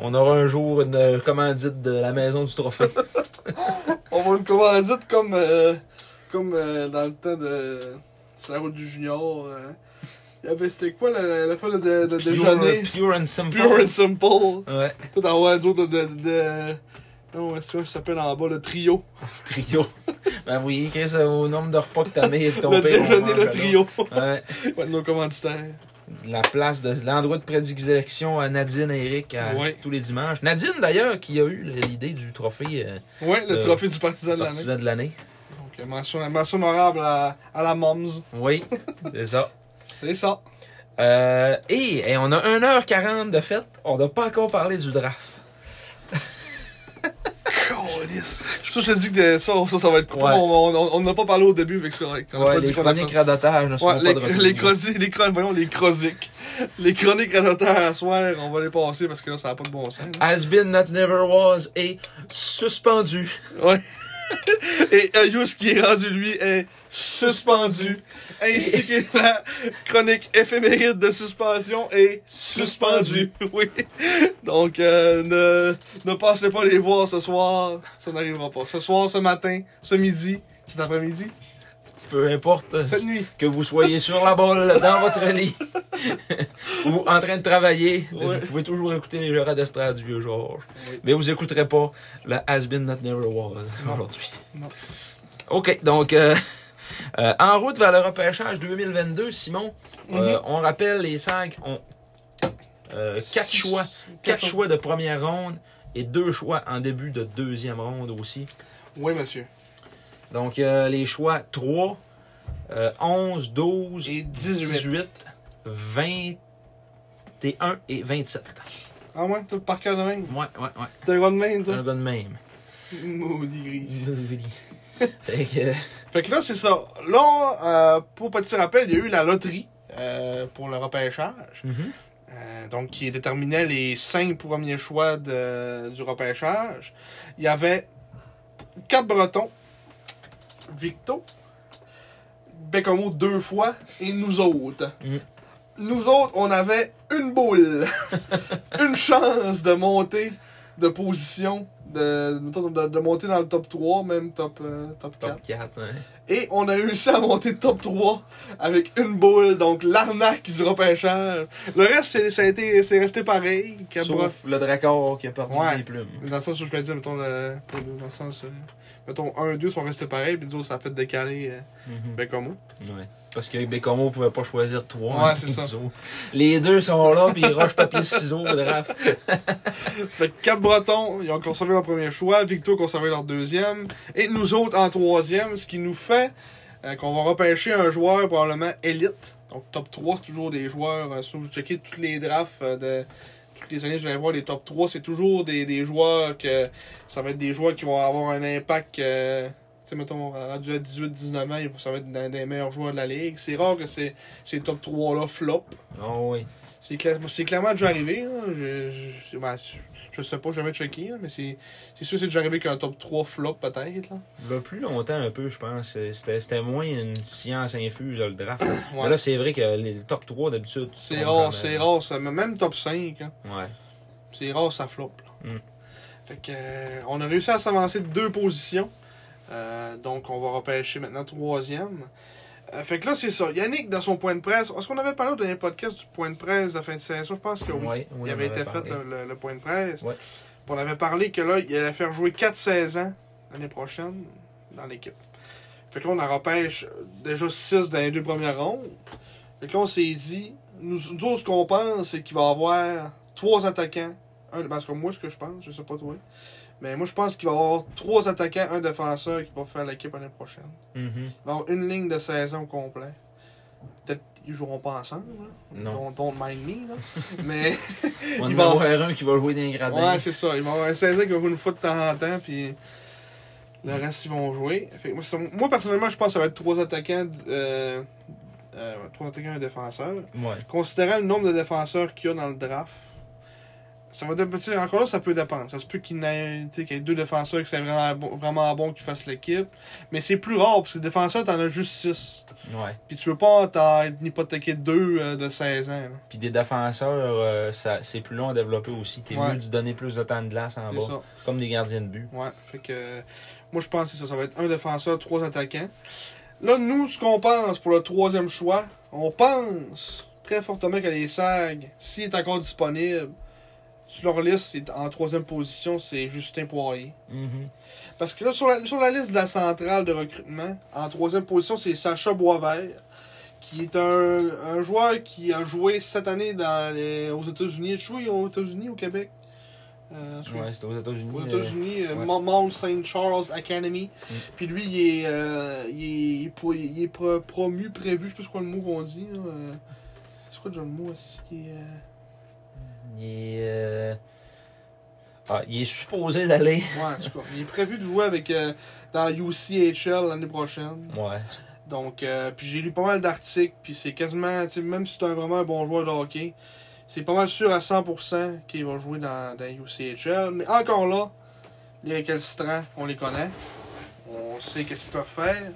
A: On aura un jour une euh, commandite de la maison du
B: [LAUGHS]
A: trophée.
B: On va une commandite comme, euh, comme euh, dans le temps de. Sur la route du Junior. euh, Il y avait, c'était quoi la, la, la fois de, de, de déjeuner?
A: Pure, pure and simple.
B: Pure and simple.
A: Ouais,
B: Tout en haut, du de. de, de... Non, c'est quoi ça s'appelle en bas, le trio.
A: trio. [LAUGHS] ben oui, Chris, euh, au nombre de repas que ta mère est
B: [LAUGHS] Le
A: tombée.
B: déjeuner, le trio. [LAUGHS]
A: Ouais.
B: Ouais, nos commanditaires.
A: La place de l'endroit de prédilection à Nadine et Eric à-
B: Ouais.
A: tous les dimanches. Nadine d'ailleurs qui a eu l'idée du trophée euh,
B: Ouais, le
A: Euh,
B: trophée du partisan de l'année.
A: partisan de l'année.
B: Donc, euh, mention, mention honorable à, à la Moms. [LAUGHS]
A: Oui, c'est ça.
B: C'est ça.
A: Euh, et, et on a 1h40 de fête. On n'a pas encore parlé du draft.
B: Calice. Je suis sûr que je te dis que ça, ça, ça va être cool.
A: Ouais.
B: On on- on n'a pas parlé au début, avec ça. On a
A: Ouais,
B: pas
A: les
B: dit qu'on a
A: chroniques
B: fait-
A: radotages ne seront
B: Ouais,
A: pas
B: les,
A: de
B: les
A: retour.
B: crosiques, les chroniques, voyons, les crosiques. Les chroniques à l'auteur à soir, on va les passer parce que là, ça n'a pas de bon sens. là.
A: Has been that never was est suspendu.
B: Ouais. [LAUGHS] Et Ayus qui est rendu, lui, est suspendu. Ainsi que la chronique éphéméride de suspension est suspendue. [LAUGHS] Oui. Donc, euh, ne, ne passez pas les voir ce soir. Ça n'arrivera pas. Ce soir, ce matin, ce midi, cet après-midi,
A: Peu importe euh,
B: cette nuit.
A: que vous soyez sur la balle, dans votre lit
B: [LAUGHS]
A: ou en train de travailler,
B: Ouais.
A: vous pouvez toujours écouter les jurats d'estrade du vieux Georges. Mais vous n'écouterez pas le Has been that never was aujourd'hui.
B: Non.
A: OK, donc euh, [LAUGHS] euh, en route vers le repêchage 2022, Simon,
B: Mhm.
A: euh, on rappelle les cinq ont euh, quatre
B: Six-
A: choix.
B: quatre
A: Quatre choix de première ronde et deux choix en début de deuxième ronde aussi.
B: Oui, monsieur.
A: Donc, euh, les choix 3, euh, 11, 12,
B: Et 18.
A: 18, 21 et 27.
B: Ah ouais, tout par cœur de même.
A: Ouais, ouais, ouais.
B: T'as le droit de même,
A: C'est
B: toi?
A: un gars de même.
B: Maudit gris.
A: fait que,
B: [LAUGHS] Fait que euh, là, c'est ça. Là, euh, pour petit rappel, il y a eu la loterie euh, pour le repêchage.
A: Mhm.
B: Euh, donc, qui déterminait les cinq premiers choix de- du repêchage. Il y avait quatre Bretons, Victo, Bécomo deux fois, et nous autres.
A: Mhm.
B: Nous autres, on avait une
A: [LAUGHS]
B: boule, une chance de monter de position, de, de, de monter dans le top 3, même top, euh, top 4.
A: top hein. 4. ouais.
B: Et on a réussi à monter top 3 avec une boule, donc l'arnaque du repêchage. Le reste, c'est, ça a été, c'est resté pareil. Quatre bras-
A: Sauf le Dracor qui a perdu
B: Ouais.
A: des plumes.
B: Dans le sens où je le dis, mettons, le, pour le- dans le sens, euh, mettons, 1 2 sont restés pareils, puis nous autres, ça a fait décaler euh,
A: Mhm.
B: ben comme
A: Ouais. Parce que Bécomo pouvait pas choisir 3.
B: Ouais, c'est ça.
A: Les deux sont là, puis ils rochent papier, ciseaux, au draft.
B: Fait que quatre Bretons, ils ont conservé leur premier choix, Victo a conservé leur deuxième, et nous autres en troisième, ce qui nous fait euh, qu'on va repêcher un joueur probablement élite. Donc top 3, c'est toujours des joueurs, euh, si vous checkez toutes les drafts euh, de toutes les années, vous allez voir les top 3, c'est toujours des, des joueurs que ça va être des joueurs qui vont avoir un impact euh, tu sais, mettons, rendu à 18-19 ans, ça va être dans des meilleurs joueurs de la ligue. C'est rare que ces, ces top 3-là flop.
A: Oh oui.
B: C'est clair- c'est clairement déjà arrivé. là. Je, je, je- ben, je- je sais pas, j'ai jamais checké, là, mais c'est c'est sûr que c'est déjà arrivé qu'un top 3 flop peut-être. là.
A: Il y a plus longtemps un peu, je pense. C'était c'était moins une science infuse, le draft.
B: Ouais.
A: Mais là, c'est vrai que les top 3, d'habitude...
B: C'est
A: on
B: rare, c'est
A: jamais-
B: rare. Ça, mais même top 5, hein,
A: Ouais.
B: c'est rare, ça flop. là.
A: Mm.
B: Fait que, euh, on a réussi à s'avancer de deux positions. Euh, donc, on va repêcher maintenant troisième. Euh, fait que là, c'est ça. Yannick, dans son point de presse, est-ce qu'on avait parlé au dernier podcast du point de presse de la fin de saison? Je pense que oui.
A: Ouais, oui,
B: il
A: on
B: avait
A: en
B: été
A: parlé.
B: fait euh, le, le- le point de presse.
A: Ouais.
B: Puis On avait parlé que là, il allait faire jouer 4-16 ans l'année prochaine dans l'équipe. Fait que là, on en repêche déjà 6 dans les deux premières rondes. Fait que là, on s'est dit, nous, nous autres, ce qu'on pense, c'est qu'il va y avoir trois attaquants. Un, parce que moi, ce que je pense, je sais pas toi. Mais moi, je pense qu'il va y avoir trois attaquants, un défenseur qui va faire l'équipe l'année prochaine.
A: Mhm.
B: Il va y avoir une ligne de saison au complet. Peut-être qu'ils joueront pas ensemble. Là.
A: Non.
B: Don't, don't mind me. Là. [LAUGHS] Mais
A: On
B: Il
A: va
B: va-
A: avoir un qui va jouer d'un gradin.
B: Ouais, c'est ça. Ils vont avoir un 16 qui va jouer une fois de temps en temps, puis le reste, ils vont jouer. Fait que moi, c'est- moi, personnellement, je pense que ça va être trois attaquants, euh, euh, trois attaquants et un défenseur.
A: ouais.
B: Considérant le nombre de défenseurs qu'il y a dans le draft, ça va dépendre. tu sais, Encore là, ça peut dépendre. Ça se peut qu'il y, en ait- tu sais, qu'il y ait deux défenseurs qui soient vraiment, bon- vraiment bons qui fassent l'équipe. Mais c'est plus rare, parce que les défenseurs, t'en as juste six.
A: Ouais.
B: Puis tu veux pas t'en hypothéquer deux euh, de 16 ans. là.
A: Puis des défenseurs, euh, ça- c'est plus long à développer aussi. T'es
B: Ouais.
A: mieux de donner plus de temps de glace en
B: C'est
A: bas.
B: ça.
A: Comme des gardiens de but.
B: Ouais, fait que euh, moi je pense que ça, ça va être un défenseur, trois attaquants. Là, nous, ce qu'on pense pour le troisième choix, on pense très fortement que les SAG, s'il est encore disponible, sur leur liste, il est en troisième position, c'est Justin Poirier.
A: Mhm.
B: Mm-hmm. Parce que là, sur la, sur la liste de la centrale de recrutement, en troisième position, c'est Sacha Boisvert, qui est un, un joueur qui a joué cette année dans les- aux États-Unis. Tu joues aux États-Unis, au Québec Euh, en tout cas,
A: Ouais, c'était aux États-Unis.
B: aux
A: euh,
B: États-Unis, euh,
A: ouais.
B: Mount- Mount St. Charles Academy.
A: Mm.
B: Puis lui, il est, euh, il est, il est pro- il est pro- promu, prévu, je sais pas c'est quoi le mot qu'on dit. là, euh, C'est quoi déjà le mot aussi qui est, euh,
A: Il est, euh, ah, il est supposé d'aller.
B: Ouais, en tout cas, il est prévu de jouer avec euh, dans UCHL l'année prochaine.
A: Ouais.
B: Donc, euh, puis j'ai lu pas mal d'articles, puis c'est quasiment, tu sais, même si c'est un- vraiment un bon joueur de hockey, c'est pas mal sûr à 100% qu'il va jouer dans, dans UCHL. Mais encore là, les récalcitrants, on les connaît. On sait qu'est-ce qu'ils peuvent faire.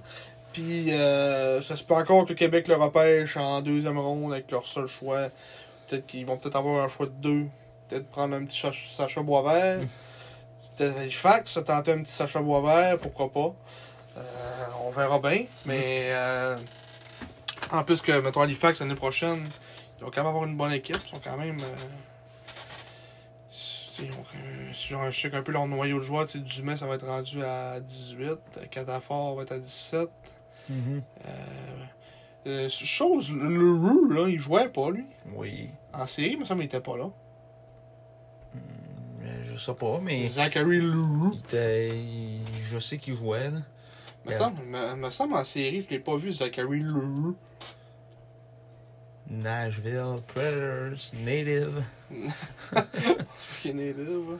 B: Puis, euh, ça se peut encore que Québec le repêche en deuxième ronde avec leur seul choix. Peut-être qu'ils vont peut-être avoir un choix de deux. Peut-être prendre un petit Sach- Sacha Boisvert. Peut-être Halifax, se tenter un petit Sacha Boisvert, pourquoi pas. Euh, on verra bien. Mais euh, en plus que, mettons, Halifax l'année prochaine, ils vont quand même avoir une bonne équipe. Ils sont quand même. euh, tu sais, ils ont, euh, si on check un peu leur noyau de joueurs, tu sais, Dumais, ça va être rendu à 18. Catafort va être à 17. Euh, euh, chose, le- le Roux, là, il jouait pas, lui.
A: Oui.
B: En série, mais ça, il était pas là.
A: Euh, Je sais pas, mais.
B: Zachary Leroux.
A: Il était- il- Je sais qu'il jouait. là.
B: Me semble, me, me semble en série, je l'ai pas vu, Zachary Leroux.
A: Nashville, Predators, Native.
B: Qui est né là, ouais.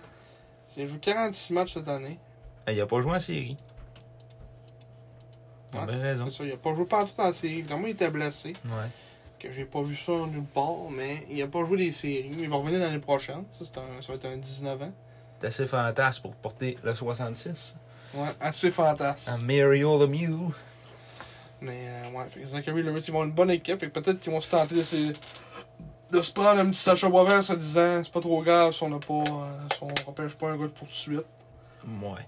B: Il a joué 46 matchs cette année.
A: Ah, il a pas joué en série. Il a
B: Ouais.
A: bien raison.
B: C'est ça, il a pas joué partout en série. Évidemment, il était blessé.
A: Ouais.
B: Que j'ai pas vu ça nulle part, mais il a pas joué des séries. Il va revenir l'année prochaine. Ça, c'est un- ça va être un 19 ans.
A: C'est assez fantastique pour porter le Ah, 66.
B: Ouais, assez fantastique.
A: À Mario Lemieux.
B: Mais euh, ouais, fait que Zachary Lewis, ils vont une bonne équipe. Fait que peut-être qu'ils vont se tenter de se, de se prendre un petit Sacha Boisvert en se disant c'est pas trop grave si on n'a pas. euh, si on repêche pas un gars pour tout de suite.
A: Ouais.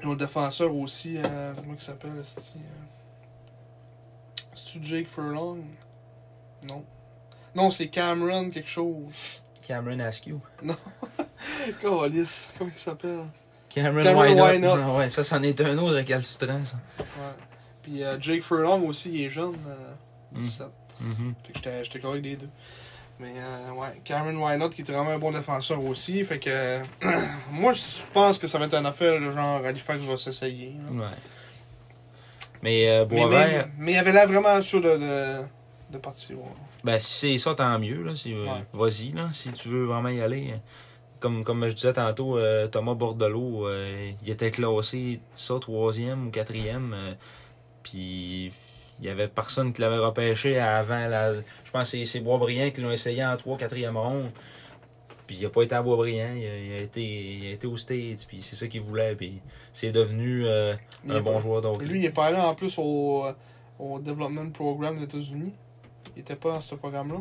B: Ils ont le défenseur aussi, euh, comment il s'appelle esti, euh, C'est-tu Jake Furlong Non. Non, c'est Cameron quelque chose.
A: Cameron Askew.
B: Calice, comment il s'appelle
A: Cameron,
B: Cameron
A: Wynot.
B: Wynot.
A: Ah ouais, ça, c'en est un autre récalcitrant, ça.
B: Ouais. Puis euh, Jake Furlong aussi, il est jeune, euh,
A: Mm.
B: 17. Fait que j'étais- j'étais correct des deux. Mais euh, ouais, Cameron Wynott qui était vraiment un bon défenseur aussi. Fait que [CLEARS THROAT] moi je pense que ça va être un affaire le genre Halifax va s'essayer. là.
A: Ouais. Mais euh,
B: Mais,
A: Mm. Boisvert,
B: même- mais il avait l'air vraiment sûr de, de, de partir. ouais.
A: ben, si c'est ça, tant mieux. Là, si, euh,
B: Ouais.
A: Vas-y, là, si tu veux vraiment y aller. Comme, comme je disais tantôt, euh, Thomas Bordelot, euh, il était classé ça troisième ou quatrième. euh, Puis il y avait personne qui l'avait repêché avant. La, je pense que c'est- c'est Boisbriand qui l'ont essayé en 3 quatrième ronde. Puis il n'a pas été à Boisbriand, il a, il a été, il a été au States, puis c'est ça qu'il voulait. Puis c'est devenu euh,
B: Mais il
A: un
B: est
A: bon
B: pas-
A: joueur. Donc,
B: Lui, il est pas allé en plus au, euh, au Development Program des États-Unis. Il était pas dans ce programme-là.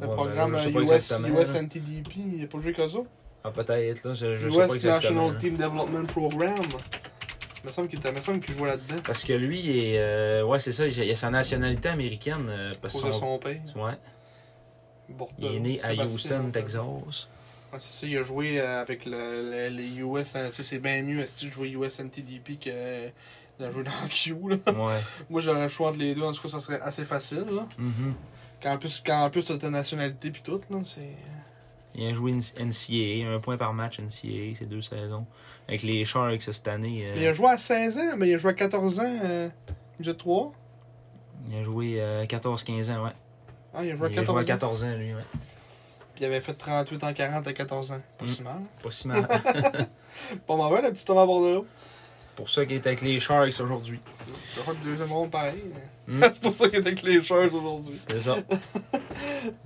B: Le
A: ben,
B: programme euh, US, USNTDP, il a pas joué que ça.
A: Ah, peut-être, là, je, je sais pas
B: US
A: exactement.
B: National
A: là.
B: Team Development Program. Il me semble qu'il était- il me semble qu'il jouait là-dedans.
A: Parce que lui, il est, euh, ouais, c'est ça, il a, il a sa nationalité américaine. euh,
B: À
A: parce que
B: cause de
A: son-
B: son père.
A: ouais, il
B: Bordeaux,
A: est né à
B: Sébastien. euh,
A: Houston, Texas.
B: Ouais, c'est ça, il a joué euh, avec le- le- les US. hein, tu sais, c'est bien mieux est-ce que de jouer USNTDP que euh, de jouer dans Q. là.
A: Ouais. [LAUGHS]
B: Moi, j'aurais le choix entre les deux. En tout cas, ça serait assez facile. là.
A: Mhm.
B: Quand en plus, quand en plus t'as ta nationalité puis tout, là, c'est.
A: Il a joué N- NCAA, un point par match NCAA, ces deux saisons. Avec les Sharks cette année, euh,
B: Mais Il a joué à 16 ans, mais il a joué à 14 ans, euh, midget 3.
A: il a joué euh, 14-15 ans, ouais.
B: Ah, il a joué à
A: Il a joué
B: 14
A: à
B: ans.
A: 14 ans, lui, ouais.
B: Puis il avait fait 38 en 40 à 14 ans. Pas
A: Mm.
B: si mal. hein.
A: Pas si mal. [LAUGHS]
B: Pas mauvais, le petit Thomas Bordelot.
A: Pour ça qu'il est avec les Sharks aujourd'hui.
B: Je crois que le deuxième round, pareil. mais-
A: Mm.
B: [LAUGHS] c'est pour ça qu'il est avec les Sharks aujourd'hui.
A: C'est
B: [LAUGHS]
A: ça.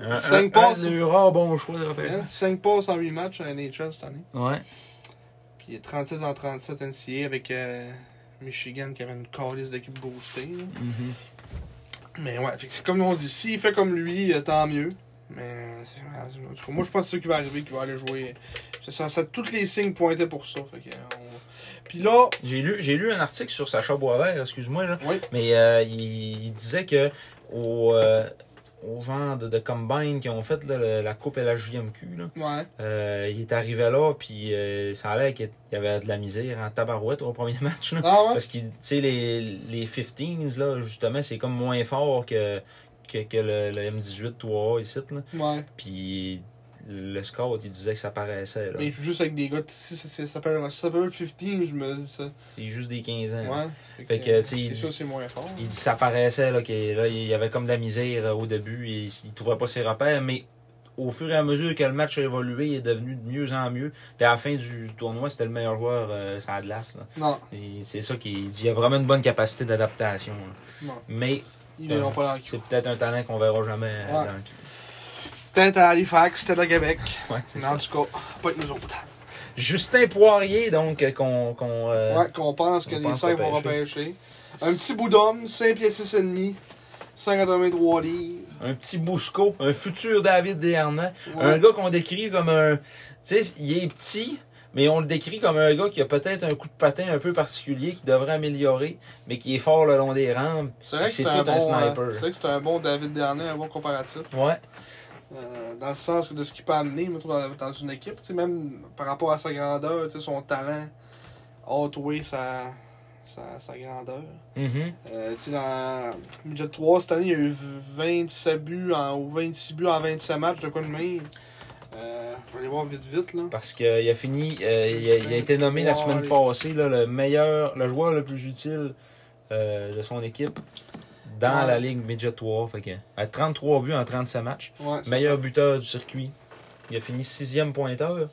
A: un,
B: Cinq
A: un,
B: passes.
A: Un des rares bons choix de repêchage.
B: 5 passes en 8 matchs à NHL cette année.
A: Ouais.
B: Puis il est 36 en 37 NCA avec euh, Michigan qui avait une calice d'équipe boostée. là.
A: Mhm.
B: Mais ouais, fait que c'est comme on dit, s'il fait comme lui, euh, tant mieux. Mais euh, c'est- en tout cas, moi je pense que c'est ça qui va arriver, qui va aller jouer. Ça, ça, ça- tous les signes pointaient pour ça. Fait que, euh, on- Puis là,
A: J'ai lu, j'ai lu un article sur Sacha Boisvert, excuse-moi, là.
B: Oui.
A: Mais euh, il, il disait que au, euh, aux gens de, de Combine qui ont fait là, le- la coupe LHJMQ, là,
B: ouais,
A: euh, il est arrivé là, puis euh, ça allait qu'il y avait de la misère en tabarouette au premier [LAUGHS] match. Là.
B: ah ouais,
A: Parce que, tu sais, les, les 15s, là, justement, c'est comme moins fort que, que, que le, le M18 3A ici, là.
B: ouais.
A: Puis le scout, il disait que ça paraissait, là.
B: Mais il joue juste avec des gars, de- si ça, ça s'appelle si ça s'appelle 15, je me dis ça.
A: C'est juste des 15 ans. là.
B: Ouais. euh,
A: Fait que, tu sais,
B: c'est
A: il
B: sûr
A: dit-
B: c'est moins fort.
A: Il dit ça paraissait, là, qu'il là, il y avait comme de la misère euh, au début, et il trouvait pas ses repères, mais au fur et à mesure que le match a évolué, il est devenu de mieux en mieux. Puis à la fin du tournoi, c'était le meilleur joueur euh, sans glace, là.
B: Non,
A: Et C'est ça qu'il dit, il a vraiment une bonne capacité d'adaptation, là.
B: Ouais.
A: Mais
B: ils ne l'ont pas dans le cul.
A: c'est peut-être un talent qu'on verra jamais euh,
B: Ouais.
A: dans le cul.
B: Peut-être à Halifax, peut-être à Québec.
A: Ouais, c'est
B: Mais
A: ça.
B: en tout cas, pas avec nous autres.
A: Justin Poirier, donc, euh, qu'on. qu'on, euh,
B: Ouais, qu'on pense que
A: on
B: les
A: pense
B: 5 vont repêcher. Un petit bout d'homme, 5 pieds 6 et demi, 183 livres.
A: Un petit Bousco, un futur David Desharnais.
B: Ouais.
A: Un gars qu'on décrit comme un. Tu sais, il est petit, mais on le décrit comme un gars qui a peut-être un coup de patin un peu particulier, qui devrait améliorer, mais qui est fort le long des rampes.
B: C'est vrai que
A: C'est
B: c'est un,
A: tout un
B: bon, euh,
A: sniper.
B: c'est vrai que c'est un bon David Dernier, un bon comparatif.
A: Ouais.
B: Euh, dans le sens que de ce qu'il peut amener mettons, dans, dans une équipe, tu sais, même par rapport à sa grandeur, tu sais, son talent outweigh sa, sa, sa grandeur.
A: Mhm.
B: Euh, tu sais, dans Midget 3, cette année, il y a eu 27 buts en, ou 26 buts en 27 matchs, de quoi de même. Euh, je vais aller voir vite vite. là.
A: Parce qu'il a fini. euh, il, a, il a été nommé la semaine passée là, le meilleur. le joueur le plus utile euh, de son équipe dans
B: Ouais.
A: la Ligue Midget 3. Fait que, à 33 buts en 37 matchs.
B: Ouais, c'est
A: Meilleur buteur du circuit. Il a fini sixième pointeur. Ben,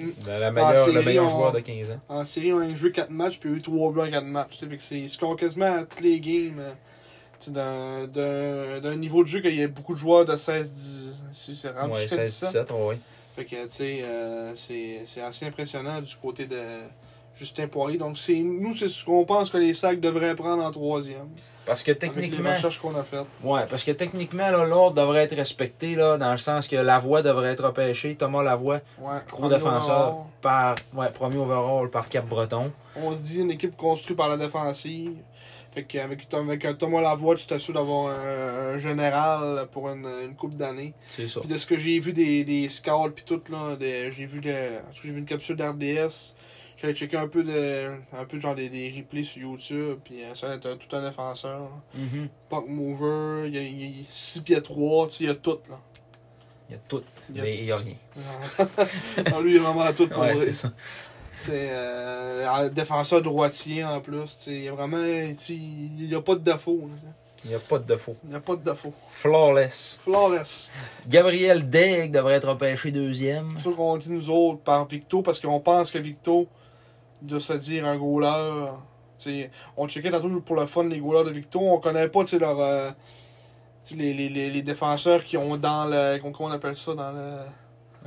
B: Mm.
A: La- la meilleure-
B: série,
A: le meilleur
B: on-
A: joueur de 15 ans.
B: En série, on a joué 4 matchs, puis il y a eu 3 buts en 4 matchs. tu sais, Fait que c'est, il score quasiment à tous les games. euh, tu sais, D'un, d'un, d'un niveau de jeu qu'il y a beaucoup de joueurs de 16 10, c'est, c'est rendu
A: Ouais,
B: jusqu'à 17.
A: 16-17, ouais.
B: Fait que, tu sais, euh, c'est, c'est assez impressionnant du côté de Justin Poirier. Donc, c'est, nous, c'est ce qu'on pense que les sacs devraient prendre en troisième.
A: Parce que
B: Avec les
A: techniquement,
B: recherches qu'on a faites.
A: ouais, parce que techniquement là, l'ordre devrait être respecté là, dans le sens que la voix devrait être repêchée. Thomas Lavoie,
B: Ouais,
A: gros
B: premier
A: défenseur,
B: overall.
A: par ouais, premier overall par Cap Breton.
B: On se dit une équipe construite par la défensive. Fait qu'avec avec un Thomas Lavoie, tu t'assures d'avoir un, un général pour une, une coupe d'années.
A: C'est ça.
B: Puis de ce que j'ai vu des, des scores puis tout là, des- j'ai vu le, en tout cas, j'ai vu une capsule d'RDS. J'allais checker un peu de un peu genre des, des replays sur YouTube puis euh, ça va être euh, tout un défenseur. là.
A: Mhm.
B: Puck mover, il y a- il y a 6 pieds 3, tu sais, il y a tout là. [LAUGHS]
A: Il y a tout,
B: Il y a
A: mais
B: tout.
A: il n'y a rien.
B: Alors, lui il est vraiment à tout pour
A: Ouais,
B: vrai.
A: c'est ça.
B: Tu sais, euh, un défenseur droitier en plus, tu sais, il y a vraiment tu sais, il n'y a pas de défaut. là.
A: Il n'y a pas de défaut.
B: Il n'y a pas de défaut.
A: Flawless.
B: Flawless.
A: Gabriel Degg devrait être repêché deuxième.
B: C'est sûr qu'on dit nous autres par Victo parce qu'on pense que Victo doit se dire un goaler. T'sais, on checkait tantôt pour le fun les goalers de Victo. On connaît pas t'sais, leur, euh, t'sais, les, les, les, les défenseurs qui ont dans le. qu'on- Qu'on appelle ça dans le,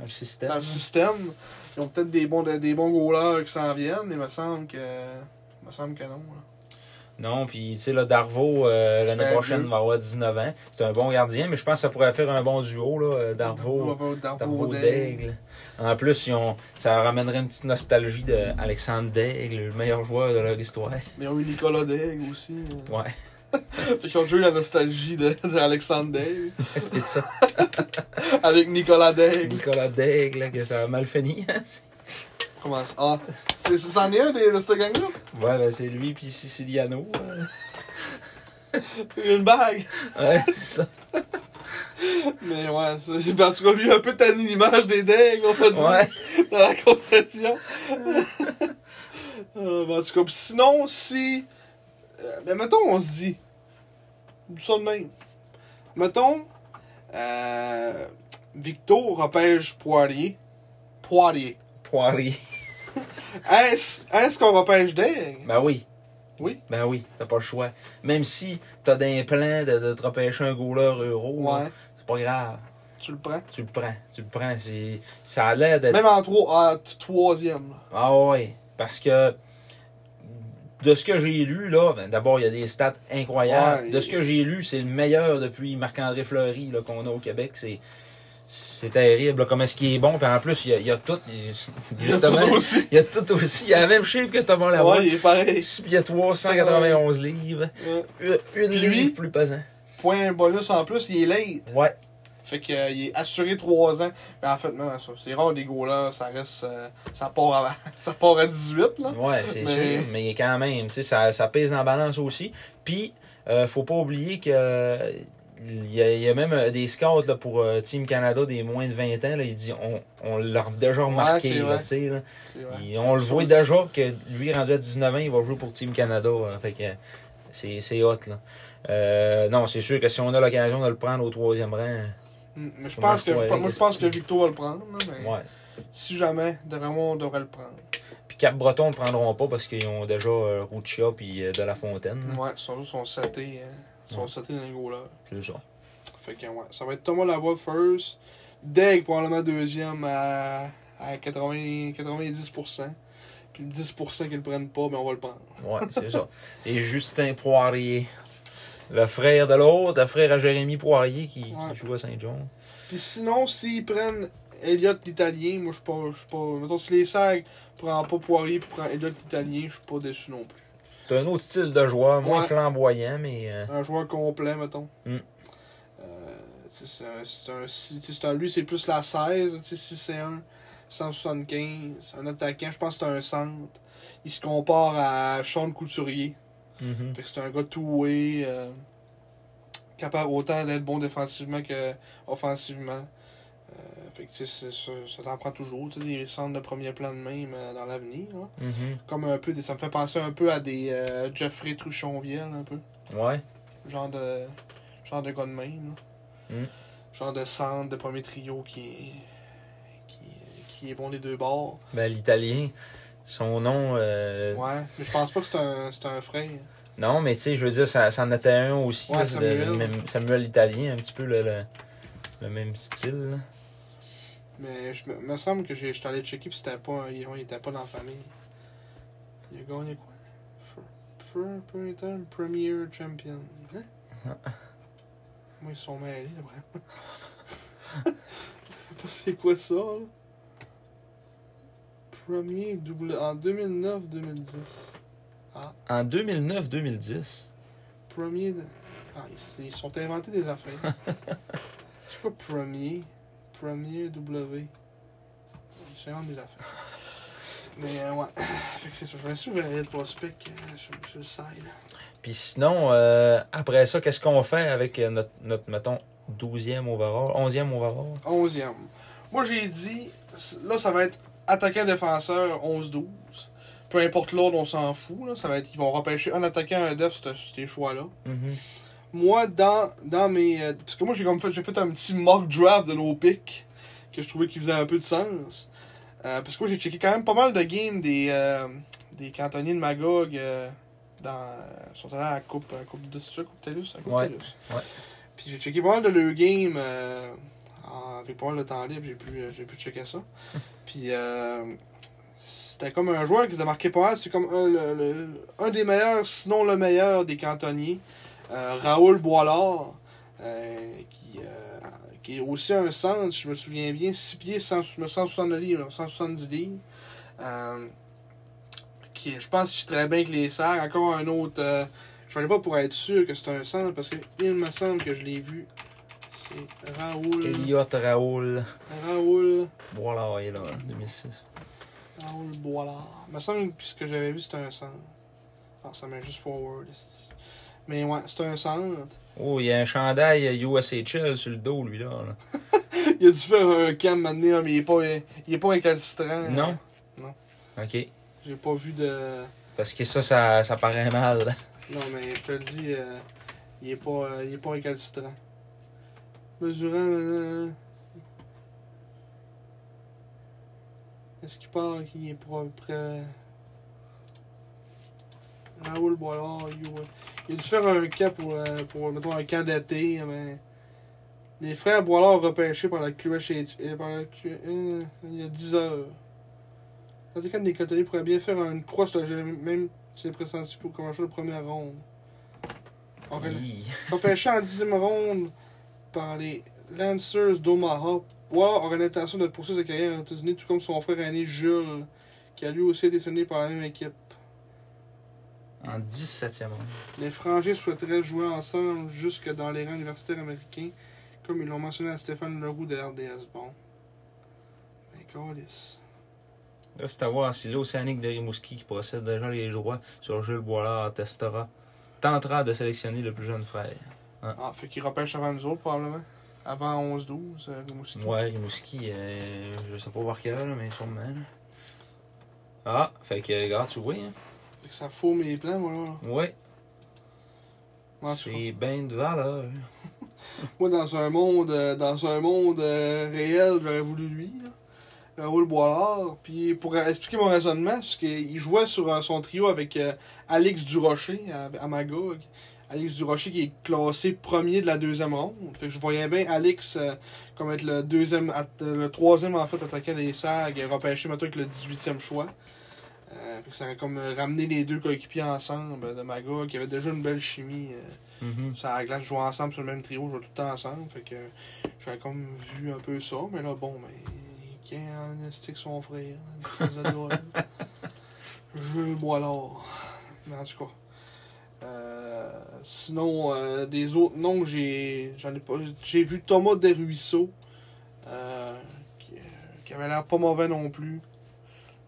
A: Un système.
B: dans le système. Ils ont peut-être des bons, des bons goalers qui s'en viennent, mais il me semble que. Il me semble que non. là.
A: Non, puis tu sais, là, Darvo, euh,
B: Ça
A: l'année
B: fait
A: prochaine,
B: deux.
A: va avoir 19 ans. C'est un bon gardien, mais je pense que ça pourrait faire un bon duo, là, euh, Darvo.
B: Darvo- Darvo
A: Darvaux
B: Daigle.
A: d'Aigle. En plus, ils ont- ça ramènerait une petite nostalgie d'Alexandre Daigle, le meilleur joueur de leur histoire. [LAUGHS]
B: Mais ils ont eu Nicolas Daigle aussi. hein.
A: Ouais,
B: [LAUGHS] Fait qu'ils ont déjà eu la nostalgie d'Alexandre de, Alexandre Daigle.
A: c'est ça.
B: Avec Nicolas Daigle.
A: Nicolas Daigle, là, que ça a mal fini. hein.
B: Comment ça? Ah, c'est, c'est- c'en est un des, de ce gang-là?
A: [LAUGHS] ouais, ben c'est lui, puis Siciliano.
B: Une bague!
A: [LAUGHS] Ouais, c'est ça.
B: Mais ouais, c'est parce qu'on lui a un peu tanné l'image des dingues, on va dire, [LAUGHS] dans la concession. [LAUGHS] Euh, ben, en tout cas, pis sinon, si. euh, ben, mettons, on se dit. Ça de même. Mettons, euh, Victor repêche Poirier. Poirier.
A: Poirier.
B: Est-ce est qu'on repêche dingue?
A: Ben oui.
B: Oui.
A: Ben oui, t'as pas le choix. Même si t'as des plans de, de te repêcher un goaler euro, là,
B: Ouais,
A: c'est pas grave.
B: tu le prends.
A: Tu le prends. Tu le prends. C'est- Ça a l'air d'être.
B: Même en trois, en t- troisième. là.
A: Ah ouais. Parce que de ce que j'ai lu, là, ben, d'abord, il y a des stats incroyables.
B: Ouais,
A: de
B: il-
A: ce que j'ai lu, c'est le meilleur depuis Marc-André Fleury là, qu'on a au Québec. C'est. C'est terrible, là, comment est-ce qu'il est bon. Puis en plus, il y a, il y a tout. il-
B: Il y a tout
A: Justement,
B: aussi.
A: il y a tout aussi. Il y a la même chiffre que Thomas Lavoie.
B: Ouais, il est pareil.
A: 6 pieds 3, 191 livres.
B: Ouais.
A: Une, une
B: Puis lui?
A: livre plus pesant.
B: Point bonus en plus, il est late.
A: Ouais.
B: Fait qu'il est assuré 3 ans. Mais en fait, non, ça, c'est rare des gars-là, ça reste. euh, ça, part à, [LAUGHS] ça part à 18, là.
A: Ouais, c'est
B: Mais-
A: sûr. Mais quand même, tu sais, ça, ça pèse dans la balance aussi. Puis, euh, faut pas oublier que. euh, Il y, a, il y a même euh, des scouts là, pour euh, Team Canada des moins de 20 ans. Là, il dit on, on l'a déjà
B: c'est
A: remarqué. là,
B: vrai.
A: tu sais, là.
B: C'est vrai.
A: Il- on le voit déjà que lui, rendu à 19 ans, il va jouer pour Team Canada. hein. fait que euh, c'est c'est hot. Là. Euh, non, c'est sûr que si on a l'occasion de le prendre au troisième rang,
B: Mm, Mais je
A: Moi,
B: pense
A: je
B: que,
A: croyais
B: moi, je
A: que
B: pense
A: si-
B: que Victor va le prendre. là, mais
A: ouais.
B: Si jamais, d'après moi, on devrait le prendre.
A: Puis Cap Breton ne prendront pas parce qu'ils ont déjà euh, Ruccia puis euh, De La Fontaine. là.
B: Ouais, sans doute, sont satés. Hein. Ils sont
A: Ouais.
B: satés dans les gars-là.
A: C'est ça.
B: Fait que, ouais. Ça va être Thomas Lavoie first. Deg, probablement deuxième à, à 80, 90%. Puis le 10% qu'ils le prennent pas, ben on va le prendre.
A: Ouais, c'est ça. Et Justin Poirier. Le frère de l'autre, le frère à Jérémy Poirier qui, qui
B: Ouais.
A: joue à Saint-John.
B: Puis sinon, s'ils prennent Elliot l'Italien, moi je suis pas. Je suis pas. Mettons, si les Sags prennent pas Poirier puis prend Elliot l'Italien, je suis pas déçu non plus.
A: C'est un autre style de joueur, moins
B: Ouais.
A: flamboyant, mais euh,
B: Un joueur complet, mettons.
A: Mm.
B: Euh, t'sais, c'est un- c'est un, si- t'sais, c'est un- Lui, c'est plus la 16. t'sais, Si c'est un 175, un attaquant, je pense que c'est un centre. Il se compare à Sean Couturier.
A: mhm.
B: Fait que c'est un gars tout-way, euh, capable autant d'être bon défensivement que offensivement. Euh, fait que, tu sais, c'est ça, ça t'en prend toujours, tu sais, des centres de premier plan de même euh, dans l'avenir. hein.
A: Mhm.
B: Comme un peu, des, ça me fait penser un peu à des euh, Jeffrey Truchonvielle, un peu.
A: ouais.
B: Genre de, genre de gars de même. là.
A: Mm.
B: Genre de centre de premier trio qui est, qui, qui est bon des deux bords.
A: Ben, l'italien, son nom. euh,
B: Ouais, mais je pense pas que c'est un, c'est un frère.
A: Non, mais tu sais, je veux dire, ça, ça en était un aussi.
B: Ouais,
A: là, de-
B: Samuel.
A: le même- Samuel l'italien, un petit peu le, le, le même style. là.
B: Mais je me, me semble que j'ai- j'étais allé checker pis c'était pas. Il, ouais, il était pas dans la famille. Il a gagné quoi? Fr- fr- Premier terme, Premier Champion. Hein? Moi ils sont mêlés, vraiment. [LAUGHS] Je sais pas c'est quoi ça là. Premier double en 2009-2010.
A: En 2009-2010.
B: Premier de- Ah, ils, s- ils sont inventés des affaires. C'est quoi premier? Premier W. Ils s'inventent des affaires. Mais euh, ouais. [COUGHS] Fait que c'est ça. Je vais essayer de regarder le prospect euh, sur, sur le side.
A: Puis sinon, euh, après ça, qu'est-ce qu'on fait avec euh, notre, notre mettons, 12e overall, 11e overall?
B: Onzième. Moi j'ai dit, c- là ça va être attaquant-défenseur 11-12. Peu importe l'ordre, on s'en fout. Là. Ça va être, ils vont repêcher un attaquant, un def, c'est- c'est tes choix-là. moi, dans, dans mes. euh, parce que moi, j'ai comme fait, j'ai fait un petit mock draft de nos picks que je trouvais qui faisait un peu de sens. Euh, parce que moi, j'ai checké quand même pas mal de games des, euh, des cantonniers de Magog euh, dans, euh, sont allés à la Coupe, à la coupe de c'est ça, Coupe Talus, à la Coupe
A: Ouais,
B: Talus.
A: ouais.
B: Puis j'ai checké pas mal de leurs games euh, en- avec pas mal de temps libre, j'ai pu, euh, j'ai pu
A: [LAUGHS]
B: checker ça. Puis euh, c'était comme un joueur qui se démarquait pas mal, c'est comme un, le- le- un des meilleurs, sinon le meilleur des cantonniers. Euh, Raoul Boilard, euh, qui, euh, qui est aussi un centre, si je me souviens bien, 6 pieds, 100 170 livres, 170 livres. Euh, qui, je pense qu'il très bien avec les serres. Encore un autre. euh, je ne pas pour être sûr que c'est un centre, parce qu'il me semble que je l'ai vu. C'est Raoul.
A: Elliot Raoul.
B: Raoul.
A: Voilà, il est là, 2006.
B: Raoul Boilard. Il me semble que ce que j'avais vu, c'était un centre. Ah, ça m'a juste forward. esti. Mais ouais, c'est un centre.
A: Oh, il y a un chandail USHL sur le dos, lui, là. là.
B: Il a dû faire un camp maintenant, mais il est pas, il est pas incalcitrant.
A: Non?
B: Euh, Non.
A: OK.
B: J'ai pas vu de.
A: Parce que ça, ça, ça paraît mal.
B: Non, mais je te le dis, euh, il, est pas, euh, il est pas incalcitrant. Mesurant. euh, Est-ce qu'il parle qu'il est propre. euh, Raoul Boilard, il ouais. Il a dû faire un camp pour, euh, pour mettons, un camp d'été, mais. Les frères Boilard repêchés par la QH et par la Q- euh, il y a 10 heures. En tout cas, les catholiques pourraient bien faire une croix sur le même c'est pressenti pour commencer la première ronde. Ok.
A: Hi.
B: Repêché en dixième ronde par les Lancers d'Omaha, Ward aurait l'intention de poursuivre sa carrière aux États-Unis, tout comme son frère aîné Jules, qui a lui aussi été sonné par la même équipe.
A: En 17e ronde.
B: Les frangins souhaiteraient jouer ensemble jusque dans les rangs universitaires américains, comme ils l'ont mentionné à Stéphane Leroux de RDS. Bon. Ben, Mais câlisse.
A: Là, c'est à voir si l'Océanique de Rimouski, qui possède déjà les droits sur Jules Boilard, testera, tentera de sélectionner le plus jeune frère.
B: Ah, fait qu'ils repêchent avant nous autres, probablement. Avant 11-12, euh, Rimouski.
A: Ouais, Rimouski, euh, je sais pas par cœur, là, mais sûrement. là. Ah, fait que, regarde, tu vois, hein?
B: Fait que ça fout mes plans, voilà.
A: Ouais,
B: En tout cas.
A: c'est bien de valeur.
B: Moi, dans un monde, euh, dans un monde euh, réel, j'aurais voulu lui, là. Raoul Boilard. Puis pour expliquer mon raisonnement, c'est qu'il jouait sur euh, son trio avec euh, Alex Durocher à, à Magog. Alex Durocher qui est classé premier de la deuxième ronde. Fait que je voyais bien Alex euh, comme être le deuxième, at- euh, le troisième en fait attaquant des SAG et repêché maintenant avec le 18e choix. Euh, fait que ça aurait comme euh, ramené les deux coéquipiers ensemble euh, de Magog, qui avait déjà une belle chimie. euh,
A: Mhm.
B: ça la glace, jouer ensemble sur le même trio, jouer tout le temps ensemble. Fait que j'avais comme vu un peu ça, mais là, bon, mais. Qui en estique son frère hein, espèce de drôle. Je bois l'or. Mais en tout cas. Euh, sinon, euh, des autres noms que j'ai. J'en ai pas. J'ai vu Thomas Desruisseaux. euh, qui, euh, qui avait l'air pas mauvais non plus.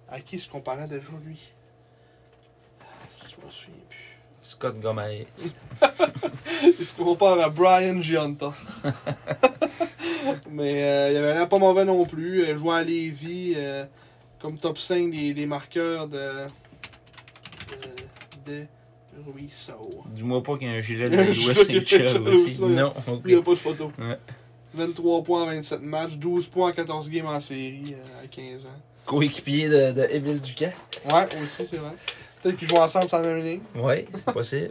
B: À qui se comparait déjà lui Ah, si je me souviens plus.
A: Scott Gomez.
B: Il se compare à Brian
A: [LAUGHS]
B: Gianta. Mais euh, il avait l'air pas mauvais non plus. Euh, jouait à Lévis euh, comme top 5 des, des marqueurs de, de, de Ruisseau.
A: Dis-moi pas qu'il y a un gilet de
B: Il y a
A: la
B: un gilet de la
A: USHL aussi.
B: USHL.
A: Non, ok.
B: Il n'y a pas de photo.
A: Ouais.
B: 23 points en 27 matchs, 12 points en 14 games en série euh, à 15 ans.
A: Coéquipier de, de Émile Ducamp.
B: Ouais, aussi, c'est vrai. Peut-être qu'ils jouent ensemble sur la même ligne.
A: Ouais, c'est possible.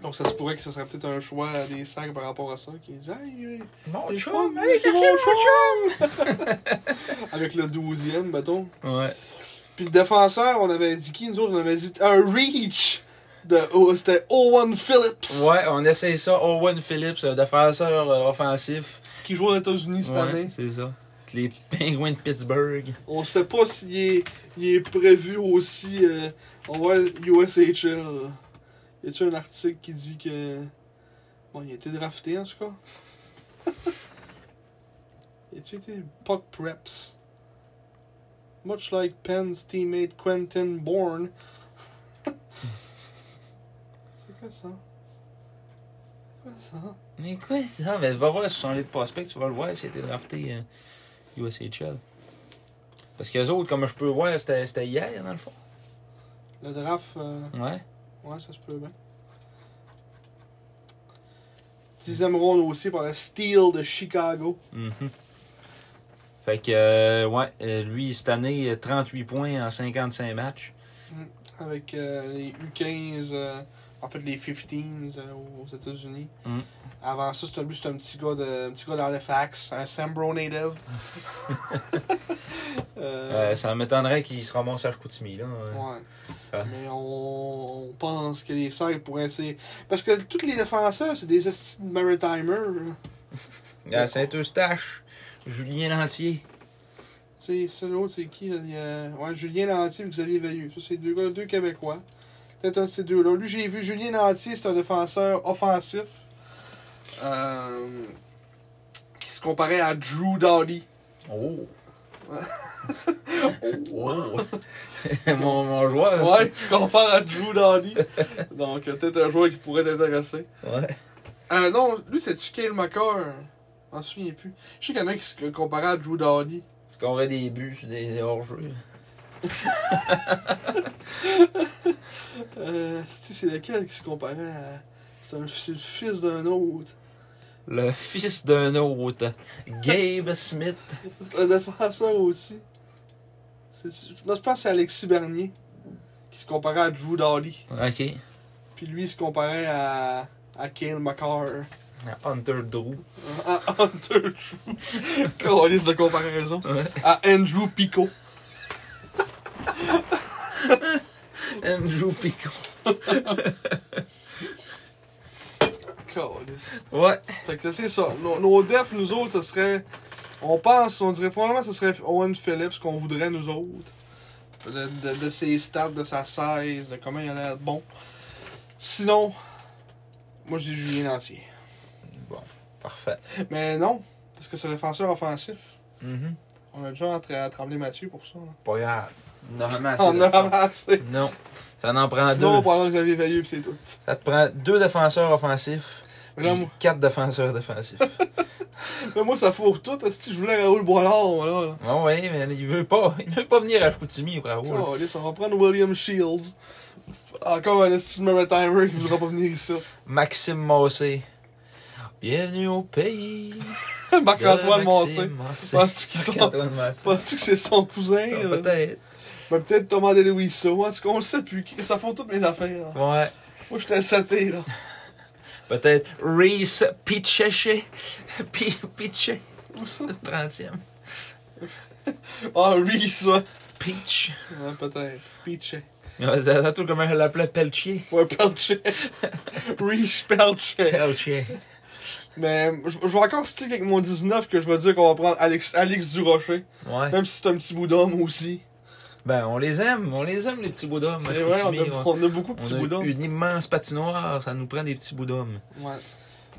B: Donc ça se pourrait que ce serait peut-être un choix des sacs par rapport à ça. Qui disent, ah, il-
A: Mon
B: Les
A: chum,
B: chums,
A: allez
B: c'est
A: chercher
B: mon
A: mon chum!
B: Avec le 12e, mettons.
A: Ouais.
B: Puis le défenseur, on avait dit qui, nous autres? On avait dit un reach! De, oh, C'était Owen Phillips!
A: Ouais, on essaye ça. Owen Phillips, euh, défenseur euh, offensif.
B: Qui joue aux États-Unis cette année.
A: Ouais, c'est ça. Avec Les Penguins de Pittsburgh.
B: On sait pas s'il est, il est prévu aussi. euh, on voit USHL. Y a-tu un article qui dit que. Bon, il a été drafté en tout cas? [LAUGHS] y a-tu été puck preps? Much like Penn's teammate Quentin Bourne. [LAUGHS] C'est quoi ça? C'est quoi ça?
A: Mais quoi ça? Mais va voir sur son lit de prospect, tu vas le voir s'il a été drafté euh, USHL. Parce qu'eux autres, comme je peux voir, c'était c'était hier, dans le fond.
B: Le draft. euh,
A: Ouais.
B: Ouais, ça se peut bien. Dixième ronde aussi par le Steel de Chicago.
A: Mhm. Fait que, euh, ouais, euh, lui, cette année, euh, 38 points en 55 matchs.
B: Avec euh, les U15, euh, en fait les 15s euh, aux États-Unis.
A: Mm.
B: Avant ça, c'était lui, c'était un petit gars de un petit gars d'Halifax, un Sambro
A: [LAUGHS]
B: native. Euh,
A: Euh, ça m'étonnerait qu'il se ramasse à Chicoutimi, là. euh.
B: Ouais.
A: Ah.
B: Mais on, on pense que les Serres pourraient essayer. Parce que tous les défenseurs, c'est des esti de Maritimers. là.
A: À Saint-Eustache, Julien Lantier.
B: C'est ça, l'autre, c'est qui là? Il y a- ouais, Julien Lantier et Xavier Veilleux. Ça, c'est deux, gars- deux Québécois. Peut-être un de ces deux-là. Lui, j'ai vu Julien Lantier, c'est un défenseur offensif euh, qui se comparait à Drew Doughty.
A: Oh!
C: wow.
A: [LAUGHS] mon, mon joueur.
B: Ouais, Euh, [LAUGHS] tu compares à Drew Dolly. Donc, euh, peut-être un joueur qui pourrait t'intéresser.
A: Ouais.
B: Euh, non, lui, c'est-tu Kale McCarr? Je m'en souviens plus. Je sais qu'il y en a qui se comparaient à Drew Dolly.
A: Est-ce qu'on aurait des buts sur des hors-jeux?
B: Euh, c'est c'est lequel qui se comparait à. C'est un- c'est le fils d'un autre.
A: Le fils d'un autre. [LAUGHS] Gabe Smith.
B: C'est Un défenseur aussi. C'est- Non, je pense que c'est Alexis Bernier qui se comparait à Drew Dolly.
A: OK.
B: Puis lui, il se comparait à. à Kale McCarr. [LAUGHS]
A: Hunter Drew.
B: À
A: [LAUGHS]
B: Hunter Drew. liste de comparaison. À Andrew Pico.
A: Andrew Pico.
B: Calisse.
A: Ouais.
B: Fait que c'est ça. Nos, nos defs, nous autres, ce serait. On pense, on dirait probablement que ce serait Owen Phillips qu'on voudrait, nous autres. De, de- de ses stats, de sa size, de comment il a l'air de bon. Sinon, moi je dis Julien Lantier.
A: Bon, parfait.
B: Mais non, parce que c'est défenseur offensif.
A: Mhm.
B: On a déjà entra- tremblé Mathieu pour ça. là.
A: Pas grave. Normalement,
B: On a
A: Ah, c'est ça.
B: avancé.
A: Oh, Non. Ça en prend
B: Sinon, on
A: deux.
B: parlera de Xavier Veilleux pis c'est tout.
A: Ça te prend deux défenseurs offensifs.
B: Mais là,
A: puis
B: moi,
A: Quatre défenseurs
B: [LAUGHS]
A: défensifs.
B: là, moi, ça fourre tout. Si je voulais Raoul Boilard, moi, là. là.
A: Ah ouais, mais il veut pas. Il veut pas venir à Chicoutimi, bravo. là.
B: Calisse, on Oh, va prendre William Shields. Encore un esti de Maritimer qui voudra pas venir ici. [LAUGHS]
A: Maxime Massé. Bienvenue au pays.
B: Marc-Antoine
A: de
B: Massé.
A: Maxime Massé. [LAUGHS]
B: Penses-tu qu'ils sont-
A: Marc-Antoine Massé.
B: Penses-tu que c'est son cousin?
A: Ah,
B: là?
A: Peut-être.
B: Ben, peut-être Thomas DeLuiso. En tout cas, on le sait plus. Ça font toutes mes affaires. là.
A: Ouais.
B: Moi, j'étais sapé, là.
A: Peut-être Reese Picheche. [LAUGHS] Pi Piche.
B: Où ça?
A: 30e.
B: Ah, Reese, ouais.
A: Peach.
B: Ouais, peut-être. Peachy.
A: Ouais, C'est c'est tout comment elle l'appelait Pelchier.
B: Ouais, Pelchet. [LAUGHS] Reese Pelchet.
A: Pelchier.
B: Mais je je vais encore stick avec mon 19 que je vais dire qu'on va prendre Alex, Alex Durocher.
A: Ouais.
B: Même si c'est un petit bout d'homme aussi.
A: Ben, on les aime. On les aime, les petits bouts d'hommes. à
B: C'est vrai, on
A: Chicoutimi,
B: a,
A: ouais.
B: on a beaucoup de petits
A: On a
B: bouts d'homme.
A: une immense patinoire, ça nous prend des petits bouts d'hommes.
B: Ouais.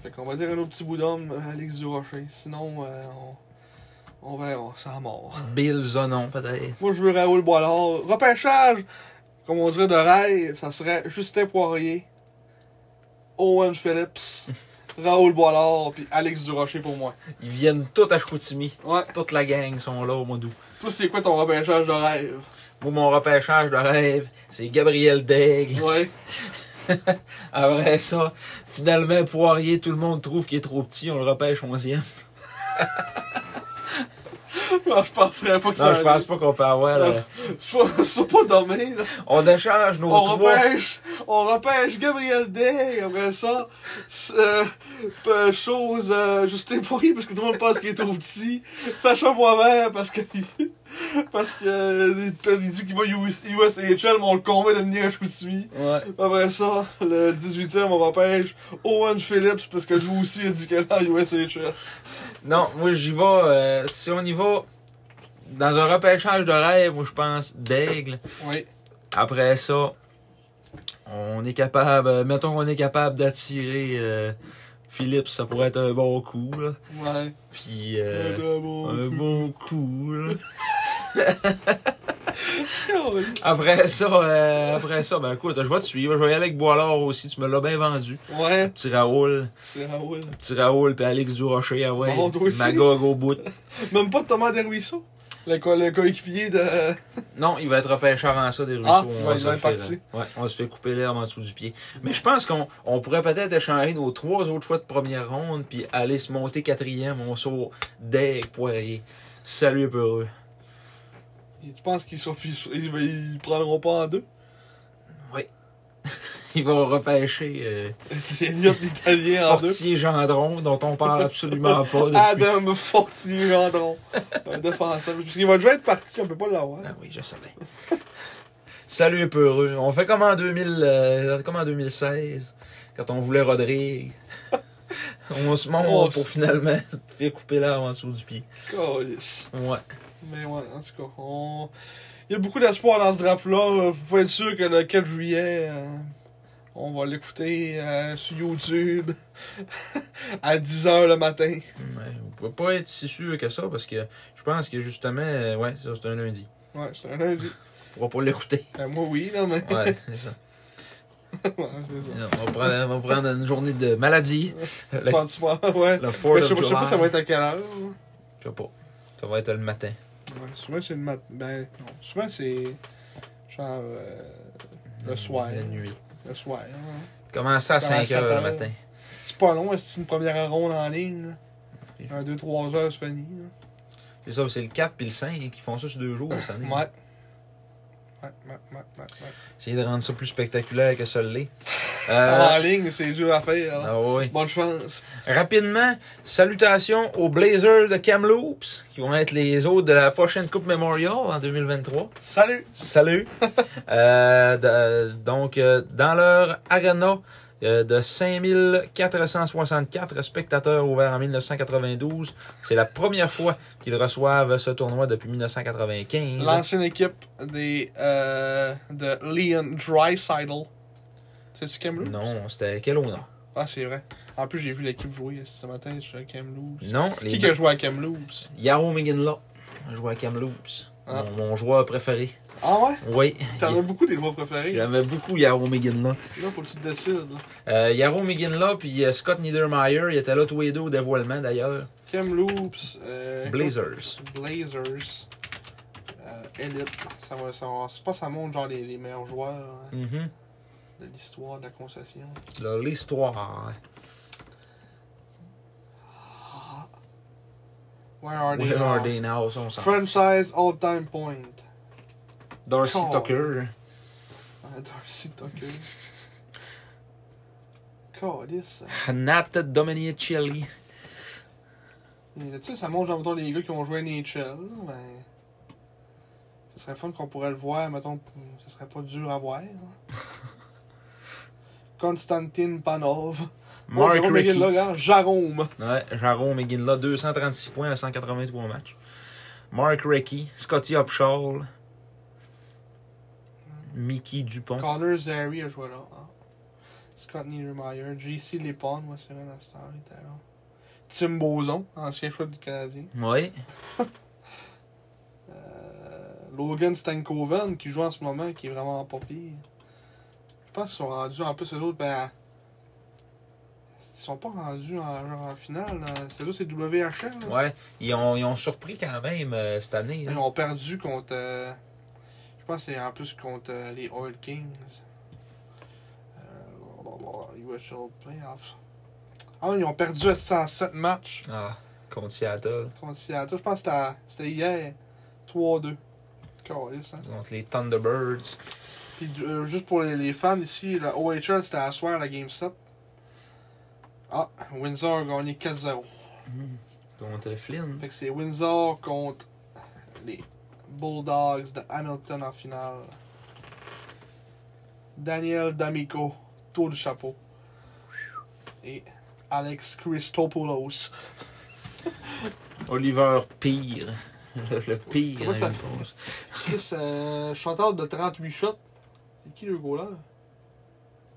B: Fait qu'on va dire un autre petit bout d'homme, euh, Alex Durocher. Sinon, euh, on, on verra, c'est à mort.
A: Bill Zonon, peut-être.
B: Moi, je veux Raoul Boilard. Repêchage, comme on dirait de rêve, ça serait Justin Poirier, Owen
A: [LAUGHS]
B: Phillips, Raoul Boilard, puis Alex Durocher pour moi.
A: Ils viennent tous à Chicoutimi.
B: Ouais.
A: Toute la gang sont là au mois d'août.
B: Toi, c'est quoi ton repêchage de rêve?
A: Moi, mon repêchage de rêve, c'est Gabriel Daigle.
B: Ouais. [LAUGHS]
A: Après ça, finalement, Poirier, tout le monde trouve qu'il est trop petit, on le repêche 11e.
B: Non, je penserais pas que ça.
A: Non, je pense pas qu'on peut avoir.
B: [LAUGHS]
A: là.
B: Sois, sois pas dormi, là.
A: On décharge nos
B: On
A: trois.
B: repêche, on repêche Gabriel Day, après ça, s- euh, peu- chose, euh, Justin Poirier, parce que tout le monde pense qu'il est trop petit, Sacha Boisvert, parce que, [LAUGHS] parce que, euh, il dit qu'il va US, USHL, mais on le convainc de venir à Chicoutimi.
A: Ouais.
B: Après ça, le 18e, on repêche Owen Phillips, parce que lui aussi a dit qu'elle est en USHL.
A: Non, moi, j'y vais. euh, si on y va dans un repêchage de rêve, moi, je pense Daigle.
B: Oui.
A: Après ça, on est capable. euh, mettons qu'on est capable d'attirer euh, Philippe, ça pourrait être un bon coup. Là.
B: Ouais.
A: Puis. euh,
B: Très bon.
A: un bon coup. là.
B: Ouais.
A: Après ça, euh, après ça, ben écoute, je vais te suivre. Je vais y aller avec Boilard aussi. Tu me l'as bien vendu.
B: [LAUGHS] Ouais.
A: Petit Raoul.
B: C'est Raoul.
A: Petit Raoul puis Alex Durocher, ah ouais.
B: Bon, toi aussi.
A: Magog au bout.
B: Même pas de Thomas Deruisseau. Le, co- le coéquipier de...
A: Non, il va être repêcheur en ça des ruisseaux.
B: Ah, ouais,
A: va
B: il
A: se
B: va
A: le
B: être
A: faire,
B: parti.
A: euh, Ouais, on se fait couper l'herbe en dessous du pied. Mais je pense qu'on on pourrait peut-être échanger nos trois autres choix de première ronde puis aller se monter quatrième. On sort Deg Poirier. Salut, heureux.
B: Et Tu penses qu'ils sont plus- ils, ben, ils prendront pas en deux? [LAUGHS]
A: Ils vont repêcher euh,
B: Elliot l'Italien en deux.
A: Fortier Gendron, dont on parle absolument pas
B: [LAUGHS]
A: depuis
B: Adam Fortier Gendron. Un défenseur. Parce qu'il va déjà être parti, on peut pas l'avoir.
A: Ah oui, je savais. Salut un peu heureux. On fait comme en, 2000, euh, comme en 2016, quand on voulait
B: [LAUGHS]
A: Rodrigue. on se monte
B: Oh,
A: pour
B: c'est-
A: finalement se faire couper l'arbre en dessous du pied.
B: Calisse.
A: Ouais.
B: Mais ouais, en tout cas, on- il y a beaucoup d'espoir dans ce draft-là. Euh, Vous pouvez être sûr que le 4 juillet, euh, on va l'écouter euh, sur YouTube [LAUGHS] à 10h le matin.
A: Ouais, Vous pouvez pas être si sûr que ça, parce que je pense que justement, euh, ouais, ça c'est un lundi.
B: Ouais, c'est un lundi.
A: On va pas l'écouter.
B: Ben, moi, oui, non, mais. [LAUGHS]
A: Ouais, c'est ça.
B: Ouais, c'est ça.
A: On va, prendre, on va prendre une journée de maladie.
B: Tu
A: Le,
B: penses- tu penses- ouais.
A: le 4
B: Ben,
A: of
B: je, sais pas, je sais
A: July.
B: pas, ça va être à quelle heure.
A: Je sais pas. Ça va être le matin.
B: Ouais, souvent, c'est le matin. Ben, non. Souvent, c'est. Genre. euh, le soir.
A: La nuit.
B: Le soir. hein.
A: Commencer à
B: Commencer
A: 5
B: à
A: heures
B: sept
A: le
B: heures.
A: matin.
B: C'est pas long, c'est une première ronde en ligne. là. Un, deux, trois heures, c'est fini. là.
A: C'est ça, c'est le 4 puis le 5 qui font ça sur deux jours cette année.
B: Ouais. Ouais, ouais, ouais, ouais. ouais.
A: Essayer de rendre ça plus spectaculaire que ça
B: [LAUGHS]
A: l'est.
B: En
A: Euh,
B: ligne, c'est dur à faire. hein.
A: ah ouais.
B: Bonne chance.
A: Rapidement, salutations aux Blazers de Kamloops, qui vont être les autres de la prochaine Coupe Memorial en 2023.
B: Salut! [LAUGHS]
A: Salut! Euh, de- donc, euh, dans leur arena euh, de 5464 spectateurs ouverts en 1992, c'est la première fois qu'ils reçoivent ce tournoi depuis 1995.
B: L'ancienne équipe des, euh, de Leon Dreisaitl. C'est-tu Kamloops?
A: Non, c'était quel honneur?
B: Ah, c'est vrai. En plus, j'ai vu l'équipe jouer euh, ce matin, je suis à Kamloops.
A: Non, les
B: Qui que joué à Kamloops?
A: Yaro Minginla joue à Kamloops.
B: Ah.
A: Mon, mon joueur préféré.
B: Ah ouais?
A: Oui.
B: T'en as beaucoup des joueurs préférés. Là,
A: J'aimais beaucoup Yaro Minginla.
B: faut que tu te décides. là.
A: Euh, Yaro Minginla puis euh, Scott Niedermayer, ils étaient là tous les deux au dévoilement d'ailleurs.
B: Kamloops. Euh,
A: Blazers.
B: Blazers. Euh, Elite. Ça va, ça va. Je pense que ça montre genre les, les meilleurs joueurs hein,
A: Mhm.
B: de l'histoire de la concession.
A: Là, L'histoire.
B: Where are they?
A: Where
B: now?
A: are they now? ça, on s'en fout.
B: Franchise all-time point. [LAUGHS]
A: Darcy
B: Call.
A: Tucker.
B: Ah, Darcy
A: [LAUGHS]
B: Tucker. Calice.
A: Nat Domenicelli.
B: Oh, Mais là-dessus, ça montre, genre, mettons, les gars qui ont joué à NHL, là, ben. Ce serait fun qu'on pourrait le voir, mettons, p- ce serait pas dur à voir. là. Konstantin Panov. Oh,
A: Mark
B: Jérôme
A: Rickey.
B: McGill, là, regarde, Jérôme.
A: Ouais, Jaro McGinley, 236 points à 183 matchs. Mark Recchi, Scotty Upshaw, Mickey Dupont.
B: Connor Zary a joué là. hein. Scott Niedermayer. JC Lépon, moi, c'est vrai, la star, il était là. Tim Boson, ancien choix du Canadien.
A: Ouais.
B: Euh, Logan Stankoven qui joue en ce moment, qui est vraiment pas pire. Je pense qu'ils sont rendus en plus, eux autres, ben. Ils sont pas rendus en, genre en finale. là. C'est eux, c'est WHL. là.
A: Ouais. Ils ont, ils ont surpris quand même euh, cette année.
B: Ils
A: là.
B: ont perdu contre. euh, je pense que c'est en plus contre euh, les Oil Kings. Euh, USL Playoffs. Ah, ils ont perdu à 107 matchs
A: Ah, contre Seattle.
B: contre Seattle. Je pense que c'était à- c'était hier. 3-2. Calisse, hein.
A: Contre les Thunderbirds.
B: Puis du- euh, juste pour les, les fans ici, le OHL c'était à soir la Game 7. Ah, Windsor a gagné 4-0.
A: Contre Flynn.
B: Hmm. Fait que c'est Windsor contre les Bulldogs de Hamilton en finale. Daniel D'Amico, tour du chapeau. Et Alex Christopoulos.
A: Oliver Pire. [LAUGHS] Le, le pire.
B: Comment
A: hein,
B: ça
A: je
B: fait?
A: pense.
B: Chris, euh, chanteur de 38 shots. C'est qui le goaler?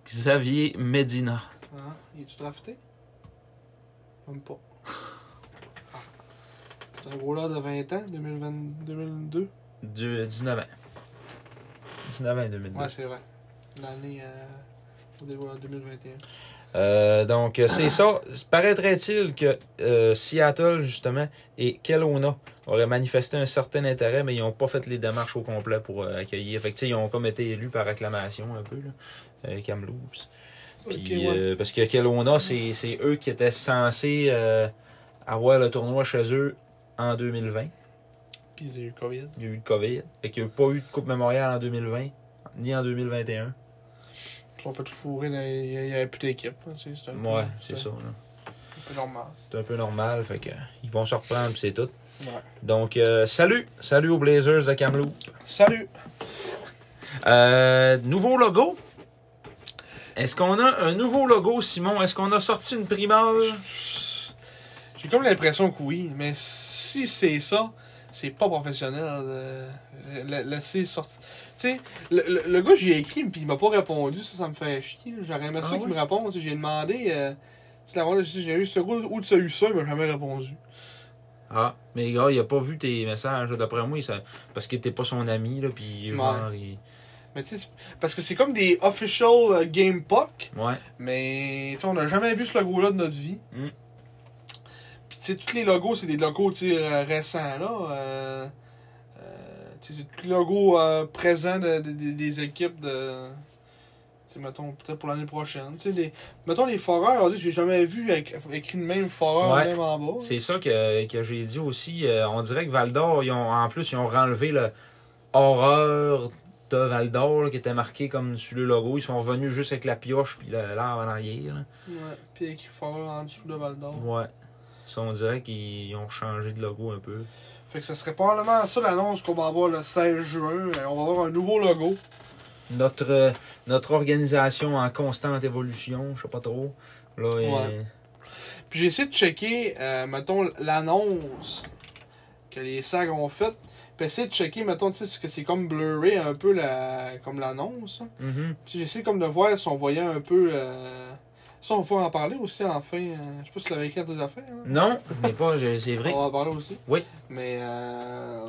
A: Xavier Medina.
B: Hein? Il est-tu drafté? Même [LAUGHS] pas. Ah. C'est un goaler de 20 ans, 2020, 2002.
A: De 19 euh, ans. 19 ans et 2002.
B: Ouais, c'est vrai. L'année euh, au début de 2021.
A: Euh, donc, euh, c'est ça. Paraîtrait-il que euh, Seattle, justement, et Kelowna auraient manifesté un certain intérêt, mais ils n'ont pas fait les démarches au complet pour euh, accueillir. Fait que, tu sais, ils ont comme été élus par acclamation un peu, là, euh, Kamloops. Puis,
B: Ok, ouais.
A: euh, parce que Kelowna, c'est c'est eux qui étaient censés euh, avoir le tournoi chez eux en 2020.
B: Puis il y a eu le COVID.
A: Il y a eu le COVID. Fait qu'il n'y a pas eu de Coupe Mémoriale en 2020, ni en 2021.
B: Ils sont fait fourrer, dans- il n'y avait plus d'équipe. là, tu sais, un peu-
A: Ouais, c'est ça.
B: C'est
A: là.
B: un peu normal.
A: C'est un peu normal. Fait que, euh, ils vont se reprendre, puis c'est tout.
B: Ouais.
A: Donc, euh, salut! Salut aux Blazers de Kamloops.
B: Salut!
A: Euh, nouveau logo. Est-ce qu'on a un nouveau logo, Simon? Est-ce qu'on a sorti une primeur?
B: J'ai comme l'impression que oui, mais si c'est ça, c'est pas professionnel euh, de la- laisser sortir. Tu sais, le, le- le gars, j'ai écrit, puis il m'a pas répondu, ça, ça me fait chier. là. J'aurais aimé
A: Ah
B: ça qu'il
A: ouais?
B: me réponde. tu sais, J'ai demandé, euh, si la- j'ai eu ce gars ou de ce eu ça, il m'a jamais répondu.
A: Ah, mais gars, il a pas vu tes messages, d'après moi, il s'en- parce que t'es pas son ami, là, puis genre, il-
B: Mais tu sais, c'est- parce que c'est comme des official euh, game puck,
A: Ouais.
B: mais tu sais, on n'a jamais vu ce logo-là de notre vie.
A: Mm.
B: Puis tu sais, tous les logos, c'est des logos tu sais, euh, récents, là. euh, euh, tu sais, c'est tous les logos euh, présents de- de- de- des équipes de. Tu sais, mettons, peut-être pour l'année prochaine. Tu sais, les- mettons les foreurs, on dit, j'ai jamais vu avec- écrit le même foreur,
A: Ouais.
B: même en bas.
A: C'est ça que, que j'ai dit aussi. euh, on dirait que Val d'Or, ils ont, en plus, ils ont renlevé le horreur de Val d'Or, là, qui était marqué comme sur le logo. Ils sont revenus juste avec la pioche puis le- l'arbre en arrière. là.
B: Ouais. Puis écrit foreur en dessous de Val d'Or.
A: Ouais. Ça, on dirait qu'ils ont changé de logo un peu.
B: Fait que ça serait probablement ça l'annonce qu'on va avoir le 16 juin. Euh, On va avoir un nouveau logo.
A: Notre, euh, notre organisation en constante évolution, je sais pas trop. Là,
B: Ouais. Puis j'ai essayé de checker, euh, mettons, l'annonce que les SAG ont faite. Puis essayer de checker, mettons, tu sais, c'est que c'est comme blurré un peu la, comme l'annonce.
A: euh, mhm.
B: Puis j'ai essayé comme de voir si on voyait un peu. euh, Ça, on va pouvoir en parler aussi, enfin. euh, Je sais pas si tu l'avais écrit dans tes affaires. hein.
A: Non, mais pas, je- c'est vrai.
B: On va en parler aussi.
A: Oui.
B: Mais. Euh...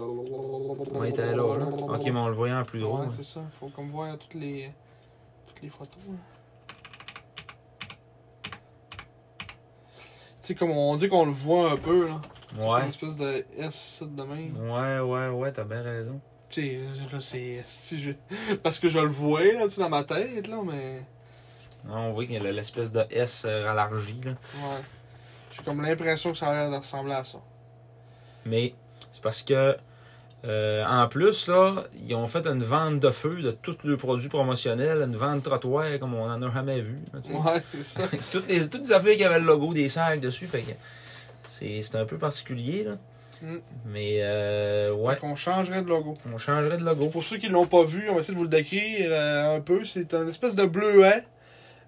A: On était là, là. Ok, mais on le voyait en plus gros.
B: Ouais,
A: hein.
B: c'est ça. Faut comme voir toutes les, toutes les photos. hein. Tu sais, comme on dit qu'on le voit un peu, là. C'est comme
A: Ouais.
B: Une espèce de S ça, de même.
A: Ouais, ouais, ouais, t'as bien raison.
B: Tu sais, là, c'est. si je- Parce que je le vois, là, tu sais, dans ma tête, là, mais.
A: Ouais, Ah, On voit qu'il y a l'espèce de S euh, rallargi. Là.
B: Ouais. J'ai comme l'impression que ça a l'air de ressembler à ça.
A: Mais c'est parce que, euh, en plus, là, ils ont fait une vente de feu de tous leurs produits promotionnels, une vente trottoir comme on en a jamais vu. là, tu sais.
B: Ouais, c'est ça.
A: [LAUGHS] Fait que toutes, les, toutes les affaires qui avaient le logo des sacs dessus, fait que c'est c'est un peu particulier. Là.
B: Mm.
A: Mais euh, ouais,
B: Fait qu'on changerait de logo.
A: on changerait de logo.
B: Pour ceux qui l'ont pas vu, on va essayer de vous le décrire euh, un peu. C'est un espèce de bleuet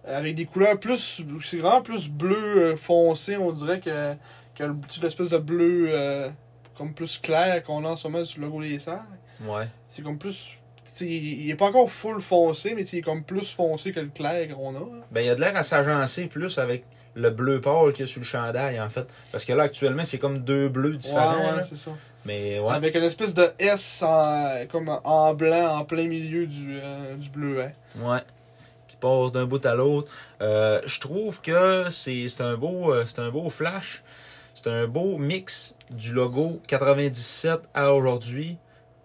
B: euh, avec des couleurs plus. C'est vraiment plus bleu euh, foncé, on dirait, que, que le- tu sais, l'espèce de bleu euh, comme plus clair qu'on a en ce moment sur le logo des serres.
A: Ouais.
B: C'est comme plus. tu sais, Il il est pas encore full foncé, mais tu sais, il est comme plus foncé que le clair qu'on a. hein. là.
A: Ben, il y a de l'air à s'agencer plus avec le bleu pâle qu'il y a sur le chandail, en fait. Parce que là, actuellement, c'est comme deux bleus différents.
B: Ouais, ouais,
A: là.
B: c'est ça.
A: Mais ouais.
B: Avec une espèce de S en, comme en blanc en plein milieu du, euh, du bleuet.
A: Ouais. Qui passe d'un bout à l'autre. Euh, je trouve que c'est c'est un beau euh, c'est un beau flash. C'est un beau mix du logo 97 à aujourd'hui,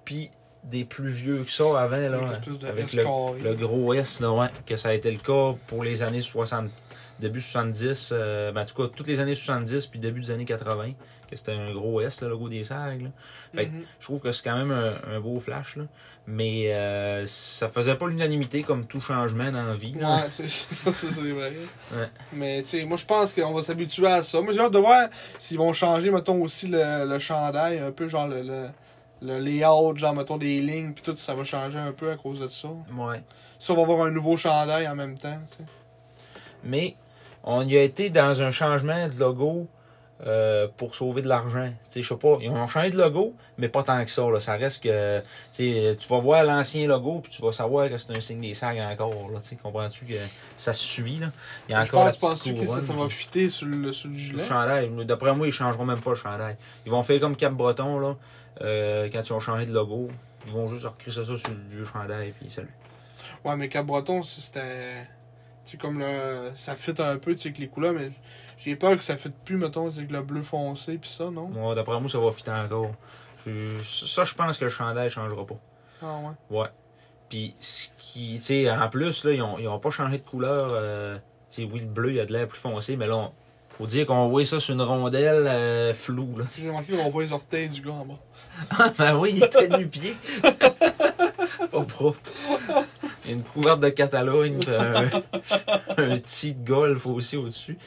A: puis des plus vieux que ça avant là,
B: Une espèce de
A: avec
B: S
A: le,
B: carré.
A: le gros S là, ouais, que ça a été le cas pour les années 60 début 70 euh, ben, en tout cas toutes les années 70 puis début des années 80 que c'était un gros S le logo des sacs. là. Fait que
B: Mhm.
A: je trouve que c'est quand même un, un beau flash, là. mais euh, ça faisait pas l'unanimité comme tout changement dans la vie. là.
B: Ouais, [LAUGHS] c'est- ça, ça, c'est vrai.
A: Ouais.
B: Mais tu sais, moi je pense qu'on va s'habituer à ça. Moi j'ai hâte de voir s'ils vont changer, mettons, aussi le, le chandail, un peu genre le, le, le layout, genre mettons des lignes, puis tout, ça va changer un peu à cause de ça.
A: [LAUGHS] Ouais.
B: Ça, on va avoir un nouveau chandail en même temps, tu sais.
A: Mais on y a été dans un changement de logo euh, pour sauver de l'argent. Tu sais, Je sais pas, ils ont changé de logo, mais pas tant que ça. Là. Ça reste que tu sais, tu vas voir l'ancien logo puis tu vas savoir que c'est un signe des sacs encore. Là. Tu sais, Comprends-tu que ça se suit? Là. Il y a
B: Je
A: encore
B: pense,
A: la
B: penses-tu
A: petite
B: que ça,
A: couronne,
B: ça
A: puis-
B: va fitter sur le, sur le
A: Le
B: gilet?
A: chandail, mais d'après moi, ils changeront même pas le chandail. Ils vont faire comme Cap Breton, là, euh, quand ils ont changé de logo. Ils vont juste recrisser ça sur le vieux chandail, puis salut.
B: Ouais, mais Cap-Breton, si c'était. Tu sais, comme le. Ça fit un peu, tu sais, avec les couleurs, mais j'ai peur que ça fit plus, mettons, c'est que le bleu foncé, puis ça, non?
A: Moi, d'après moi, ça va fitter encore. Je- ça, je pense que le chandail changera pas.
B: Ah ouais.
A: Ouais. Puis, ce qui, tu sais, en plus, là, ils ont, ils ont pas changé de couleur. euh, tu sais, oui, le bleu, il a de l'air plus foncé, mais là, on- faut dire qu'on voit ça sur une rondelle euh, floue, là.
B: J'ai remarqué qu'on voit les orteils du gars en bas.
A: ben oui, il était nu-pied. [LAUGHS] pas propre. Une couverte de Catalogne, puis un, un tee de golf aussi au-dessus.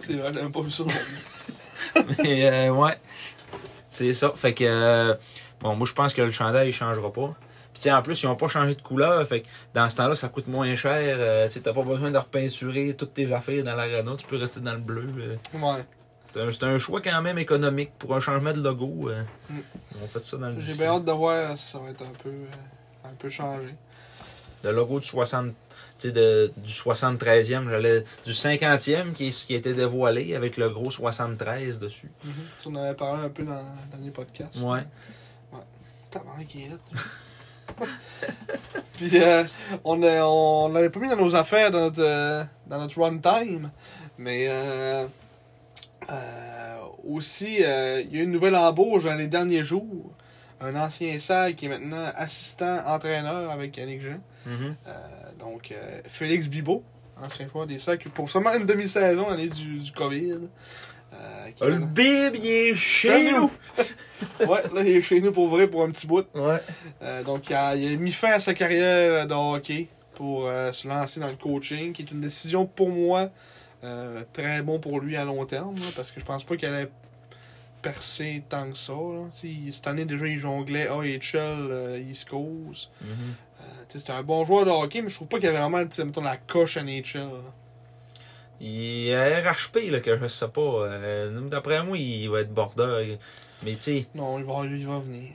B: C'est vrai, j'aime pas vu ça.
A: Mais euh, ouais, c'est ça. Fait que, euh, bon, moi je pense que le chandail, il changera pas. Puis tu sais, en plus, ils ont pas changé de couleur. Fait que dans ce temps-là, ça coûte moins cher. Euh, tu sais, t'as pas besoin de repeinturer toutes tes affaires dans l'arena. Tu peux rester dans le bleu. euh.
B: Ouais.
A: C'est un- c'est un, choix quand même économique pour un changement de logo. euh.
B: Mm.
A: Ils ont fait ça dans le
B: J'ai
A: disque.
B: bien hâte de voir si ça va être un peu, euh, un peu changé.
A: le logo du 60, tu sais, de- du 73e, j'allais- du 50e qui, est- qui a été dévoilé avec le gros 73 dessus.
B: Tu en avais parlé un peu dans le dernier podcast.
A: Ouais.
B: Tabarnak, il est là, toi. [LAUGHS] Puis euh, on, a- on l'avait pas mis dans nos affaires, dans notre, euh, dans notre runtime. Mais euh, euh, aussi, euh, il y a eu une nouvelle embauche dans les derniers jours. Un ancien salle qui est maintenant assistant entraîneur avec Yannick Jean.
A: Mhm.
B: Euh, donc, euh, Félix Bibo, ancien joueur des sacs, pour seulement une demi-saison l'année du, du COVID. euh, qui est
A: Le
B: maintenant-
A: bib, il est chez nous!
B: ouais, là, il est chez nous pour vrai pour un petit bout.
E: Ouais.
B: Euh, donc, il a, il a mis fin à sa carrière euh, de hockey pour euh, se lancer dans le coaching, qui est une décision pour moi euh, très bon pour lui à long terme, là, parce que je pense pas qu'il allait percer tant que ça. là. Tu sais, Cette année, déjà, il jonglait AHL, euh, East Coast.
A: Mhm.
B: Euh, tu sais, C'était un bon joueur de hockey, mais je trouve pas qu'il avait vraiment tu sais, mettons, la coche à nature.
A: Il est RHP, là, que je sais pas. euh, D'après moi, il va être border. Mais tu sais,
B: Non, il va, il va venir.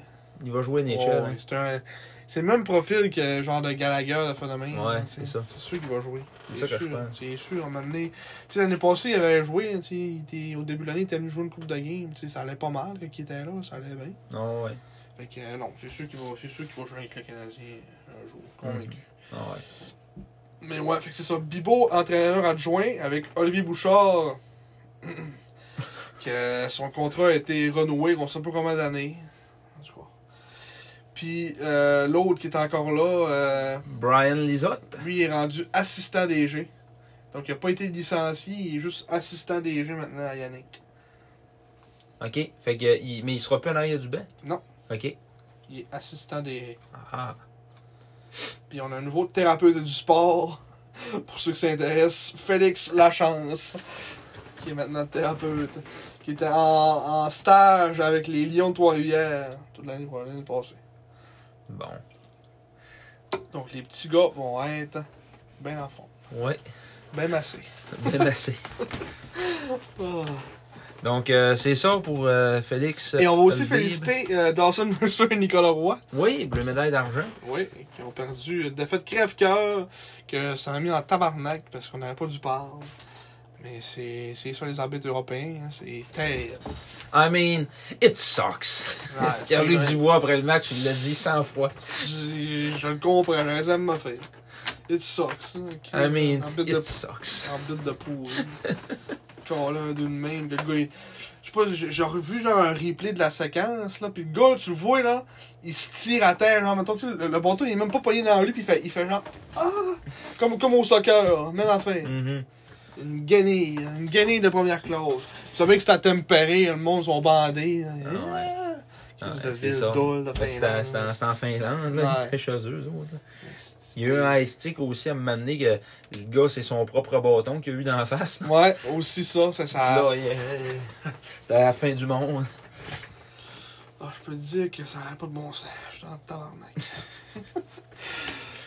A: il va jouer
B: Ouais,
A: NHL. hein.
B: ouais, c'est un- c'est le même profil que genre de Gallagher de phénomène.
A: Ouais,
B: hein,
A: c'est
B: tu sais.
A: ça.
B: C'est sûr qu'il va jouer.
A: C'est ça que
B: sûr,
A: je
B: hein.
A: pense.
B: C'est sûr, à un moment donné. Tu sais, l'année passée, il avait joué. hein, tu sais, il était- au début de l'année, il était venu jouer une coupe de game. tu sais, ça allait pas mal quand il était là. Ça allait bien.
A: Non, Ah, ouais.
B: Fait que euh, non, c'est sûr qu'il va, c'est sûr qu'il va jouer avec le Canadien un jour.
A: Mhm.
B: Convaincu.
A: Non, ouais.
B: Mais ouais, fait que c'est ça. Bibo, entraîneur adjoint, avec Olivier Bouchard, [CLEARS THROAT] que son contrat a été renoué, on sait pas combien d'années. En tout cas. Puis euh, l'autre qui est encore là, euh,
A: Brian Lizotte.
B: lui il est rendu assistant DG. Donc il a pas été licencié, il est juste assistant DG maintenant à Yannick.
A: OK. Fait que, euh, il- mais il sera plus en arrière du banc?
B: Non.
A: OK.
B: Il est assistant DG.
A: Ah,
B: Puis on a un nouveau thérapeute du sport, pour ceux qui s'intéressent, Félix Lachance, qui est maintenant thérapeute, qui était en, en stage avec les Lions de Trois-Rivières toute l'année l'année passée.
A: bon.
B: Donc les petits gars vont être bien en fond,
A: Ouais.
B: bien massés.
A: Bien assez.
B: Oh.
A: Donc, euh, c'est ça pour euh, Félix.
B: Et on va aussi
A: Tolbib.
B: féliciter euh, Dawson Mercer et Nicolas Roy,
A: Oui, bleu médaille d'argent.
B: oui, qui ont perdu une défaite crève-cœur, que ça a mis en tabarnak parce qu'on n'avait pas dû parler. Mais c'est c'est ça les arbitres européens, hein, c'est terrible.
A: I mean, it sucks.
B: Ouais, c'est
A: Pierre-Luc
B: vrai.
A: Dubois, après le match, il l'a dit 100 fois.
B: Je, je le comprends, j'aurais jamais m'a fait. It sucks. hein, ok.
A: I mean,
B: En bit de,
A: it sucks.
B: en bit de [LAUGHS] pourri. Quand là, d'une même, le gars, il- je sais pas, j'ai j'ai revu genre un replay de la séquence, là, pis le gars, tu le vois, là, il se tire à terre, genre, mettons, tu sais, le, le bâton, il est même pas pogné dans lui, pis il fait, il fait genre, ah! Comme, comme au soccer, là, même affaire.
A: Mhm.
B: Une guenille, une guenille de première classe. Tu savais que c'était à tempérer, le monde, ils sont bandés, là.
A: ouais.
B: Ah,
A: Ouais,
B: c'est
A: c'est ça. Fait que C'était
B: Finlande.
A: c'était en c'était en Finlande, là.
B: Ouais.
A: Ils étaient chez eux, eux autres, là.
B: C'est-
A: Il y a eu un high stick aussi à un moment donné que le gars, c'est son propre bâton qu'il a eu d'en face. là.
B: Ouais, aussi ça, ça, ça...
A: Là, il- il- [LAUGHS] C'était à la fin du monde.
B: Ah, je peux te dire que ça n'a pas de bon sens. Je suis dans le tabarnak. [LAUGHS]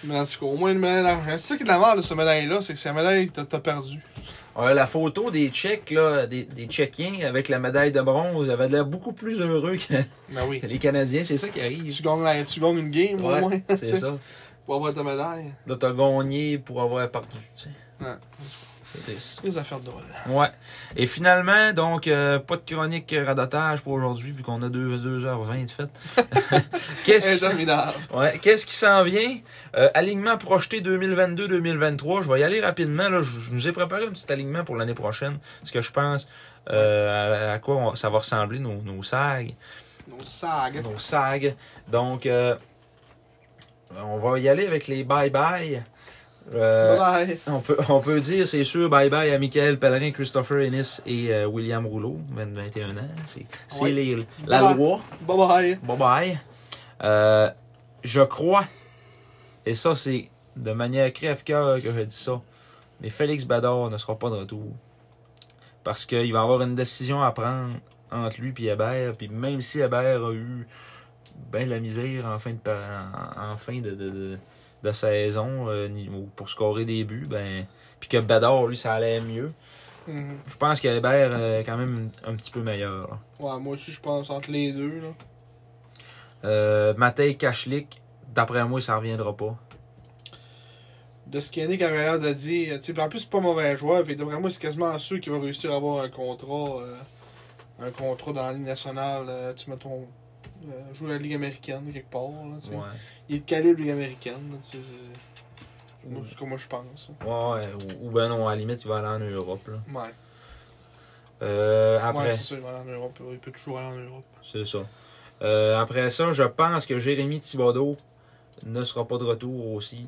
B: Mais en tout cas, au moins une médaille d'argent. C'est ça qui est de la merde de cette médaille-là, c'est que c'est la médaille que t'as- t'as perdue.
A: Ouais, Euh, la photo des Tchèques, là, des, des Tchéquiens avec la médaille de bronze, avait l'air beaucoup plus heureux que, [LAUGHS]
B: Ben oui.
A: que les Canadiens. C'est ça qui arrive.
B: Tu gagnes, la- tu gagnes une game,
A: Ouais,
B: au moins. tu
A: c'est
B: sais,
A: ça.
B: [LAUGHS] Pour avoir ta médaille.
A: Là, t'as gagné pour avoir perdu. tu sais.
B: Ouais.
A: C'est triste.
B: Les affaires de drôles.
A: Ouais. Et finalement, donc, euh, pas de chronique radotage pour aujourd'hui, vu qu'on a 2h20 de fait. [LAUGHS] Qu'est-ce qui s'en-
B: Interminable.
A: Ouais, qu'est-ce qui s'en vient? Euh, alignement projeté 2022-2023. Je vais y aller rapidement. Là. Je, je nous ai préparé un petit alignement pour l'année prochaine. Ce que je pense euh, à, à quoi on- ça va ressembler, nos, nos sags.
B: Nos sagas.
A: Nos sags. Donc, euh, on va y aller avec les bye-bye. Euh,
B: Bye-bye.
A: on peut, on peut dire, c'est sûr, bye-bye à Michael Pellerin, Christopher Ennis et euh, William Rouleau, 20, 21 ans. C'est c'est
B: Ouais.
A: les- la
B: Bye-bye.
A: loi.
B: Bye-bye.
A: Bye bye. Euh, je crois, et ça c'est de manière crève-cœur que je dis ça, mais Félix Bador ne sera pas de retour. Parce qu'il va avoir une décision à prendre entre lui et Hébert. Puis même si Hébert a eu ben de la misère en fin de, par- en, en fin de, de- de- de saison euh, niveau- pour scorer des buts, ben, puis que Bador, lui, ça allait mieux.
B: Mhm.
A: Je pense que Hébert euh, est quand même un petit peu meilleur. là.
B: Ouais, moi aussi, je pense entre les deux, là.
A: Euh, Matej Kachlik, d'après moi, ça reviendra pas.
B: de ce qu'Yannick avait l'air de dire. euh, Tu sais, puis en plus, c'est pas mauvais joueur. Fait que d'après moi, c'est quasiment sûr qu'il va réussir à avoir un contrat, euh, un contrat dans la Ligue nationale. euh, tu sais, mettons, euh, jouer à la Ligue américaine quelque part. là, tu sais.
A: Ouais.
B: Il est de calibre Ligue américaine. là, tu sais, C'est moi, c'est comme moi, je pense. là.
A: Ouais, ou, ou ben non, à la limite, il va aller en Europe. Là.
B: Ouais,
A: Euh,
B: ouais
A: après,
B: c'est ça, il va aller en Europe. euh, Il peut toujours aller en Europe.
A: c'est ça. Euh, après ça, je pense que Jérémy Thibodeau ne sera pas de retour aussi.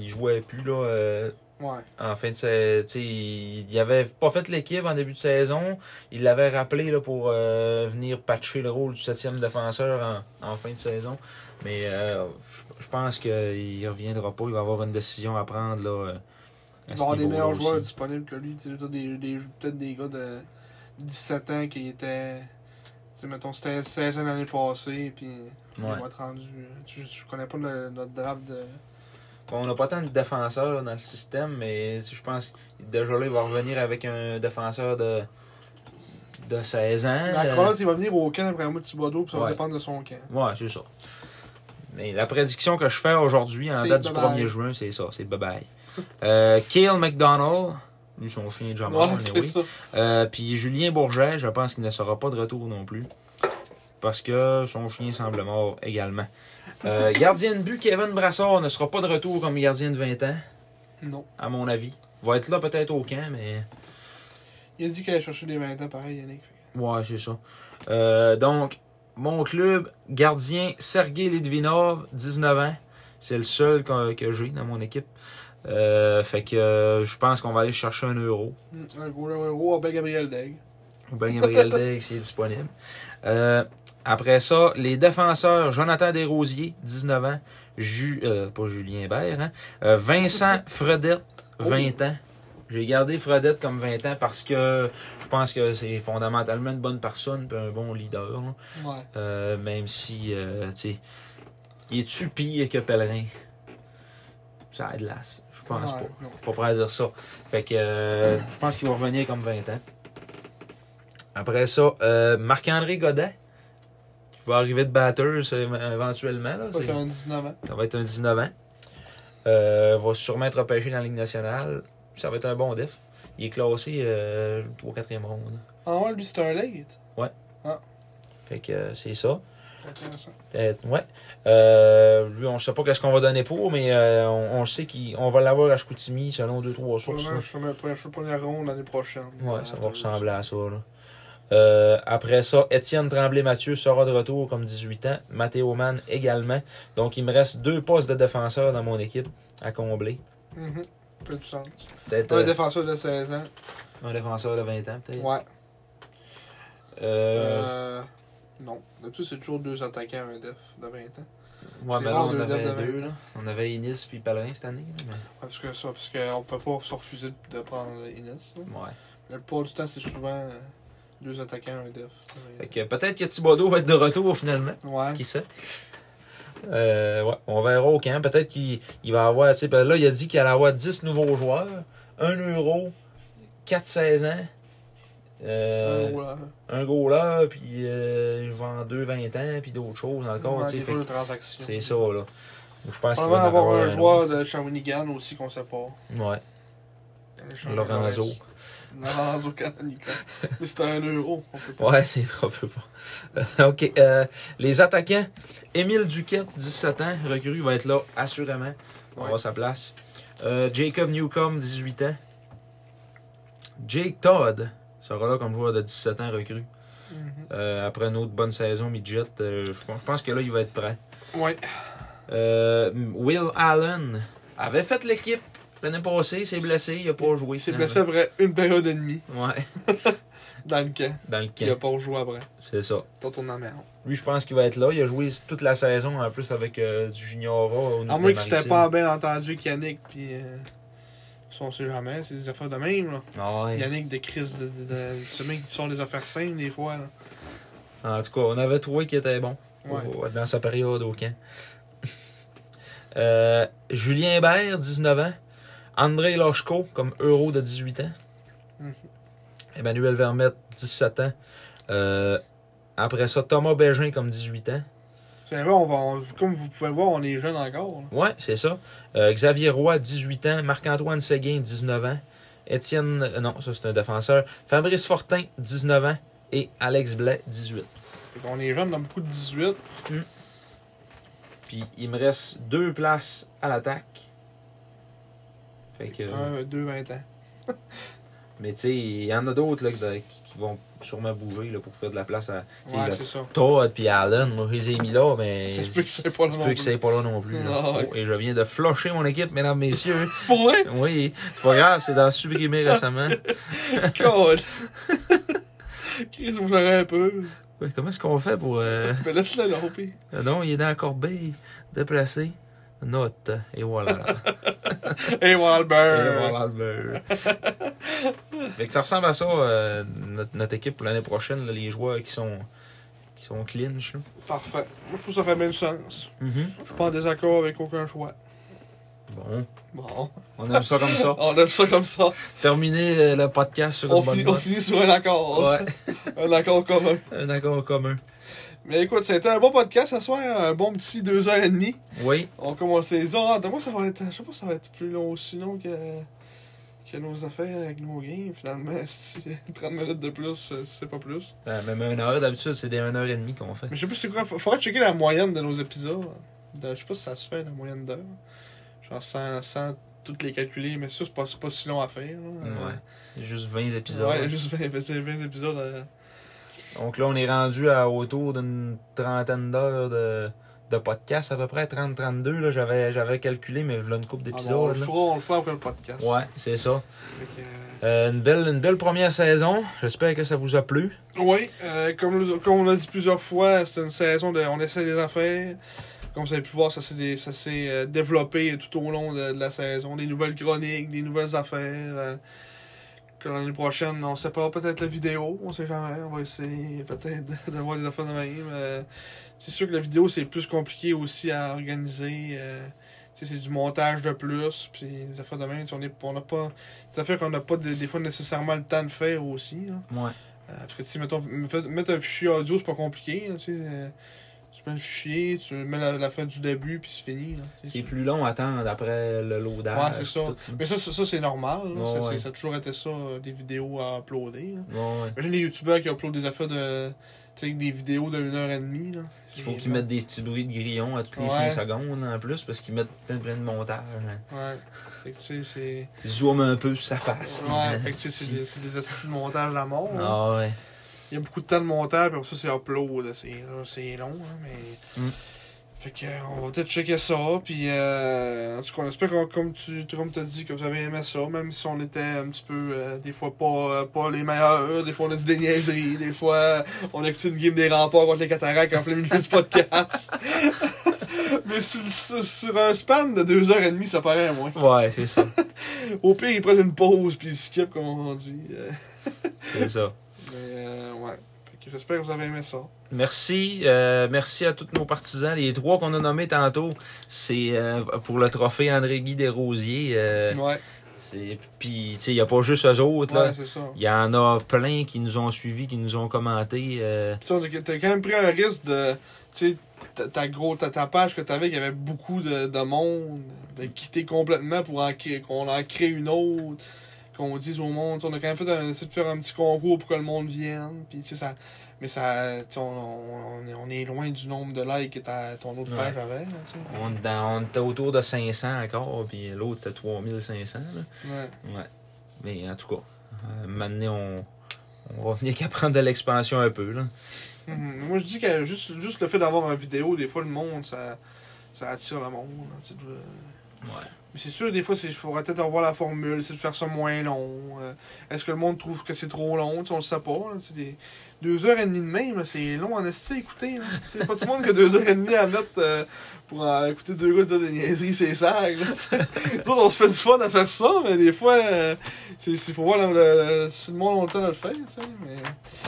A: Il jouait plus là, euh,
B: Ouais,
A: en fin de saison. Il n'avait pas fait l'équipe en début de saison. Il l'avait rappelé là, pour euh, venir patcher le rôle du septième défenseur en, en fin de saison. Mais euh, je- je pense qu'il ne reviendra pas. Il va avoir une décision à prendre. Là, euh, à
B: il
A: ce
B: va avoir des
A: niveau-là
B: meilleurs
A: aussi.
B: joueurs disponibles que lui. Tu sais, je veux dire, des, des- peut-être des gars de 17 ans qui étaient. Tu sais, mettons, c'était 16 ans l'année passée. Puis.
A: Ouais.
B: On va être rendu. Je, je connais pas le- notre draft de.
A: On n'a pas tant de défenseurs dans le système, mais je pense que déjà là, il va revenir avec un défenseur de, de 16 ans.
B: La
A: Euh,
B: Croatie, il va venir au camp après moi de Thibodeau, puis ça
A: Ouais.
B: va dépendre de son camp.
A: Ouais, c'est ça. Mais la prédiction que je fais aujourd'hui, en
B: C'est
A: date du
B: bye-bye.
A: 1er juin, c'est ça, c'est bye-bye. euh, Kale McDonald, lui, son chien est déjà mort,
B: Ouais,
A: mais
B: c'est
A: Ah, oui.
B: ça.
A: Euh, Puis Julien Bourget, je pense qu'il ne sera pas de retour non plus. Parce que son chien semble mort également.
B: [LAUGHS]
A: Euh, gardien de but, Kevin Brassard ne sera pas de retour comme gardien de 20 ans.
B: Non.
A: à mon avis. Va être là peut-être au camp, mais.
B: Il a dit qu'il allait chercher des 20 ans pareil, Yannick.
A: Ouais, c'est ça. Euh, donc, mon club, gardien Sergei Litvinov, 19 ans. C'est le seul que, que j'ai dans mon équipe. Euh, fait que euh, je pense qu'on va aller chercher un euro.
B: Mm, Un gros, un gros, ben Gabriel Degg.
A: Ou bien Gabriel Degg, s'il est disponible. Euh, après ça, les défenseurs, Jonathan Desrosiers, 19 ans. Ju, euh, pas Julien Bert, hein. Euh, Vincent Fredette, 20 ans. J'ai gardé Fredette comme 20 ans parce que je pense que c'est fondamentalement une bonne personne et un bon leader. hein. là.
B: Ouais.
A: Euh, même si, euh, tu sais, il est-tu pire que Pellerin? Ça a de l'as. Je pense
B: Ouais,
A: pas.
B: non.
A: Pas prêt à dire ça. Fait que euh, je pense qu'il va revenir comme 20 ans. Après ça, euh, Marc-André Godet, qui va arriver de batteur éventuellement. là,
B: Pas
A: c'est-
B: qu'un 19 ans.
A: ça va être un 19 ans. Euh, va sûrement être repêché dans la Ligue nationale. Ça va être un bon def. Il est classé euh, 3-4e ronde.
B: Ah ouais, lui, c'est un late.
A: Fait que euh, c'est ça.
B: Intéressant.
A: Euh, ouais. Euh, lui, on ne sait pas qu'est-ce qu'on va donner pour, mais euh, on, on sait qu'on va l'avoir à Chicoutimi selon deux trois sources.
B: Probablement,
A: là.
B: Je suis ma première, je suis première ronde l'année prochaine.
A: Ouais, ça va
B: Attends,
A: ressembler à ça. là. Euh, après ça, Étienne Tremblay-Mathieu sera de retour comme 18 ans. Mathéo Mann également. Donc, il me reste deux postes de défenseur dans mon équipe à combler.
B: Mhm. Fait du sens.
A: Peut-être
B: Un
A: euh,
B: défenseur de 16 ans.
A: un défenseur de 20 ans, peut-être.
B: Ouais.
A: Euh,
B: Euh... Non. D'habitude, c'est toujours deux attaquants, un def de 20 ans.
A: ouais,
B: c'est
A: ben là,
B: rare,
A: on
B: deux
A: avait
B: devs de
A: deux.
B: 20 ans.
A: là. On avait Inis puis Pellerin cette année. là,
B: Ouais, parce que ça, parce qu'on peut pas se refuser de- de prendre Inès. là.
A: mais- Ouais.
B: La plupart du temps, c'est souvent euh, deux attaquants, un def.
A: Fait que peut-être que Thibodeau va être de retour finalement.
B: Ouais.
A: Qui sait? Euh, ouais, on verra au camp. Peut-être qu'il il va avoir. tu sais, ben là, il a dit qu'il allait avoir 10 nouveaux joueurs, 1 euro, 4 16 ans, euh,
B: Un rouleur.
A: un goaler, puis euh, je vends 2 20 ans, puis d'autres choses encore.
B: Ouais,
A: tu sais,
B: des
A: fait
B: fois,
A: que
B: de transaction.
A: C'est ça, là. Je pense qu'il va
B: Probablement
A: en
B: avoir un
A: autre.
B: joueur de Shawinigan aussi qu'on sait pas.
A: Ouais, Lorenzo. [LAUGHS]
B: Lorenzo Canonica. Mais c'est un euro. On peut pas.
A: Ouais, [LAUGHS] c'est on peut pas. OK. euh, les attaquants, Émile Duquette, 17 ans, recrue, va être là, assurément. On va
B: Ouais.
A: avoir sa place. Euh, Jacob Newcomb, 18 ans. Jake Todd sera là comme joueur de 17 ans recrue.
B: Mhm.
A: Euh, après une autre bonne saison, midget, euh, je pense- je pense que là, il va être prêt.
B: Ouais.
A: Euh, Will Allen avait fait l'équipe l'année passée, s'est blessé, il n'a pas joué.
B: Il s'est
A: finalement.
B: blessé après une période et demie
A: Ouais,
B: dans le camp.
A: dans le
B: Il a
A: camp.
B: pas rejoué après.
A: C'est ça.
B: T'en tournes en merde.
A: Lui, je pense qu'il va être là. Il a joué toute la saison en plus avec euh, du Junior A au niveau
B: À moins
A: des
B: qu'il s'était pas
A: Maritimes.
B: bien entendu avec Yannick, puis. euh, ça, on sait jamais, c'est des affaires de même, là.
A: Ah Ouais.
B: Yannick de crise de, de, de- ce mec qui sort des affaires simples, des fois, là.
A: En tout cas, on avait trouvé qu'il était bon
B: Ouais.
A: au- dans sa période au camp. [LAUGHS] Euh, Julien Hébert, 19 ans. André Lochko, comme Euro de 18 ans.
B: Mhm.
A: Emmanuel Vermette, 17 ans. Euh, après ça, Thomas Bégin, comme 18 ans.
B: Finalement, on va, on- comme vous pouvez le voir, on est jeune encore. là.
A: Ouais, c'est ça. Euh, Xavier Roy, 18 ans. Marc-Antoine Seguin, 19 ans. Étienne, euh, non, ça c'est un défenseur. Fabrice Fortin, 19 ans. Et Alex Blais, 18.
B: Fait qu'on est jeune, on a beaucoup de 18.
A: Puis il me reste deux places à l'attaque. Fait que.
B: 1, 2, 20 ans.
A: Mais tu sais, il y en a d'autres là, que- qui, qui vont sûrement bouger là, pour faire de la place à. tu sais,
B: Ouais,
A: là,
B: c'est ça.
A: Todd puis Allen, moi je les ai mis là, mais.
B: Ça se peut que [LAUGHS] c'est pas le
A: Tu
B: nom.
A: peux que c'est pas là non plus. là.
B: Non, Ah, ouais.
A: Oh, et je viens de flusher mon équipe, mesdames, messieurs.
B: Pour vrai? [LAUGHS]
A: Oui, c'est pas grave, c'est dans supprimer récemment.
B: God! [LAUGHS] Chris, vous un peu.
A: Ouais, comment est-ce qu'on fait pour. euh, [LAUGHS]
B: Mais laisse-le là, au pire.
A: Non, il est dans la corbeille, déplacé. Note. Et voilà. [LAUGHS]
B: Hey,
A: Et
B: Walbert!
A: voilà le beurre. [LAUGHS] Fait que ça ressemble à ça, euh, notre, notre équipe pour l'année prochaine, là, les joueurs qui sont, qui sont clinch. là.
B: Parfait. Moi, je trouve que ça fait bien du sens.
A: Mm-hmm.
B: Je suis pas en désaccord avec aucun choix.
A: Bon,
B: Bon,
A: [LAUGHS] on aime ça comme ça.
B: on aime ça comme ça.
A: Terminer euh, le podcast sur
B: On
A: une bonne
B: finit, on
A: note.
B: finit sur un accord.
A: Ouais, [LAUGHS]
B: Un accord commun.
A: un accord commun.
B: Mais écoute, c'était un bon podcast ce soir. Un bon petit deux heures et demie.
A: Oui,
B: On commence les heures. Moi, ça va être, je sais pas si ça va être plus long aussi long que, que nos affaires avec nos games. Finalement, [LAUGHS] si 30 minutes de plus, euh, c'est pas plus.
A: Euh, même une heure d'habitude, c'est des 1h30 qu'on fait.
B: Mais je sais pas c'est quoi. Faut- Faudrait checker la moyenne de nos épisodes. De- je sais pas si ça se fait, la moyenne d'heure. Genre sans, sans toutes les calculer, mais ça, c'est pas, c'est pas si long à faire. là. Euh,
A: Ouais. Juste 20 épisodes.
B: Ouais, juste 20, 20, 20 épisodes. euh,
A: Donc là, on est rendu à autour d'une trentaine d'heures de, de podcast, à peu près 30-32. là. J'avais j'avais calculé, mais voilà une coupe
B: ah bon, on le
A: d'épisodes. là.
B: fera, on le fera après le podcast.
A: ouais, c'est ça.
B: Fait que, euh,
A: Euh, une, belle, une belle première saison. J'espère que ça vous a plu.
B: oui, euh, comme, le- comme on l'a dit plusieurs fois, c'est une saison de. On essaie des affaires. Comme vous avez pu voir, ça s'est des- ça s'est euh, développé tout au long de, de la saison. Des nouvelles chroniques, des nouvelles affaires. euh, que l'année prochaine, on sait pas, peut-être la vidéo, on sait jamais. On va essayer peut-être de- d'avoir des affaires de même. euh, c'est sûr que la vidéo, c'est plus compliqué aussi à organiser. euh, tu sais, c'est du montage de plus, puis des affaires de même. tu sais, On est- on n'a pas. Des affaires qu'on n'a pas des, des fois nécessairement le temps de faire aussi. là.
A: Ouais.
B: Euh, parce que, tu sais, mettons, m- fait- mettre un fichier audio, c'est pas compliqué, là, tu sais. euh, tu mets le fichier, tu mets la, la fin du début, puis c'est fini, là. tu sais,
A: C'est
B: tu-
A: plus long à attendre après le
B: Ouais,
A: loadage.
B: c'est ça.
A: tout.
B: Mais ça, c'est- ça c'est normal, là.
A: Ouais,
B: ça, c'est-
A: ouais.
B: ça a toujours été ça, euh, des vidéos à uploader, là.
A: Ouais, ouais.
B: Imagine les youtubeurs qui uploadent des affaires de... Tu sais, des vidéos de 1 heure et demie, là.
A: Il faut qu'ils mettent des petits bruits de grillons à toutes les
B: Ouais.
A: 5 secondes en plus parce qu'ils mettent plein, plein de montage. hein.
B: Ouais. Fait que, tu sais, c'est...
A: Ils zooment un peu sur sa face.
B: Ouais, fait que, tu sais, c'est des, c'est des astuces de montage à la mort, là.
A: Ah ouais.
B: Il y a beaucoup de temps de montage, puis ça, c'est upload. C'est c'est long, hein, mais.
A: Mm.
B: Fait que, euh, on va peut-être checker ça, puis euh, en tout cas, on espère, qu'on- comme tu comme as dit, que vous avez aimé ça, même si on était un petit peu, euh, des fois, pas, euh, pas les meilleurs, des fois, on a dit des niaiseries, des fois, euh, on a écouté une game des remparts contre les cataractes en plein milieu du podcast. [LAUGHS] Mais sur, sur- sur un span de deux heures et demie, ça paraît moins.
A: Ouais, c'est ça.
B: Au pire, ils prennent une pause, puis ils skip, comme on dit. euh,
A: C'est ça.
B: mais, euh, ouais. Fait que j'espère que vous avez aimé ça.
A: Merci, euh, merci à tous nos partisans. Les trois qu'on a nommés tantôt, c'est euh, pour le trophée André-Guy Desrosiers. Euh,
B: Ouais.
A: c'est- Puis, tu sais, il n'y a pas juste eux autres. là.
B: Ouais, c'est ça.
A: Il y en a plein qui nous ont suivis, qui nous ont commenté. euh,
B: Puis ça, on a- t'as quand même pris un risque de. Tu sais, ta- ta, gros- ta, ta page que t'avais, il y avait beaucoup de, de monde, de quitter complètement pour en créer- qu'on en crée une autre, qu'on dise au monde. Tu sais, on a quand même fait un, essayé de faire un petit concours pour que le monde vienne. Puis, tu sais, ça. Mais ça. tu sais, on, on, on est- on est loin du nombre de likes que ta, ton autre
A: Ouais.
B: page avait. là, tu sais.
A: on, dans- on était autour de 500 encore, puis l'autre c'était 3500. là.
B: Ouais.
A: Ouais. Mais en tout cas, euh, maintenant, on, on va venir [LAUGHS] qu'à prendre de l'expansion un peu. Là.
B: Mhm. Moi, je dis que juste, juste le fait d'avoir une vidéo, des fois, le monde, ça, ça attire le monde. hein, tu sais, de- Mais c'est sûr, des fois, il faudrait peut-être revoir la formule, c'est de faire ça moins long. euh, Est-ce que le monde trouve que c'est trop long? Tu sais, on le sait pas. là, tu sais, des... Deux heures et demie de même, là, c'est long en esti à écouter. là. [LAUGHS] C'est pas tout le monde qui a deux heures et demie à mettre euh, pour euh, écouter deux gars dire des niaiseries, c'est sale. là. C'est- Nous autres, on se fait du fun à faire ça, mais des fois, euh, c'est il faut voir le- le- le- si le monde a le temps de le faire. tu sais, Mais...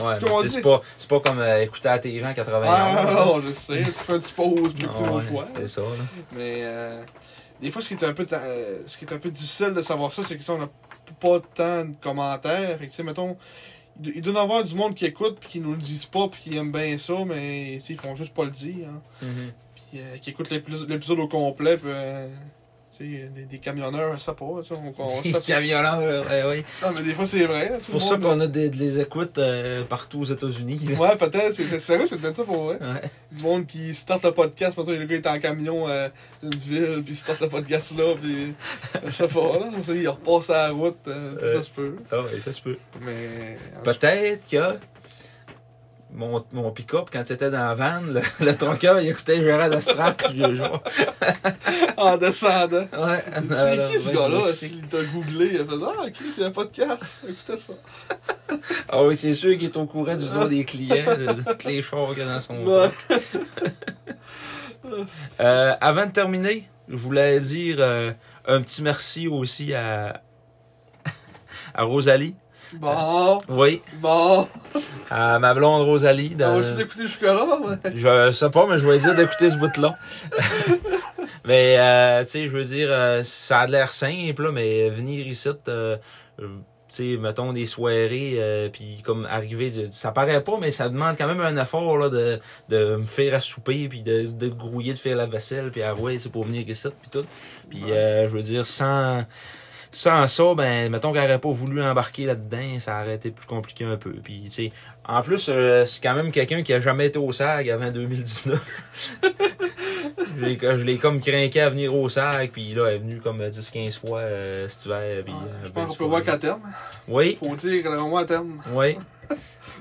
A: Ouais, mais
B: Comment
A: tu sais,
B: on dit?
A: c'est pas, c'est pas comme euh, écouter à la TV en 91.
B: Ah, [LAUGHS] non, je sais, tu fais un petit pause, puis
A: là.
B: écoute une
A: Ah, Ouais,
B: fois.
A: c'est ça. là.
B: Mais euh, des fois, ce qui est un peu, ta- euh, ce qui est un peu difficile de savoir ça, c'est que ça, on n'a pas tant de commentaires. Fait que, tu sais, mettons, Il doit y avoir du monde qui écoute, puis qui nous le disent pas, puis qui aiment bien ça, mais tu sais, ils font juste pas le dire. hein. Puis euh, qui écoutent l'épis- l'épisode au complet, puis. euh, tu sais, des, des camionneurs, ça pas, tu sais, on,
A: [LAUGHS]
B: on sait pas.
A: Camionneur, euh, ouais, oui.
B: Non, mais des fois, c'est vrai. là, tu sais,
A: C'est pour
B: le
A: ça
B: monde-
A: qu'on a des, les écoutes euh, partout aux États-Unis. là.
B: Ouais, peut-être. C'est sérieux, c'est peut-être ça pour vrai.
A: [LAUGHS] Ouais.
B: Du monde qui starte le podcast, maintenant le gars est en camion à une ville, puis il starte le podcast là, puis euh, je sais pas, là, comme ça, il repasse à la route, euh,
A: Euh.
B: ça se peut.
A: Ah ouais, ça se peut.
B: Mais.
A: Peut-être que mon, mon pick-up, quand c'était dans la van, le, [LAUGHS] le tronqueur, il écoutait Gérard Astrap du vieux
B: [LAUGHS]
A: jour. [LAUGHS]
B: En descendant.
A: Ouais.
B: C'est qui ce
A: Ouais,
B: gars-là?
A: c'est-
B: S'il t'a googlé, il a fait Ah, ok, c'est un podcast, écoutez ça.
A: Ah oui, c'est sûr qu'il est au courant du dos des clients, de toutes les chars qu'il y a dans son
B: Ah. Ouais.
A: Euh, avant de terminer, je voulais dire euh, un petit merci aussi à, [LAUGHS] à Rosalie.
B: Bon,
A: Oui,
B: bon.
A: à ma blonde Rosalie.
B: On va
A: dans-
B: aussi l'écouter jusque-là, ouais.
A: Je sais pas, mais je vais dire d'écouter ce bout-là. [LAUGHS] mais, euh, tu sais, je veux dire, euh, ça a l'air simple, là, mais venir ici, euh, euh, tu sais, mettons des soirées, euh, puis comme arriver, du- ça paraît pas, mais ça demande quand même un effort là, de, de me faire à souper, puis de, de grouiller, de faire la vaisselle, puis ah ouais, c'est pour venir ici, puis tout. Puis, euh, je veux dire, sans... Sans ça, ben, mettons qu'elle aurait pas voulu embarquer là-dedans, ça aurait été plus compliqué un peu. Puis, tu sais, en plus, euh, c'est quand même quelqu'un qui a jamais été au SAG avant 2019.
B: [LAUGHS]
A: je l'ai- je l'ai comme craqué à venir au SAG, puis là, elle est venue comme 10-15 fois euh, cet hiver. Puis, euh,
B: Je
A: ben,
B: pense
A: du
B: qu'on peut
A: fois-
B: voir qu'à terme.
A: Oui,
B: Faut dire qu'elle est vraiment à terme.
A: oui.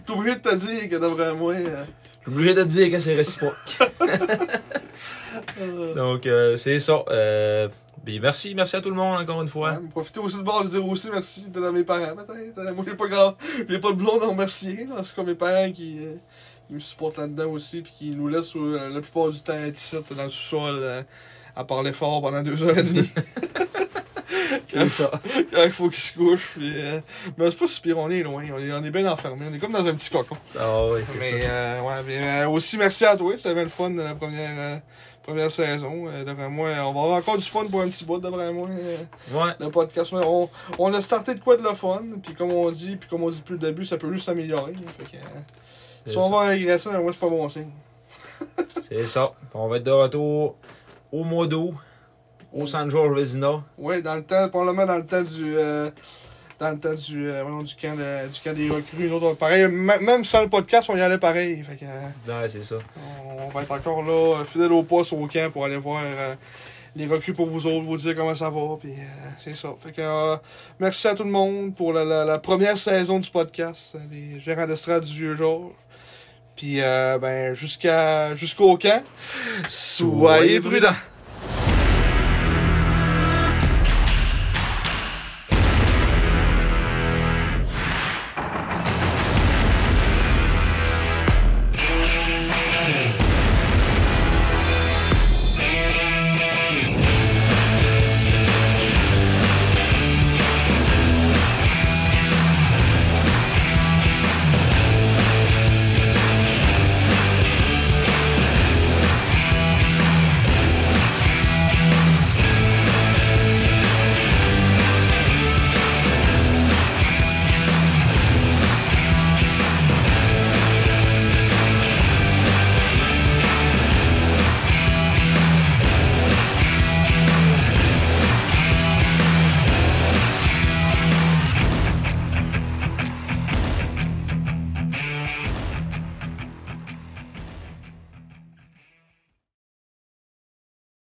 B: T'es obligé de te dire que d'après moi. euh,
A: Je suis obligé de te dire que c'est [LAUGHS] réciproque.
B: euh,
A: Donc, euh, c'est ça. Euh, puis merci, merci à tout le monde encore une fois.
B: Ouais, profiter aussi Hein, de bord, je dire aussi merci de mes parents, peut-être. Euh, Moi, j'ai pas grand, j'ai pas de blonde à remercier, là. c'est comme mes parents qui, euh, qui me supportent là-dedans aussi, puis qui nous laissent euh, la plupart du temps être ici, dans le sous-sol, euh, à parler fort pendant deux heures et [LAUGHS] demie,
A: C'est ça.
B: quand il faut qu'ils se couchent, puis, euh, mais c'est pas si pire, on est loin, on est, on est bien enfermé, on est comme dans un petit cocon.
A: Ah oui, c'est
B: Mais,
A: ça.
B: euh, ouais, mais, euh, aussi, merci à toi, c'était bien le fun de la première, euh, première saison, Euh, d'après moi, on va avoir encore du fun pour un petit bout, d'après moi. euh,
A: Ouais,
B: le podcast. ouais, On, on a starté de quoi de le fun, puis comme on dit, puis comme on dit depuis le début, ça peut juste s'améliorer. Fait que, euh,
A: c'est
B: si on
A: ça.
B: va en régresser, ben, moi, c'est pas bon signe.
A: C'est ça. On va être de retour au mois d'août, au San Jorge Vezina.
B: Ouais, dans le temps, probablement dans le temps du. euh, dans le temps du, euh, voyons, du, camp de- du camp des recrues, une autre, pareil, m- même sans le podcast, on y allait pareil. Fait que, euh,
A: Ouais, c'est ça.
B: on, on va être encore là, euh, fidèle au poste, au camp, pour aller voir euh, les recrues pour vous autres, vous dire comment ça va, puis euh, c'est ça. Fait que, euh, merci à tout le monde pour la, la- la première saison du podcast, euh, les gérants d'estrade du vieux jour. Puis, euh, ben, jusqu'à, jusqu'au camp, soyez prudents!